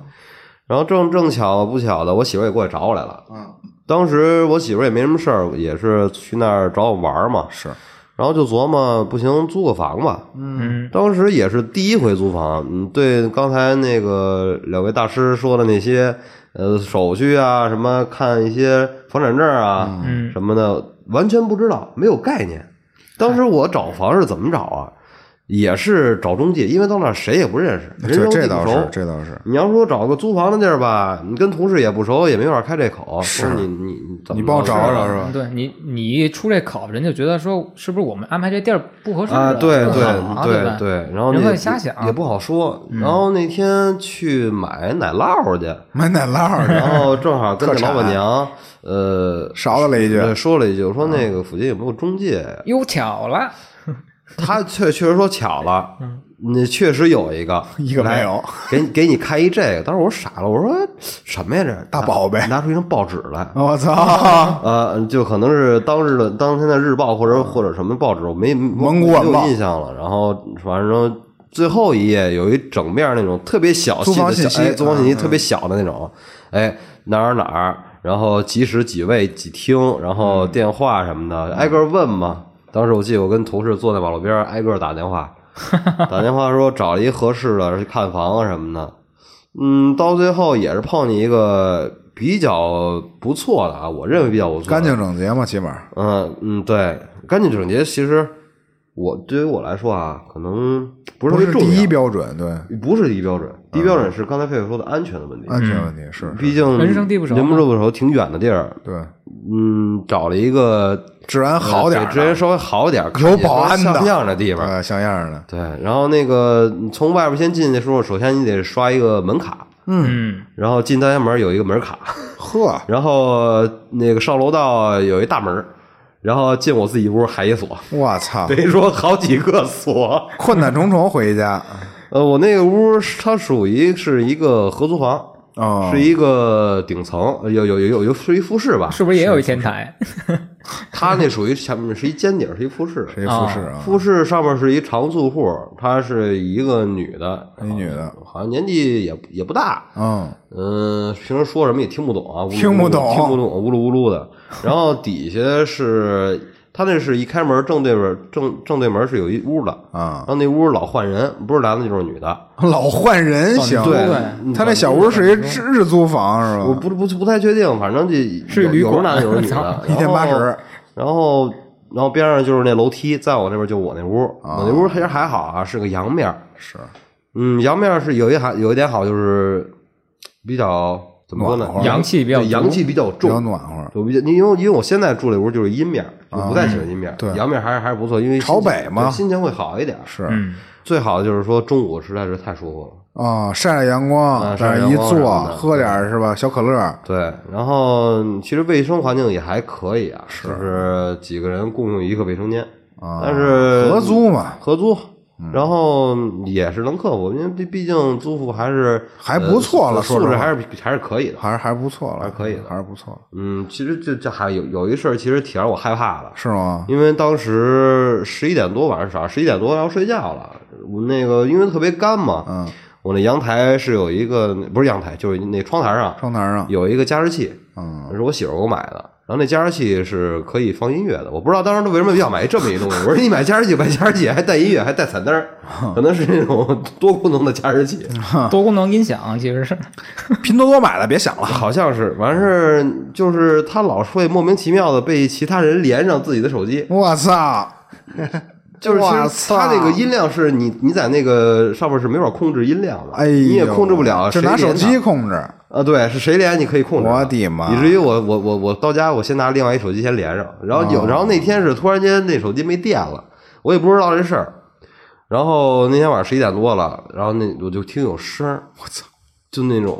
[SPEAKER 3] 然后正正巧不巧的，我媳妇儿也过来找我来了。
[SPEAKER 1] 嗯，
[SPEAKER 3] 当时我媳妇儿也没什么事儿，也是去那儿找我玩儿嘛。
[SPEAKER 1] 是，
[SPEAKER 3] 然后就琢磨，不行，租个房吧。
[SPEAKER 4] 嗯，
[SPEAKER 3] 当时也是第一回租房，嗯，对刚才那个两位大师说的那些，呃，手续啊，什么看一些房产证啊，
[SPEAKER 4] 嗯
[SPEAKER 3] 什么的，完全不知道，没有概念。当时我找房是怎么找啊？也是找中介，因为到那儿谁也不认识，人
[SPEAKER 1] 这
[SPEAKER 3] 生地
[SPEAKER 1] 这
[SPEAKER 3] 不
[SPEAKER 1] 倒
[SPEAKER 3] 熟
[SPEAKER 1] 是，。这倒是。
[SPEAKER 3] 你要说找个租房的地儿吧，你跟同事也不熟，也没法开这口。说你你你怎么
[SPEAKER 1] 你帮我
[SPEAKER 3] 着
[SPEAKER 1] 找找是吧？
[SPEAKER 4] 嗯对你你一出这口，人就觉得说是不是我们安排这地儿不合适
[SPEAKER 3] 啊，对
[SPEAKER 4] 不
[SPEAKER 3] 对
[SPEAKER 4] 好对吧
[SPEAKER 3] 对对，然后
[SPEAKER 4] 人
[SPEAKER 3] 那
[SPEAKER 4] 会瞎想嗯
[SPEAKER 3] 也不好说。然后那天去买奶酪去，
[SPEAKER 1] 买奶酪儿
[SPEAKER 3] 然
[SPEAKER 1] 去，
[SPEAKER 3] 后正好跟
[SPEAKER 1] 特
[SPEAKER 3] 那老板
[SPEAKER 1] 产
[SPEAKER 3] 娘呃
[SPEAKER 1] 勺了了一句，
[SPEAKER 3] 对说了一句，我说那个附近有没有中介？
[SPEAKER 4] 又巧了，
[SPEAKER 3] 他确确实说巧了，
[SPEAKER 4] 嗯
[SPEAKER 3] 那确实有一个
[SPEAKER 1] 一个没有，
[SPEAKER 3] 给你给你开一这个。当时我傻了，我说哎什么呀这
[SPEAKER 1] 大宝贝
[SPEAKER 3] 拿出一张报纸 来。
[SPEAKER 1] 我 操，
[SPEAKER 3] 呃，就可能是当日的当天的日报或者或者什么报纸，我没
[SPEAKER 1] 嗯蒙古晚
[SPEAKER 3] 没
[SPEAKER 1] 报
[SPEAKER 3] 有印象了。然后反正最后一页有一整面那种特别小
[SPEAKER 1] 租
[SPEAKER 3] 细
[SPEAKER 1] 房
[SPEAKER 3] 的
[SPEAKER 1] 信
[SPEAKER 3] 小，哎
[SPEAKER 1] 息
[SPEAKER 3] 租房信息
[SPEAKER 1] 嗯
[SPEAKER 3] 特别小的那种，哎哪儿哪儿，然后几室几位几厅，然
[SPEAKER 1] 嗯
[SPEAKER 3] 后电话什么的，挨个问嘛。当时我记得我跟同事坐在马路边儿挨个打 电话，打电话说找了一合适的去看房啊什么的。嗯，到最后也是碰见一个比较不错的啊，我认为比较不错的，
[SPEAKER 1] 干净整洁嘛，起码
[SPEAKER 3] 嗯嗯，对，干净整洁其实我对于我来说啊，可能
[SPEAKER 1] 不
[SPEAKER 3] 不是特别
[SPEAKER 1] 是
[SPEAKER 3] 重要
[SPEAKER 1] 第一，标啊准，对，
[SPEAKER 3] 不是第一标准，第一标准是刚才佩佩说的安全的问题。
[SPEAKER 1] 安全问
[SPEAKER 3] 嗯
[SPEAKER 1] 题是，
[SPEAKER 3] 毕竟
[SPEAKER 4] 人生地不熟嘛
[SPEAKER 3] 人不熟，挺远的地儿。
[SPEAKER 1] 对，
[SPEAKER 3] 嗯，找了一个
[SPEAKER 1] 治安好点儿
[SPEAKER 3] 呃对治安
[SPEAKER 1] 的，
[SPEAKER 3] 稍微好点儿，
[SPEAKER 1] 有保安的
[SPEAKER 3] 像样的地方。
[SPEAKER 1] 对，像样儿的，
[SPEAKER 3] 对，然后那个你从外边先进去的时候，首先你得刷一个门卡，
[SPEAKER 4] 嗯，
[SPEAKER 3] 然后进单元门有一个门卡，
[SPEAKER 1] 呵，
[SPEAKER 3] 然后那个上楼道有一大门，然后进我自己屋还一锁。
[SPEAKER 1] 我操
[SPEAKER 3] 等，于说好几个锁。
[SPEAKER 1] 困难重重回家，
[SPEAKER 3] 呃，我那个屋是它属于是一个合租房，
[SPEAKER 1] 哦，
[SPEAKER 3] 是一个顶层，有有有有有是一复式吧？
[SPEAKER 4] 嗯是不是也有一天台？
[SPEAKER 3] 它那属于前面是一尖顶，是一复式。
[SPEAKER 1] 是一复式啊，
[SPEAKER 3] 复式上面是一长租户，她是一个女的，
[SPEAKER 1] 一女的，
[SPEAKER 3] 好像年纪也也不大，
[SPEAKER 1] 嗯，
[SPEAKER 3] 嗯，平时说什么也听不懂啊，呜噜
[SPEAKER 1] 听不懂
[SPEAKER 3] 听不懂，呜噜呜噜的。然后底下是，他那是一开门正对门，正正对门是有一屋的
[SPEAKER 1] 啊
[SPEAKER 3] 然后那屋老换人，不是男的就是女的。
[SPEAKER 1] 老换人行，
[SPEAKER 4] 对
[SPEAKER 3] 嗯
[SPEAKER 1] 他那小屋是一日日租房是吧？，
[SPEAKER 3] 我不不不太确定，反正这有
[SPEAKER 4] 是旅
[SPEAKER 3] 有
[SPEAKER 4] 馆
[SPEAKER 3] 是男的，有是女的
[SPEAKER 1] 一
[SPEAKER 3] 然后
[SPEAKER 1] 天八十。
[SPEAKER 3] 然后然后边上就是那楼梯，在我那边就我那屋，我那屋其实还好啊，是个阳面儿。
[SPEAKER 1] 是
[SPEAKER 3] 嗯，阳面儿是有一还有一点好，就是比较怎么说呢
[SPEAKER 1] 暖和，
[SPEAKER 4] 阳气比较
[SPEAKER 3] 对
[SPEAKER 4] 足
[SPEAKER 3] 阳气比较
[SPEAKER 1] 比较
[SPEAKER 3] 重，
[SPEAKER 1] 暖和，
[SPEAKER 3] 我比较，因为因为我现在住这屋就是阴面儿，我不太喜欢阴面儿，
[SPEAKER 1] 对
[SPEAKER 3] 阳面儿还是还是不错，因为
[SPEAKER 1] 朝
[SPEAKER 3] 心情
[SPEAKER 1] 北嘛
[SPEAKER 3] 对心情会好一点儿。
[SPEAKER 1] 是
[SPEAKER 4] 嗯，
[SPEAKER 3] 最好的就是说中午实在是太舒服了。
[SPEAKER 1] 啊，晒晒阳光，
[SPEAKER 3] 啊
[SPEAKER 1] 在
[SPEAKER 3] 晒
[SPEAKER 1] 那
[SPEAKER 3] 晒
[SPEAKER 1] 一
[SPEAKER 3] 阳光什
[SPEAKER 1] 坐
[SPEAKER 3] 么，的
[SPEAKER 1] 喝点儿是吧？小可乐，
[SPEAKER 3] 对，然后其实卫生环境也还可以啊，就是几个人共用一个卫生间，
[SPEAKER 1] 啊
[SPEAKER 3] 但是
[SPEAKER 1] 合租嗯嘛，
[SPEAKER 3] 合租，然后也是能克服，因为毕毕竟租户还是
[SPEAKER 1] 还不错了
[SPEAKER 3] 呃
[SPEAKER 1] 说
[SPEAKER 3] 素
[SPEAKER 1] 实
[SPEAKER 3] 质
[SPEAKER 1] 话
[SPEAKER 3] 还是还是可以的。
[SPEAKER 1] 还是还不错了，
[SPEAKER 3] 还可以的
[SPEAKER 1] 还是不错了，
[SPEAKER 3] 嗯，其实这这还有有一事儿，其实挺让我害怕的，
[SPEAKER 1] 是吗？
[SPEAKER 3] 因为当时十一点多晚上啥，十一点多要睡觉了，我那个因为特别干嘛，
[SPEAKER 1] 嗯，
[SPEAKER 3] 我那阳台是有一个不是阳台，就是那窗台上
[SPEAKER 1] 窗台上，啊
[SPEAKER 3] 有一个加湿器，
[SPEAKER 1] 嗯，
[SPEAKER 3] 是我媳妇儿给我买的。然后那加湿器是可以放音乐的，我不知道当时她为什么要买这么一东西。我说你买加湿器，买加湿器还带音乐，还带彩灯儿，
[SPEAKER 1] 啊
[SPEAKER 3] 可能是那种多功能的加湿器，
[SPEAKER 4] 多功能音响其实是，
[SPEAKER 1] 拼多多买的，别想了，
[SPEAKER 3] 好像是。完事儿就是她老是会莫名其妙的被其他人连上自己的手机，
[SPEAKER 1] 我操，
[SPEAKER 3] 就是其
[SPEAKER 1] 哇
[SPEAKER 3] 实
[SPEAKER 1] 塞
[SPEAKER 3] 它那个音量是你你在那个上面是没法控制音量的，
[SPEAKER 1] 哎呦，
[SPEAKER 3] 你也控制不了，
[SPEAKER 1] 这
[SPEAKER 3] 谁
[SPEAKER 1] 拿手
[SPEAKER 3] 连它
[SPEAKER 1] 机控制，
[SPEAKER 3] 啊，对，是谁连你可以控制。啊
[SPEAKER 1] 我的妈
[SPEAKER 3] 以至于我我我我到家我先拿另外一手机先
[SPEAKER 1] 哦
[SPEAKER 3] 连上，然后有，然后那天是突然间那手机没电了，我也不知道这事儿，然后那天晚上十一点多了，然后那我就听有声儿，我操，就那种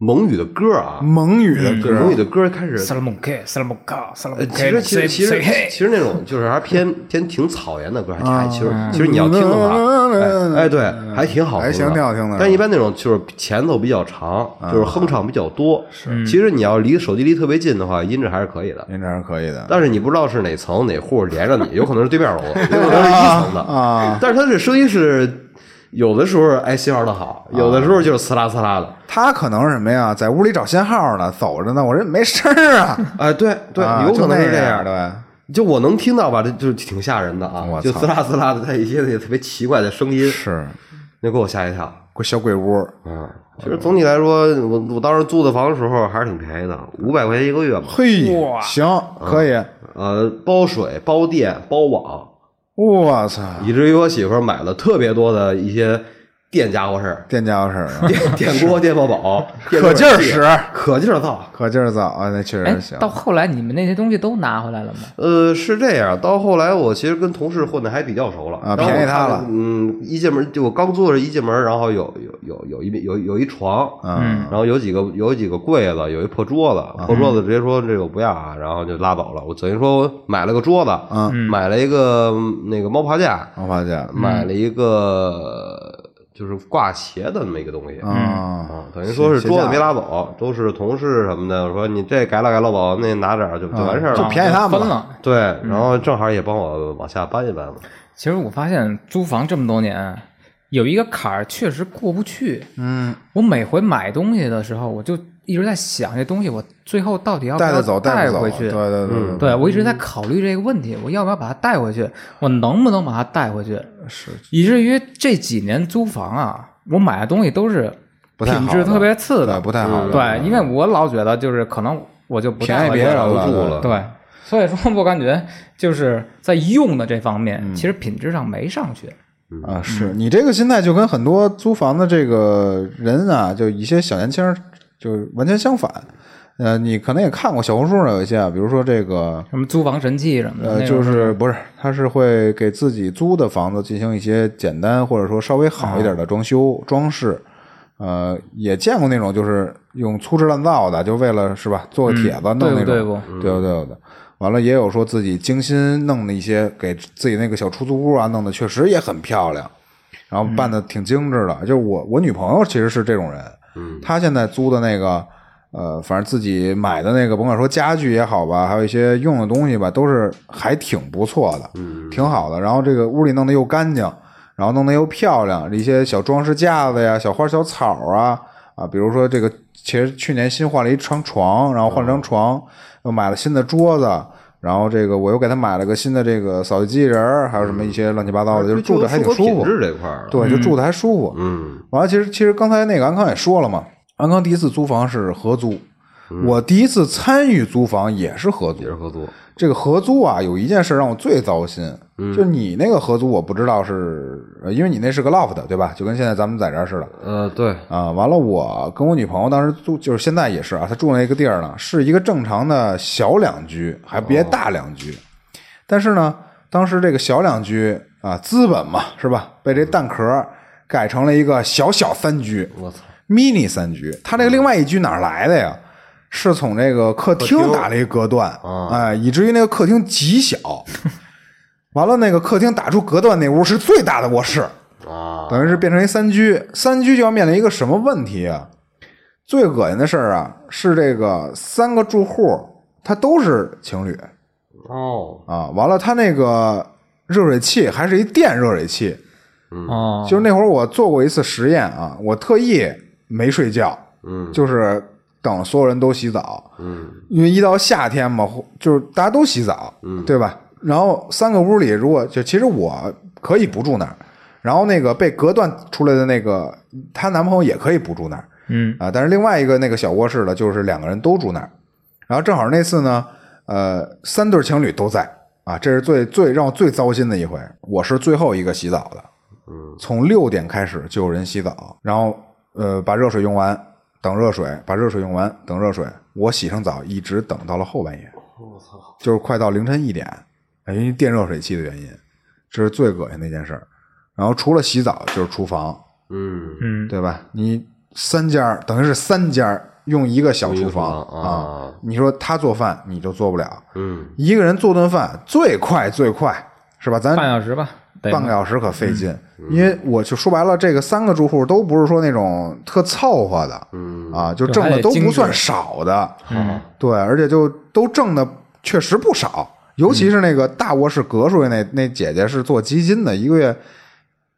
[SPEAKER 3] 蒙语的歌啊，
[SPEAKER 1] 蒙语的
[SPEAKER 3] 对蒙语
[SPEAKER 1] 歌，
[SPEAKER 3] 的歌开始
[SPEAKER 4] 萨拉蒙克，萨拉蒙克，萨拉
[SPEAKER 3] 呃，
[SPEAKER 4] 蒙克，
[SPEAKER 3] 其实其实其实其实那种就是还偏偏挺草原的歌，还挺还其实其实你要听的话，哎哎对，还挺好听
[SPEAKER 1] 啊嗯
[SPEAKER 3] 的，
[SPEAKER 1] 还行挺好听的啊
[SPEAKER 3] 但一般那种就是前奏比较长，就是哼唱比较多。
[SPEAKER 1] 嗯
[SPEAKER 4] 是
[SPEAKER 3] 其实你要离手机离特别近的话，音质还是可以的。
[SPEAKER 1] 您这是可以的。
[SPEAKER 3] 但是你不知道是哪层哪户连着你，有可能是对面楼，有可能是一层的。
[SPEAKER 1] 啊，
[SPEAKER 3] 但是它这声音是有的时候哎信号的好，有的时候就是呲啦呲啦的。
[SPEAKER 1] 他可能是什么呀，在屋里找信号呢，走着呢，我这没声儿啊，
[SPEAKER 3] 哎，对对
[SPEAKER 1] 啊，
[SPEAKER 3] 有可能
[SPEAKER 1] 就那
[SPEAKER 3] 是这
[SPEAKER 1] 样
[SPEAKER 3] 样的。
[SPEAKER 1] 的。
[SPEAKER 3] 就我能听到吧，这就挺吓人的啊
[SPEAKER 1] 我，
[SPEAKER 3] 就
[SPEAKER 1] 操
[SPEAKER 3] 滋啦滋啦的，它一些也特别奇怪的 声音，
[SPEAKER 1] 是，
[SPEAKER 3] 那给我吓一跳。
[SPEAKER 1] 个小鬼屋，
[SPEAKER 3] 嗯，其实总体来说，我我当时租的房的时候还是挺便宜的，五百块钱一个月嘛，
[SPEAKER 1] 嘿
[SPEAKER 4] 哇，
[SPEAKER 1] 行，可以，
[SPEAKER 3] 呃，包水、包电、包网，
[SPEAKER 1] 我操，，
[SPEAKER 3] 以至于我媳妇儿买了特别多的一些电家伙事儿
[SPEAKER 1] 电家伙事儿，
[SPEAKER 3] 电 电锅、电饭煲，电
[SPEAKER 1] 可
[SPEAKER 3] 热
[SPEAKER 1] 劲儿
[SPEAKER 3] 水器
[SPEAKER 1] 使，
[SPEAKER 3] 可劲儿造。
[SPEAKER 1] 可劲儿造啊，那确
[SPEAKER 4] 哎
[SPEAKER 1] 实行，
[SPEAKER 4] 到。后来你们那些东西都拿回来了吗？
[SPEAKER 3] 呃，是这样，到后来我其实跟同事混的还比较熟了
[SPEAKER 1] 啊
[SPEAKER 3] 然后我
[SPEAKER 1] 便宜
[SPEAKER 3] 看
[SPEAKER 1] 他了
[SPEAKER 3] 嗯，一进门就我刚坐着一进门，然后有有有有一有有一床，
[SPEAKER 1] 嗯，
[SPEAKER 3] 然后有几个有几个柜子，有一破桌
[SPEAKER 1] 啊
[SPEAKER 3] 子，破桌子直接说这个我不要啊，然后就拉走了。我等于说我买了个桌子，
[SPEAKER 1] 嗯
[SPEAKER 3] 买了一个嗯那个猫爬架，
[SPEAKER 1] 我发现，
[SPEAKER 3] 买了一个就是挂鞋的那么一个东西。
[SPEAKER 1] 啊，
[SPEAKER 3] 啊，等于说是桌子没拉走，都是同事什么的说你这改了改了吧，那拿点儿就就完事儿
[SPEAKER 1] 啊就
[SPEAKER 3] 了。啊
[SPEAKER 1] 便宜他们
[SPEAKER 4] 分
[SPEAKER 1] 了
[SPEAKER 4] 了。
[SPEAKER 3] 对，然后正好也帮我往下搬一搬嘛。
[SPEAKER 4] 其实我发现租房这么多年，有一个坎儿确实过不去。
[SPEAKER 1] 嗯，
[SPEAKER 4] 我每回买东西的时候，我就一直在想这东西我最后到底要不
[SPEAKER 1] 带
[SPEAKER 4] 要
[SPEAKER 1] 着走，
[SPEAKER 4] 嗯带
[SPEAKER 1] 着走，
[SPEAKER 4] 回
[SPEAKER 1] 对对
[SPEAKER 4] 去。
[SPEAKER 1] 对
[SPEAKER 3] 嗯
[SPEAKER 1] 对，
[SPEAKER 4] 对，我一直在考虑这个问题，我要不要把它带回去？我能不能把它带回去？
[SPEAKER 1] 呃是
[SPEAKER 4] 以至于这几年租房啊，我买的东西都是
[SPEAKER 1] 不太好
[SPEAKER 4] 品
[SPEAKER 1] 的
[SPEAKER 4] 质特别次嗯
[SPEAKER 1] 对，不太好的，
[SPEAKER 4] 对，因为我老觉得就是可能我就不太
[SPEAKER 1] 便宜
[SPEAKER 4] 会
[SPEAKER 1] 别人
[SPEAKER 4] 做
[SPEAKER 1] 了，
[SPEAKER 3] 不住
[SPEAKER 1] 对
[SPEAKER 3] 了
[SPEAKER 4] 对，所以说我感觉就是在用的这方面，
[SPEAKER 1] 嗯
[SPEAKER 4] 其实品质上没上去。
[SPEAKER 1] 啊，是你这个心态就跟很多租房的这个人啊，就一些小年轻儿就完全相反。呃，你可能也看过小红书上有一些啊，比如说这个
[SPEAKER 4] 什么租房神器什么的，
[SPEAKER 1] 呃，
[SPEAKER 4] 那种
[SPEAKER 1] 就是不是，他是会给自己租的房子进行一些简单或者说稍微好一点的装修、装饰。呃，也见过那种就是用粗制滥造的，就为了是吧，做个帖子弄
[SPEAKER 4] 嗯对
[SPEAKER 1] 那种，
[SPEAKER 4] 不对不
[SPEAKER 1] 对不对不对。完了，也有说自己精心弄的一些，给自己那个小出租屋啊弄的确实也很漂亮，然后办的
[SPEAKER 4] 嗯
[SPEAKER 1] 挺精致的。就是我我女朋友其实是这种人，
[SPEAKER 3] 嗯，
[SPEAKER 1] 他现在租的那个，呃，反正自己买的那个，甭管说家具也好吧，还有一些用的东西吧，都是还挺不错
[SPEAKER 4] 嗯
[SPEAKER 1] 的，挺好的。然后这个屋里弄得又干净，然后弄得又漂亮，一些小装饰架子呀、小花小草啊啊，比如说这个，其实去年新换了一张床，然后换了张床，又买了新的桌子。然后这个我又给他买了个新的这个扫地机器人儿，还有什么一些乱七八糟的，就是住着还挺舒
[SPEAKER 3] 品
[SPEAKER 1] 服，
[SPEAKER 3] 质这块儿，，
[SPEAKER 1] 对，就住的还舒服。
[SPEAKER 3] 嗯
[SPEAKER 1] 完了，其实其实刚才那个安康也说了嘛，安康第一次租房是合租，我第一次参与租房也是合租
[SPEAKER 3] 也。是合租，
[SPEAKER 1] 这个合租啊，有一件事让我最糟心，就是你那个合租我不知道是，呃因为你那是个 loft 对吧？就跟现在咱们在这儿似的。
[SPEAKER 3] 呃，对，
[SPEAKER 1] 啊，完了，我跟我女朋友当时住，就是现在也是啊，她住那个地儿呢，是一个正常的小两居，还别大两居。但是呢，当时这个小两居啊，资本嘛，是吧？被这蛋壳改成了一个小小三居
[SPEAKER 3] 我操，
[SPEAKER 1] ，mini 三居。它这个另外一居哪儿来的呀？是从这个客厅打了一隔断，
[SPEAKER 3] 啊
[SPEAKER 1] 哎，以至于那个客厅极小。完了，那个客厅打出隔断那屋是最大的卧室。
[SPEAKER 3] 啊，
[SPEAKER 1] 等于是变成一三居，三居就要面临一个什么问题啊？最恶心的事儿啊，是这个三个住户他都是情侣
[SPEAKER 3] 哦，
[SPEAKER 1] 啊，完了他那个热水器还是一电热水器，
[SPEAKER 4] 哦，
[SPEAKER 1] 就是那会儿我做过一次实验啊，我特意没睡觉，
[SPEAKER 3] 嗯
[SPEAKER 1] 就是等所有人都洗澡，
[SPEAKER 3] 嗯
[SPEAKER 1] 因为一到夏天嘛，或就是大家都洗澡，
[SPEAKER 3] 嗯
[SPEAKER 1] 对吧？然后三个屋里，如果就其实我可以不住那儿，然后那个被隔断出来的那个她男朋友也可以不住那儿
[SPEAKER 4] 嗯
[SPEAKER 1] 啊，但是另外一个那个小卧室的，就是两个人都住那儿，然后正好那次呢，呃，三对情侣都在啊，这是最最让我最糟心的一回，我是最后一个洗澡的，
[SPEAKER 3] 嗯
[SPEAKER 1] 从六点开始就有人洗澡，然后呃把热水用完，等热水，把热水用完，等热水。我洗上澡一直等到了后半夜，
[SPEAKER 3] 我操，
[SPEAKER 1] 就是快到凌晨一点，因为电热水器的原因，这是最恶心的一件事儿。然后除了洗澡就是厨房，
[SPEAKER 3] 嗯，
[SPEAKER 4] 嗯，
[SPEAKER 1] 对吧？你三家儿等于是三家儿用一个小厨房
[SPEAKER 3] 用一个厨房
[SPEAKER 1] 啊
[SPEAKER 3] 啊，
[SPEAKER 1] 你说他做饭你就做不了，
[SPEAKER 3] 嗯，
[SPEAKER 1] 一个人做顿饭最快最快是吧？咱
[SPEAKER 4] 半小时吧，得
[SPEAKER 1] 半个小时可费劲，因为我就说白了，这个三个住户都不是说那种特凑合的，
[SPEAKER 3] 嗯
[SPEAKER 1] 啊，就挣的都不算少的，
[SPEAKER 4] 嗯
[SPEAKER 1] 对，而且就都挣的确实不少，尤其是那个大卧室隔出去那那姐姐是做基金的，一个月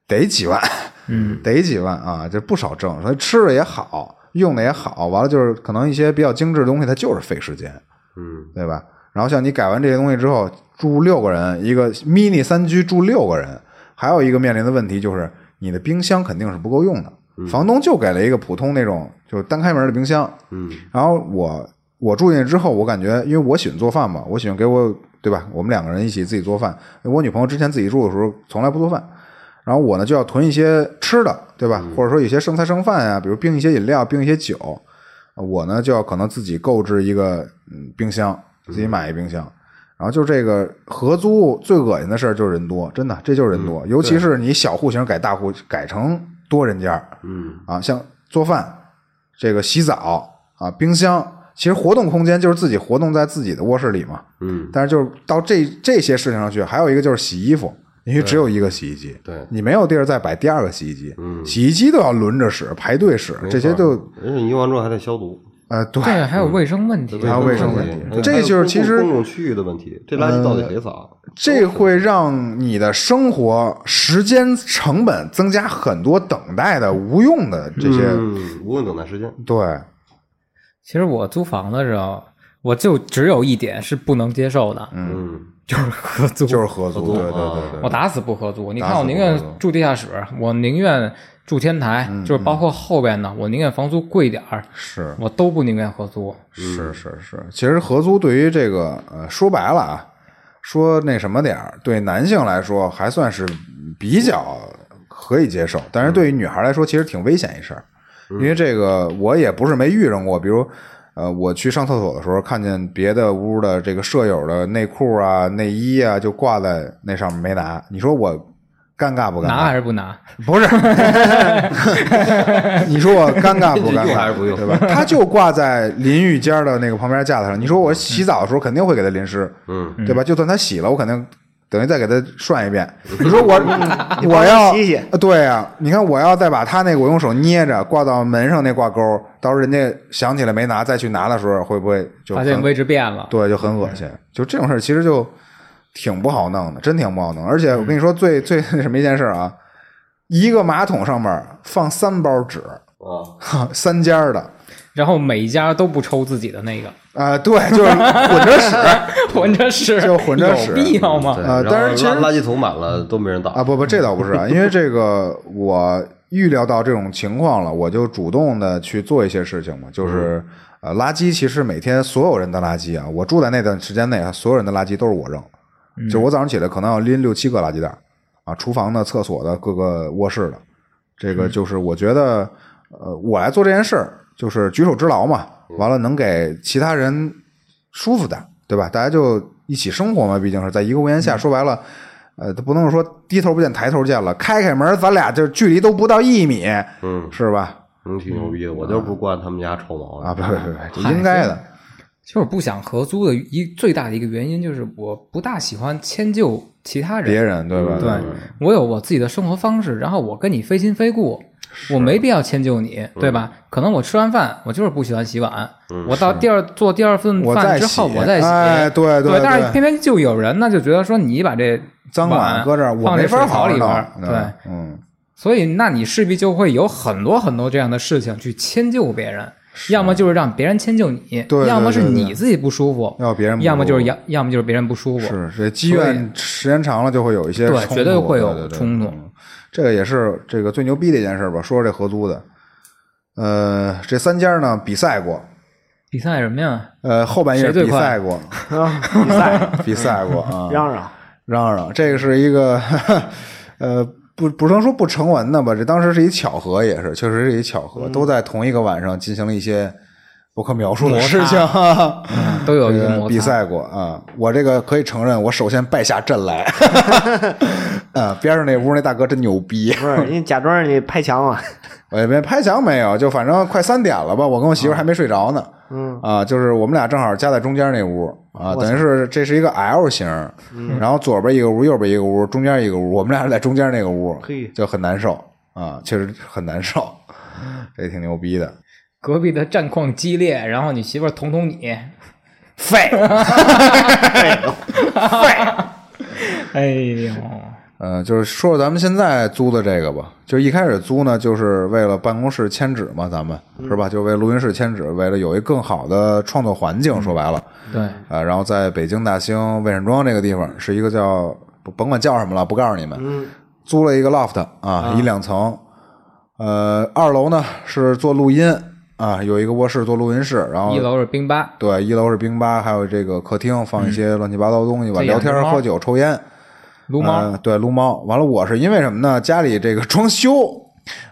[SPEAKER 1] 得几万，
[SPEAKER 4] 嗯，
[SPEAKER 1] 得几万啊，这不少挣，所以吃的也好，用的也好，完了就是可能一些比较精致的东西，它就是费时间，
[SPEAKER 3] 嗯，
[SPEAKER 1] 对吧？然后像你改完这些东西之后，住六个人，一个 mini 三居住六个人，还有一个面临的问题就是你的冰箱肯定是不够用的，房东就给了一个普通那种就是单开门的冰箱，
[SPEAKER 3] 嗯，
[SPEAKER 1] 然后我我住进去之后，我感觉因为我喜欢做饭嘛，我喜欢给我对吧？我们两个人一起自己做饭，我女朋友之前自己住的时候从来不做饭，然后我呢就要囤一些吃的，对吧？或者说有些剩菜剩饭啊，比如冰一些饮料，冰一些酒，我呢就要可能自己购置一个嗯冰箱，自己买一冰箱。然后就这个合租最恶心的事儿就是人多，真的这就是人多，尤其是你小户型改大户改成多人家，
[SPEAKER 3] 嗯，
[SPEAKER 1] 啊，像做饭、这个洗澡啊、冰箱，其实活动空间就是自己活动在自己的卧室里嘛。
[SPEAKER 3] 嗯，
[SPEAKER 1] 但是就是到这这些事情上去，还有一个就是洗衣服，因为只有一个洗衣机，
[SPEAKER 3] 对
[SPEAKER 1] 你没有地儿再摆第二个洗衣机，
[SPEAKER 3] 嗯
[SPEAKER 1] 洗衣机都要轮着使、排队使，这些就
[SPEAKER 3] 而且你用完之后还得消毒，
[SPEAKER 1] 呃对。嗯
[SPEAKER 4] 对，还有卫生问题，
[SPEAKER 1] 还有卫生问题
[SPEAKER 3] 对
[SPEAKER 1] 这
[SPEAKER 3] 还有
[SPEAKER 1] 就是
[SPEAKER 3] 公
[SPEAKER 1] 其
[SPEAKER 3] 共
[SPEAKER 1] 实嗯
[SPEAKER 3] 公众区域的问题，这垃圾到底谁扫？
[SPEAKER 1] 这会让你的生活时间成本增加很多，等待的无用的这些，
[SPEAKER 3] 嗯，无论等待时间，
[SPEAKER 1] 对，
[SPEAKER 4] 其实我租房的时候，我就只有一点是不能接受的，
[SPEAKER 3] 嗯，
[SPEAKER 4] 就是合租。
[SPEAKER 1] 就是合租，
[SPEAKER 3] 合租
[SPEAKER 1] 对对
[SPEAKER 3] 啊
[SPEAKER 1] 对对
[SPEAKER 4] 我
[SPEAKER 1] 对，
[SPEAKER 4] 打死不合租。你
[SPEAKER 1] 打
[SPEAKER 4] 看，
[SPEAKER 1] 死
[SPEAKER 4] 我
[SPEAKER 1] 不
[SPEAKER 4] 宁
[SPEAKER 1] 合
[SPEAKER 4] 愿
[SPEAKER 1] 租嗯
[SPEAKER 4] 住地下室，我宁愿住天台，就是包括后边呢，我宁愿房租贵点儿，
[SPEAKER 1] 是。
[SPEAKER 4] 我都不宁愿合租。
[SPEAKER 1] 是是是，其实合租对于这个呃，说白了啊，说那什么点儿，对男性来说还算是比较可以接受，但是对于女孩来说，其实挺危险一事儿，因为这个我也不是没遇上过，比如。呃，我去上厕所的时候，看见别的屋的这个舍友的内裤啊、内衣啊，就挂在那上面没拿。你说我尴尬不尴
[SPEAKER 4] 拿还
[SPEAKER 1] 尬？
[SPEAKER 4] 是不拿？
[SPEAKER 1] 不是， 你说我尴尬不尴尬？
[SPEAKER 3] 用还是不用
[SPEAKER 1] 对吧？他就挂在淋浴间的那个旁边架子上。你说我洗澡的时候肯定会给它淋湿，
[SPEAKER 3] 嗯，
[SPEAKER 1] 对吧？就算它洗了，我肯定等于再给它涮一遍。你说 我我要
[SPEAKER 2] 洗洗
[SPEAKER 1] 呃对啊，你看我要再把它那个我用手捏着挂到门上那挂钩，到时候人家想起来没拿再去拿的时候，会不会就
[SPEAKER 4] 发
[SPEAKER 1] 很
[SPEAKER 4] 现位置变了。
[SPEAKER 1] 对，就很恶心。就这种事儿，其实就挺不好弄的，真挺不好弄。而且我跟你说，最最那什么一件事儿啊，一个马桶上面放三包纸，
[SPEAKER 3] 啊，
[SPEAKER 1] 三尖儿的。
[SPEAKER 4] 然后每一家都不抽自己的那个，
[SPEAKER 1] 啊、对，就是混着使
[SPEAKER 4] 混着使，
[SPEAKER 1] 就混着使
[SPEAKER 4] 有必要吗？
[SPEAKER 3] 对
[SPEAKER 1] 啊
[SPEAKER 3] 然后
[SPEAKER 1] 但是其实
[SPEAKER 3] 垃垃圾桶满了都没人倒
[SPEAKER 1] 啊！，不不，这倒不是啊，因为这个我预料到这种情况了，我就主动的去做一些事情嘛，就是呃，垃圾其实每天所有人的垃圾啊，我住在那段时间内，啊所有人的垃圾都是我扔，就我早上起来可能要拎六七个垃圾袋儿啊，厨房的、厕所的、各个卧室的，这个就是我觉得呃，我来做这件事儿就是举手之劳嘛，完了能给其他人舒服的，对吧？大家就一起生活嘛，毕竟是在一个屋檐下，说白了。呃，都不能说低头不见抬头见了，开开门，咱俩就距离都不到一米，
[SPEAKER 3] 嗯，
[SPEAKER 1] 是吧？
[SPEAKER 3] 嗯，挺牛逼的，我就不惯他们家臭毛
[SPEAKER 1] 啊，
[SPEAKER 3] 病
[SPEAKER 1] 不不不，不这应该的，
[SPEAKER 4] 就是不想合租的一最大的一个原因就是我不大喜欢迁就其他人，
[SPEAKER 1] 别人对吧？
[SPEAKER 4] 对我有我自己的生活方式，然后我跟你非亲非故，我没必要迁就你，对吧？可能我吃完饭，我就是不喜欢洗碗，我到第二做第二份
[SPEAKER 1] 我再
[SPEAKER 4] 饭
[SPEAKER 1] 洗
[SPEAKER 4] 之后我再洗，
[SPEAKER 1] 哎对对
[SPEAKER 4] 对
[SPEAKER 1] 对
[SPEAKER 4] 但是偏偏就有人呢就觉得说你把这
[SPEAKER 1] 脏碗
[SPEAKER 4] 碗
[SPEAKER 1] 搁这儿，我
[SPEAKER 4] 放
[SPEAKER 1] 没
[SPEAKER 4] 这
[SPEAKER 1] 法
[SPEAKER 4] 水
[SPEAKER 1] 好
[SPEAKER 4] 槽
[SPEAKER 1] 好
[SPEAKER 4] 里边儿
[SPEAKER 1] 弄，
[SPEAKER 4] 对，
[SPEAKER 1] 嗯，
[SPEAKER 4] 所以那你势必就会有很多很多这样的事情去迁就别人。要么就是让别人迁就你，
[SPEAKER 1] 对
[SPEAKER 4] 要么是
[SPEAKER 1] 对对
[SPEAKER 4] 你自己不舒服，
[SPEAKER 1] 要别人不
[SPEAKER 4] 要么就是
[SPEAKER 1] 舒
[SPEAKER 4] 要，要么就是别人不舒服。
[SPEAKER 1] 是这积怨时间长了就会有一些
[SPEAKER 4] 对
[SPEAKER 1] 冲突
[SPEAKER 4] 绝对会有
[SPEAKER 1] 对对
[SPEAKER 4] 冲突
[SPEAKER 1] 嗯这个也是这个最牛逼的一件事吧。说说这合租的，呃，这三家呢比赛过，
[SPEAKER 4] 比赛什么呀？
[SPEAKER 1] 呃，后半夜
[SPEAKER 4] 谁最
[SPEAKER 1] 比
[SPEAKER 4] 快
[SPEAKER 1] 赛过，
[SPEAKER 2] 比 赛
[SPEAKER 1] 比赛过 啊，
[SPEAKER 2] 啊嚷嚷，
[SPEAKER 1] 嚷嚷，这个是一个， 呃，不不能说不成文的吧，这当时是一巧合，也是确实是一巧
[SPEAKER 4] 嗯
[SPEAKER 1] 合，都在同一个晚上进行了一些不可描述的事情，哈哈
[SPEAKER 4] 嗯都 有一个
[SPEAKER 1] 这
[SPEAKER 4] 摩
[SPEAKER 1] 个
[SPEAKER 4] 擦
[SPEAKER 1] 比赛过啊。我这个可以承认，我首先败下阵来，啊，边上那屋那大哥真牛逼。
[SPEAKER 2] 不是，你假装你拍墙啊，
[SPEAKER 1] 我也没拍墙没有，就反正快三点了吧，我跟我媳妇儿还没睡着呢。
[SPEAKER 2] 嗯
[SPEAKER 1] 啊，就是我们俩正好夹在中间那屋啊，等于是这是一个 L 型，然后左边一个屋，右边一个屋，中间一个屋，我们俩是在中间那个屋
[SPEAKER 2] 嘿，
[SPEAKER 1] 就很难受啊，确实很难受，这也挺牛逼的。
[SPEAKER 4] 隔壁的战况激烈，然后你媳妇儿捅捅你， 废，废，哎呦，
[SPEAKER 1] 呃，就是说说咱们现在租的这个吧，就是一开始租呢，就是为了办公室迁址嘛，咱们是吧？就为录音室迁址，为了有一更好的创作环境，说白了，
[SPEAKER 4] 对，
[SPEAKER 1] 呃，然后在北京大兴魏善庄这个地方，是一个叫不甭管叫什么了，不告诉你们，
[SPEAKER 4] 嗯
[SPEAKER 1] 租了一个 loft 啊，一两层，呃，二楼呢是做录音啊，有一个卧室做录音室，然后
[SPEAKER 4] 一楼是冰吧，
[SPEAKER 1] 对，一楼是冰吧，还有这个客厅放一些乱七八糟的东西吧，
[SPEAKER 4] 嗯这
[SPEAKER 1] 聊
[SPEAKER 4] 养只
[SPEAKER 1] 天、
[SPEAKER 4] 猫
[SPEAKER 1] 喝酒、抽烟。
[SPEAKER 4] 撸猫，
[SPEAKER 1] 呃对撸猫。完了，我是因为什么呢？家里这个装修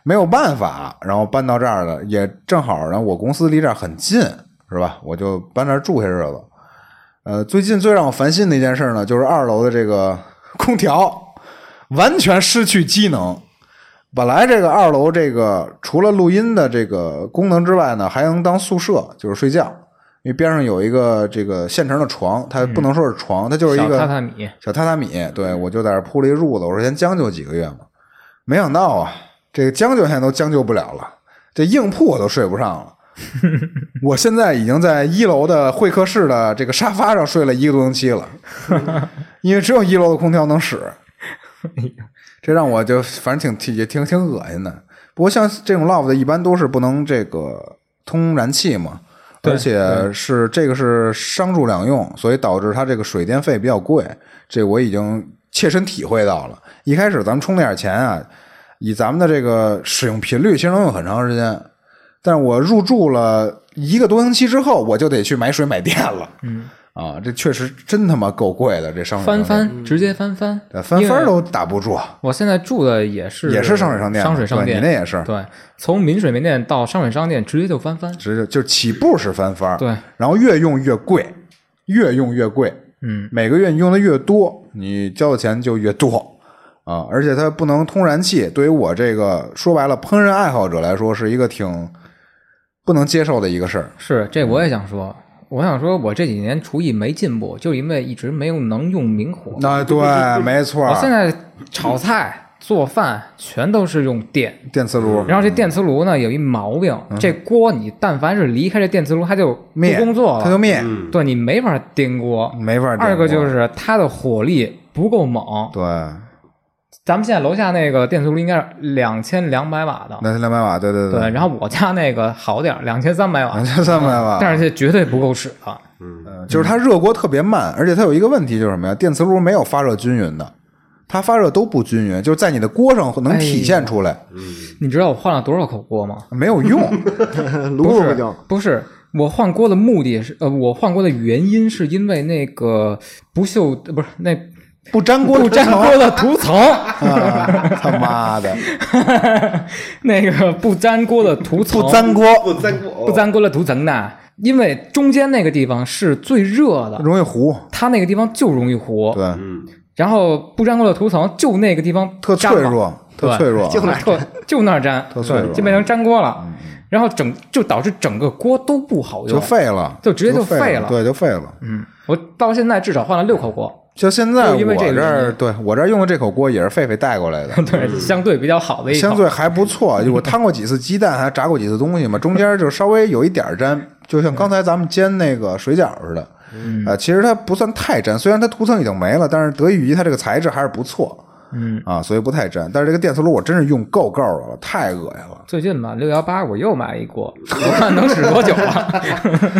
[SPEAKER 1] 没有办法，然后搬到这儿的，也正好，然后我公司离这儿很近，是吧？我就搬这儿住些日子。呃，最近最让我烦心的一件事呢，就是二楼的这个空调完全失去机能。本来这个二楼这个除了录音的这个功能之外呢，还能当宿舍，就是睡觉。因为边上有一个这个现成的床，它不能说是床，它就是一
[SPEAKER 4] 嗯小
[SPEAKER 1] 个
[SPEAKER 4] 榻榻米，
[SPEAKER 1] 小榻榻米，对我就在这儿铺了一褥子，我说先将就几个月嘛，没想到啊，这个将就现在都将就不了了，这硬铺我都睡不上了。我现在已经在一楼的会客室的这个沙发上睡了一个多星期了，因为只有一楼的空调能使，这让我就反正挺挺也挺挺恶心的。不过像这种 loft 一般都是不能这个通燃气嘛，
[SPEAKER 4] 对
[SPEAKER 1] 而且是这个是商住两用，所以导致它这个水电费比较贵，这我已经切身体会到了。一开始咱们充那点钱啊，以咱们的这个使用频率，其实能用很长时间。但是我入住了一个多星期之后，我就得去买水买电了。嗯，啊，这确实真他妈够贵的，这商水商
[SPEAKER 4] 翻
[SPEAKER 1] 店
[SPEAKER 4] 翻，直接翻翻，
[SPEAKER 1] 呃翻
[SPEAKER 4] 因为
[SPEAKER 1] 番儿都打不住。啊
[SPEAKER 4] 我现在住的也是
[SPEAKER 1] 也是商水商店
[SPEAKER 4] 商水商
[SPEAKER 1] 对
[SPEAKER 4] 店，
[SPEAKER 1] 你那也是
[SPEAKER 4] 对，从民水民店到商水商店直接就翻番，
[SPEAKER 1] 直接就是起步是翻番儿，
[SPEAKER 4] 对，
[SPEAKER 1] 然后越用越贵，越用越贵，
[SPEAKER 4] 嗯，
[SPEAKER 1] 每个月你用的越多，你交的钱就越多啊，而且它不能通燃气，对于我这个说白了烹饪爱好者来说是一个挺不能接受的一个事儿，
[SPEAKER 4] 是这我也想说，我想说我这几年厨艺没进步，就因为一直没有能用明火，
[SPEAKER 1] 那对，没错儿，
[SPEAKER 4] 啊我现在炒菜、做饭全都是用电，
[SPEAKER 1] 电磁炉，
[SPEAKER 4] 然后这电磁炉呢有一毛病，这锅你但凡是离开这电磁炉，它就不
[SPEAKER 1] 嗯灭
[SPEAKER 4] 工作
[SPEAKER 1] 它就
[SPEAKER 4] 了，
[SPEAKER 1] 灭，
[SPEAKER 4] 对你没法颠锅。
[SPEAKER 1] 没法儿点
[SPEAKER 4] 嗯二个
[SPEAKER 1] 火
[SPEAKER 4] 就是它的火力不够猛，
[SPEAKER 1] 对，
[SPEAKER 4] 咱们现在楼下那个电磁炉应该是两千两百瓦的，
[SPEAKER 1] 那是两百瓦，对对
[SPEAKER 4] 对，，然后我家那个好点儿，两千三百 瓦
[SPEAKER 1] 两，千三百瓦，
[SPEAKER 4] 但是这绝对不够使啊。
[SPEAKER 1] 嗯就是它热锅特别慢，而且它有一个问题就是什么呀？电磁炉没有发热均匀的，它发热都不均匀，就是在你的锅上
[SPEAKER 4] 哎
[SPEAKER 1] 能体现出来，
[SPEAKER 4] 你知道我换了多少口锅吗？
[SPEAKER 1] 没有用。
[SPEAKER 2] 炉子不行。
[SPEAKER 4] 不是，我换锅的目的是，呃，我换锅的原因是因为那个不锈，呃不是那
[SPEAKER 1] 不粘锅
[SPEAKER 4] 不粘锅的涂层，
[SPEAKER 1] 啊！他妈的，
[SPEAKER 4] 那个不粘锅的涂层，
[SPEAKER 1] 不粘锅
[SPEAKER 4] 不粘锅的涂层呢，因为中间那个地方是最热的，
[SPEAKER 1] 容易糊，
[SPEAKER 4] 它那个地方就容易糊。
[SPEAKER 1] 对，
[SPEAKER 3] 嗯
[SPEAKER 4] 然后不粘锅的涂层就那个地方
[SPEAKER 1] 特
[SPEAKER 4] 粘
[SPEAKER 1] 脆
[SPEAKER 4] 了
[SPEAKER 1] 弱，
[SPEAKER 4] 对
[SPEAKER 1] 特脆弱，
[SPEAKER 2] 就那 儿
[SPEAKER 4] 特就那儿 粘，
[SPEAKER 1] 特脆弱嗯
[SPEAKER 4] 对就变成粘锅了。然后整就导致整个锅都不好
[SPEAKER 1] 就
[SPEAKER 4] 用，
[SPEAKER 1] 废了，
[SPEAKER 4] 就直接就
[SPEAKER 1] 就
[SPEAKER 4] 废
[SPEAKER 1] 了，
[SPEAKER 4] 了
[SPEAKER 1] 对，就废了。
[SPEAKER 4] 嗯，我到现在至少换了六口锅，
[SPEAKER 1] 就现在
[SPEAKER 4] 就
[SPEAKER 1] 我
[SPEAKER 4] 因为这个
[SPEAKER 1] 这
[SPEAKER 4] 原
[SPEAKER 1] 儿，
[SPEAKER 4] 因
[SPEAKER 1] 对我这儿用的这口锅也是狒狒带过来的，
[SPEAKER 4] 对，相对比较好的一口
[SPEAKER 1] 嗯相对还不错。就我摊过几次鸡蛋，还炸过几次东西嘛，中间就稍微有一点儿粘，就像刚才咱们煎那个水饺似的。嗯、其实它不算太粘，虽然它涂层已经没了，但是得益于它这个材质还是不错。嗯啊，所以不太粘。但是这个电磁炉我真是用够够的了，太恶心了。
[SPEAKER 4] 最近吧，六幺八我又买了一锅，我看能使多久 啊了。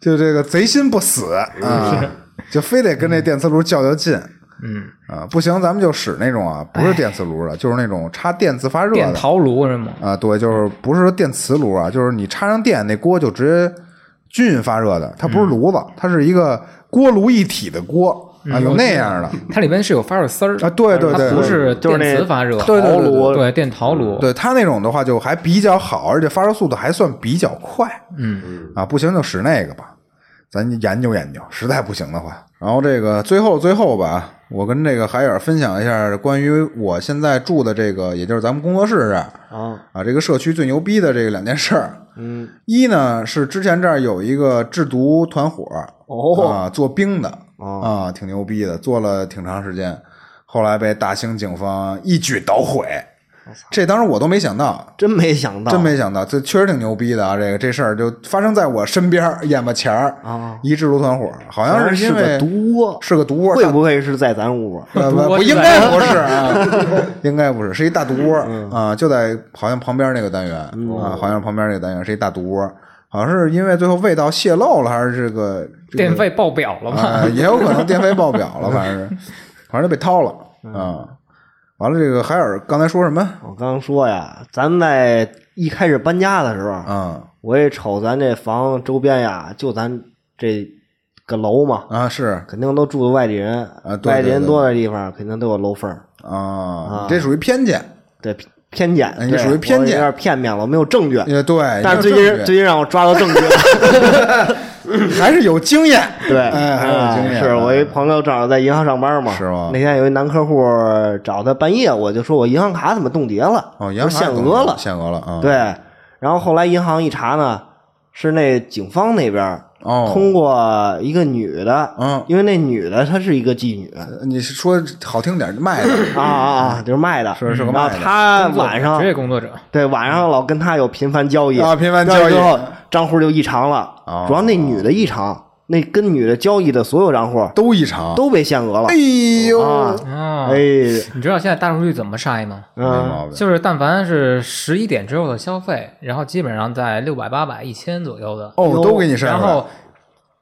[SPEAKER 1] 就这个贼心不死啊， 就非得跟这电磁炉较较劲。
[SPEAKER 4] 嗯，
[SPEAKER 1] 啊，不行，咱们就使那种啊，不是电磁炉的，就是那种插电自发热
[SPEAKER 4] 电
[SPEAKER 1] 的。
[SPEAKER 4] 陶炉是吗？
[SPEAKER 1] 啊，对，就是不是说电磁炉啊，就是你插上电，那锅就直接均匀发热的，它
[SPEAKER 4] 嗯
[SPEAKER 1] 不是炉子，它是一个锅炉一体的锅
[SPEAKER 4] 嗯
[SPEAKER 1] 啊，有那样的，
[SPEAKER 4] 它里边是有发热丝儿
[SPEAKER 1] 啊对对对
[SPEAKER 4] 它不是
[SPEAKER 2] 就是
[SPEAKER 4] 电
[SPEAKER 2] 那
[SPEAKER 4] 磁发热，
[SPEAKER 1] 对对对对
[SPEAKER 2] 陶炉
[SPEAKER 4] 对电陶炉，
[SPEAKER 1] 对它那种的话就还比较好，而且发热速度还算比较快
[SPEAKER 4] 嗯，
[SPEAKER 1] 啊，不行就使那个吧，咱研究研究，实在不行的话，然后这个最后最后吧，我跟这个海尔分享一下关于我现在住的这个，也就是咱们工作室这儿
[SPEAKER 2] 啊，
[SPEAKER 1] 啊，这个社区最牛逼的这个两件事儿。
[SPEAKER 2] 嗯，
[SPEAKER 1] 一呢是之前这儿有一个制毒团伙，
[SPEAKER 2] 哦，
[SPEAKER 1] 啊，做冰的
[SPEAKER 2] 哦，
[SPEAKER 1] 啊，挺牛逼的，做了挺长时间，后来被大兴警方一举捣毁。这当时我都没想到，
[SPEAKER 2] 真没想到，
[SPEAKER 1] 真没想到，这确实挺牛逼的啊！这个这事儿就发生在我身边儿，眼巴前儿，
[SPEAKER 2] 啊，
[SPEAKER 1] 一制毒团伙，好像
[SPEAKER 2] 是
[SPEAKER 1] 因
[SPEAKER 2] 个
[SPEAKER 1] 为
[SPEAKER 2] 毒窝，
[SPEAKER 1] 是个毒窝，
[SPEAKER 2] 会
[SPEAKER 1] 大
[SPEAKER 2] 不会是在咱屋 啊？
[SPEAKER 1] 呃
[SPEAKER 4] 毒
[SPEAKER 1] 不
[SPEAKER 4] 窝
[SPEAKER 1] 不
[SPEAKER 4] 一
[SPEAKER 1] 应
[SPEAKER 4] 百
[SPEAKER 1] 该不 是啊，应该不是，是一大毒窝
[SPEAKER 2] 嗯
[SPEAKER 1] 啊，就在好像旁边那个单元啊，好像旁边那个单元是一大毒窝，好像是因为最后味道泄露了，还是这个这个
[SPEAKER 4] 电费爆表了嘛？
[SPEAKER 1] 啊，也有可能电费爆表了，反正是反正就被掏了
[SPEAKER 2] 嗯
[SPEAKER 1] 啊。完了，这个海尔刚才说什么
[SPEAKER 2] 我刚说呀，咱们在一开始搬家的时候，
[SPEAKER 1] 啊
[SPEAKER 2] 我也瞅咱这房周边呀，就咱这个楼嘛，
[SPEAKER 1] 啊是
[SPEAKER 2] 肯定都住的外地人，
[SPEAKER 1] 啊对
[SPEAKER 2] 外地人
[SPEAKER 1] 对对
[SPEAKER 2] 多的地方肯定都有楼缝儿，
[SPEAKER 1] 啊，你这属于偏见，
[SPEAKER 2] 对偏见，
[SPEAKER 1] 哎你
[SPEAKER 2] 对
[SPEAKER 1] 属于偏
[SPEAKER 2] 我有
[SPEAKER 1] 见
[SPEAKER 2] 点片面了，我没有证据，
[SPEAKER 1] 也对，
[SPEAKER 2] 啊但是最
[SPEAKER 1] 你有
[SPEAKER 2] 近
[SPEAKER 1] 证
[SPEAKER 2] 最近让我抓到证据 了，
[SPEAKER 1] 据还是有经验，
[SPEAKER 2] 对，
[SPEAKER 1] 哎还
[SPEAKER 2] 啊
[SPEAKER 1] 有经验，
[SPEAKER 2] 是我一朋友正好在银行上班嘛，
[SPEAKER 1] 是吗
[SPEAKER 2] 那天有一男客户找他半夜，我就说我银行卡怎么冻结了，
[SPEAKER 1] 哦，银
[SPEAKER 2] 我
[SPEAKER 1] 行
[SPEAKER 2] 说限额了，
[SPEAKER 1] 限额了啊，
[SPEAKER 2] 对，然后后来银行一查呢，是那警方那边儿
[SPEAKER 1] 哦，
[SPEAKER 2] 通过一个女的，
[SPEAKER 1] 嗯
[SPEAKER 2] 因为那女的她是一个妓女
[SPEAKER 1] 你是说好听点卖的，
[SPEAKER 2] 啊啊啊，就是卖的，
[SPEAKER 1] 是是个
[SPEAKER 2] 然后
[SPEAKER 1] 卖的
[SPEAKER 2] 她
[SPEAKER 4] 工作者
[SPEAKER 2] 嗯晚上
[SPEAKER 4] 职业工作者，
[SPEAKER 2] 对晚上老跟她有频繁交易
[SPEAKER 1] 啊频繁交易
[SPEAKER 2] 之后账户就异常了
[SPEAKER 1] 哦，
[SPEAKER 2] 主要那女的异常，那跟女的交易的所有账户
[SPEAKER 1] 都异常，
[SPEAKER 2] 都被限额了
[SPEAKER 1] 哎呦，
[SPEAKER 2] 啊，
[SPEAKER 4] 啊，
[SPEAKER 2] 哎，
[SPEAKER 4] 你知道现在大数据怎么筛吗？
[SPEAKER 1] 没
[SPEAKER 2] 嗯，
[SPEAKER 1] 毛病，
[SPEAKER 4] 就是但凡是十一点之后的消费，然后基本上在六百、八百、一千左右的，
[SPEAKER 1] 哦，都给你删
[SPEAKER 4] 然
[SPEAKER 1] 了，
[SPEAKER 4] 后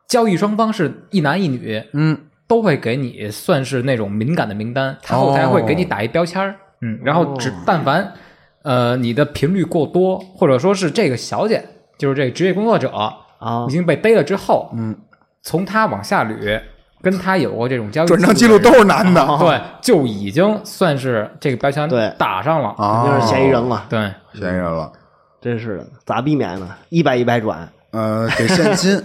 [SPEAKER 4] 交易双方是一男一女，
[SPEAKER 1] 嗯，
[SPEAKER 4] 都会给你算是那种敏感的名单，他后台会给
[SPEAKER 1] 哦
[SPEAKER 4] 你打一标签儿，嗯，然后只但凡呃你的频率过多，或者说是这个小姐，就是这个职业工作者
[SPEAKER 1] 哦
[SPEAKER 2] 啊
[SPEAKER 4] 已经被逮了之后，嗯，从她往下捋，跟她有过这种交易
[SPEAKER 1] 转账记录啊
[SPEAKER 4] 的人
[SPEAKER 1] 都是男的
[SPEAKER 4] 啊对，就已经算是这个标签
[SPEAKER 2] 对
[SPEAKER 4] 打上了，
[SPEAKER 1] 啊，
[SPEAKER 2] 就是嫌疑人了，
[SPEAKER 4] 对，
[SPEAKER 1] 嫌疑人了。
[SPEAKER 2] 真是的，咋避免呢？一百一百转，
[SPEAKER 1] 呃，给现金，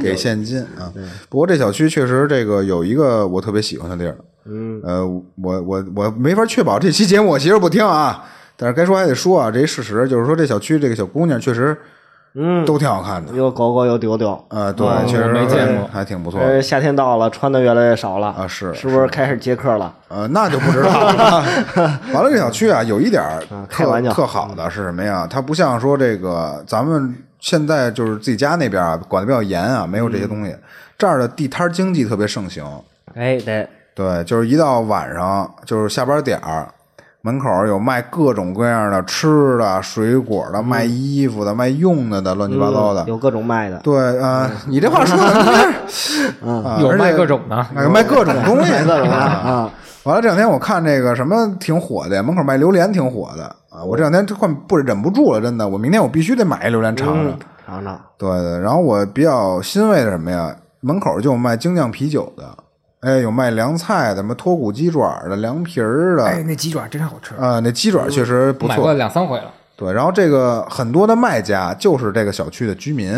[SPEAKER 1] 给 现金啊。不过这小区确实这个有一个我特别喜欢的地儿，
[SPEAKER 2] 嗯，
[SPEAKER 1] 呃，我我我没法确保这期节目我媳妇儿不听啊，但是该说还得说啊，这一事实就是说这小区这个小姑娘确实
[SPEAKER 2] 嗯，
[SPEAKER 1] 都挺好看的，
[SPEAKER 2] 有狗狗有丢丢，
[SPEAKER 1] 呃，对，
[SPEAKER 4] 哦
[SPEAKER 1] 确实
[SPEAKER 4] 我没见过哎
[SPEAKER 1] 还挺不错的
[SPEAKER 2] 呃，夏天到了，穿的越来越少了
[SPEAKER 1] 啊，是
[SPEAKER 2] 是不是开始接客了？
[SPEAKER 1] 呃，那就不知道 了。完了，这小区啊，有一点儿
[SPEAKER 2] 啊开
[SPEAKER 1] 特、
[SPEAKER 2] 玩笑
[SPEAKER 1] 特好的是什么呀？它不像说这个咱们现在就是自己家那边啊，管的比较严啊，没有这些东
[SPEAKER 2] 嗯
[SPEAKER 1] 西。这儿的地摊儿经济特别盛行，
[SPEAKER 2] 哎，对，
[SPEAKER 1] 对，就是一到晚上，就是下班点儿，门口有卖各种各样的吃的、水果的、卖衣服的、卖用的的，乱七八糟的。
[SPEAKER 2] 嗯有嗯各种卖的，
[SPEAKER 1] 对，啊、你这话说 的啊
[SPEAKER 4] 有卖
[SPEAKER 1] 而且
[SPEAKER 4] 各种的，
[SPEAKER 1] 哎卖各种东西，
[SPEAKER 2] 卖嗯 各种的啊，
[SPEAKER 1] 完了，这两天我看那个什么挺火的，门口卖榴莲挺火的
[SPEAKER 4] 嗯
[SPEAKER 1] 啊！我这两天快不忍不住了，真的，我明天我必须得买一榴莲尝尝。
[SPEAKER 2] 嗯，尝尝，
[SPEAKER 1] 对对，然后我比较欣慰的是什么呀？门口就有卖精酿啤酒的，哎，有卖凉菜的，什么脱骨鸡爪的、凉皮儿的，
[SPEAKER 4] 那鸡爪真好吃，
[SPEAKER 1] 啊，那鸡爪确实不
[SPEAKER 4] 哎买
[SPEAKER 1] 错
[SPEAKER 4] 过。两三回了，
[SPEAKER 1] 对，然后这个很多的卖家就是这个小区的居民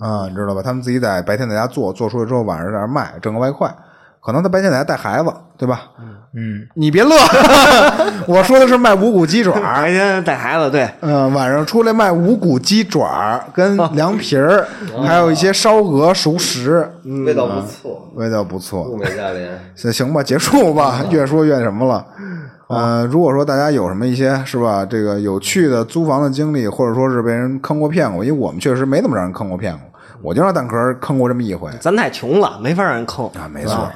[SPEAKER 1] 啊，你知道吧？他们自己在白天在家做，做出来之后晚上在那儿卖，挣个外快。可能他白天在家带孩子，对吧？
[SPEAKER 4] 嗯，
[SPEAKER 1] 你别乐， 我说的是卖五谷鸡爪。
[SPEAKER 2] 白天带孩子，对，
[SPEAKER 1] 嗯，晚上出来卖五谷鸡爪、跟凉皮儿，还有一些烧鹅、熟食，
[SPEAKER 3] 味道不错，
[SPEAKER 1] 味道不
[SPEAKER 3] 物
[SPEAKER 1] 错。
[SPEAKER 3] 美价廉。
[SPEAKER 1] 行行吧，结束
[SPEAKER 2] 啊
[SPEAKER 1] 吧， 越说越什么了。呃，如果说大家有什么一些是吧，这个有趣的租房的经历，或者说是被人坑过骗过，因为我们确实没怎么让人坑过骗过，我就让蛋壳儿坑过这么一回。
[SPEAKER 2] 咱太穷了，没法让人坑，
[SPEAKER 1] 啊，没错。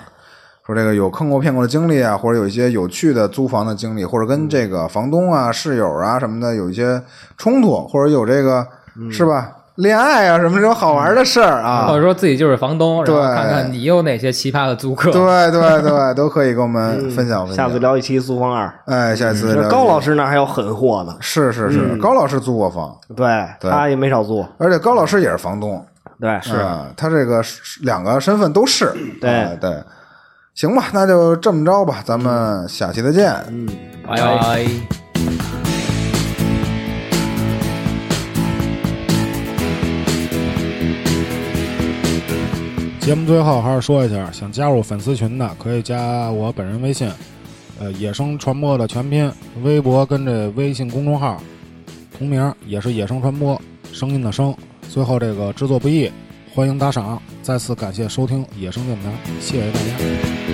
[SPEAKER 1] 说这个有坑过骗过的经历啊，或者有一些有趣的租房的经历，或者
[SPEAKER 2] 嗯
[SPEAKER 1] 跟这个房东啊、室友啊什么的有一些冲突，或者有这个、
[SPEAKER 2] 嗯
[SPEAKER 1] 是吧？恋爱啊什么这种好玩的事儿啊，
[SPEAKER 4] 或者说自己就是房东，然后
[SPEAKER 1] 对
[SPEAKER 4] 看看你有哪些奇葩的租客，
[SPEAKER 1] 对对对，都可以跟我们分享分享。
[SPEAKER 2] 嗯啊下次聊一期苏芳二，
[SPEAKER 1] 哎，下次聊
[SPEAKER 2] 高老师那儿还有狠货呢，
[SPEAKER 1] 是是是，
[SPEAKER 2] 嗯
[SPEAKER 1] 高老师租过房，
[SPEAKER 2] 对
[SPEAKER 1] 对
[SPEAKER 2] 他也没少做，
[SPEAKER 1] 而且高老师也是房东，
[SPEAKER 2] 对，是
[SPEAKER 1] 啊，他这个是两个身份都是，
[SPEAKER 2] 对
[SPEAKER 1] 啊对，行吧，那就这么着吧，咱们下期再见。
[SPEAKER 4] 拜拜。
[SPEAKER 5] 节目最后还是说一下，想加入粉丝群的可以加我本人微信，呃，野生传播的全拼，微博跟这微信公众号同名，也是野生传播，声音的声。最后这个制作不易，欢迎打赏。再次感谢收听野生电台，谢谢大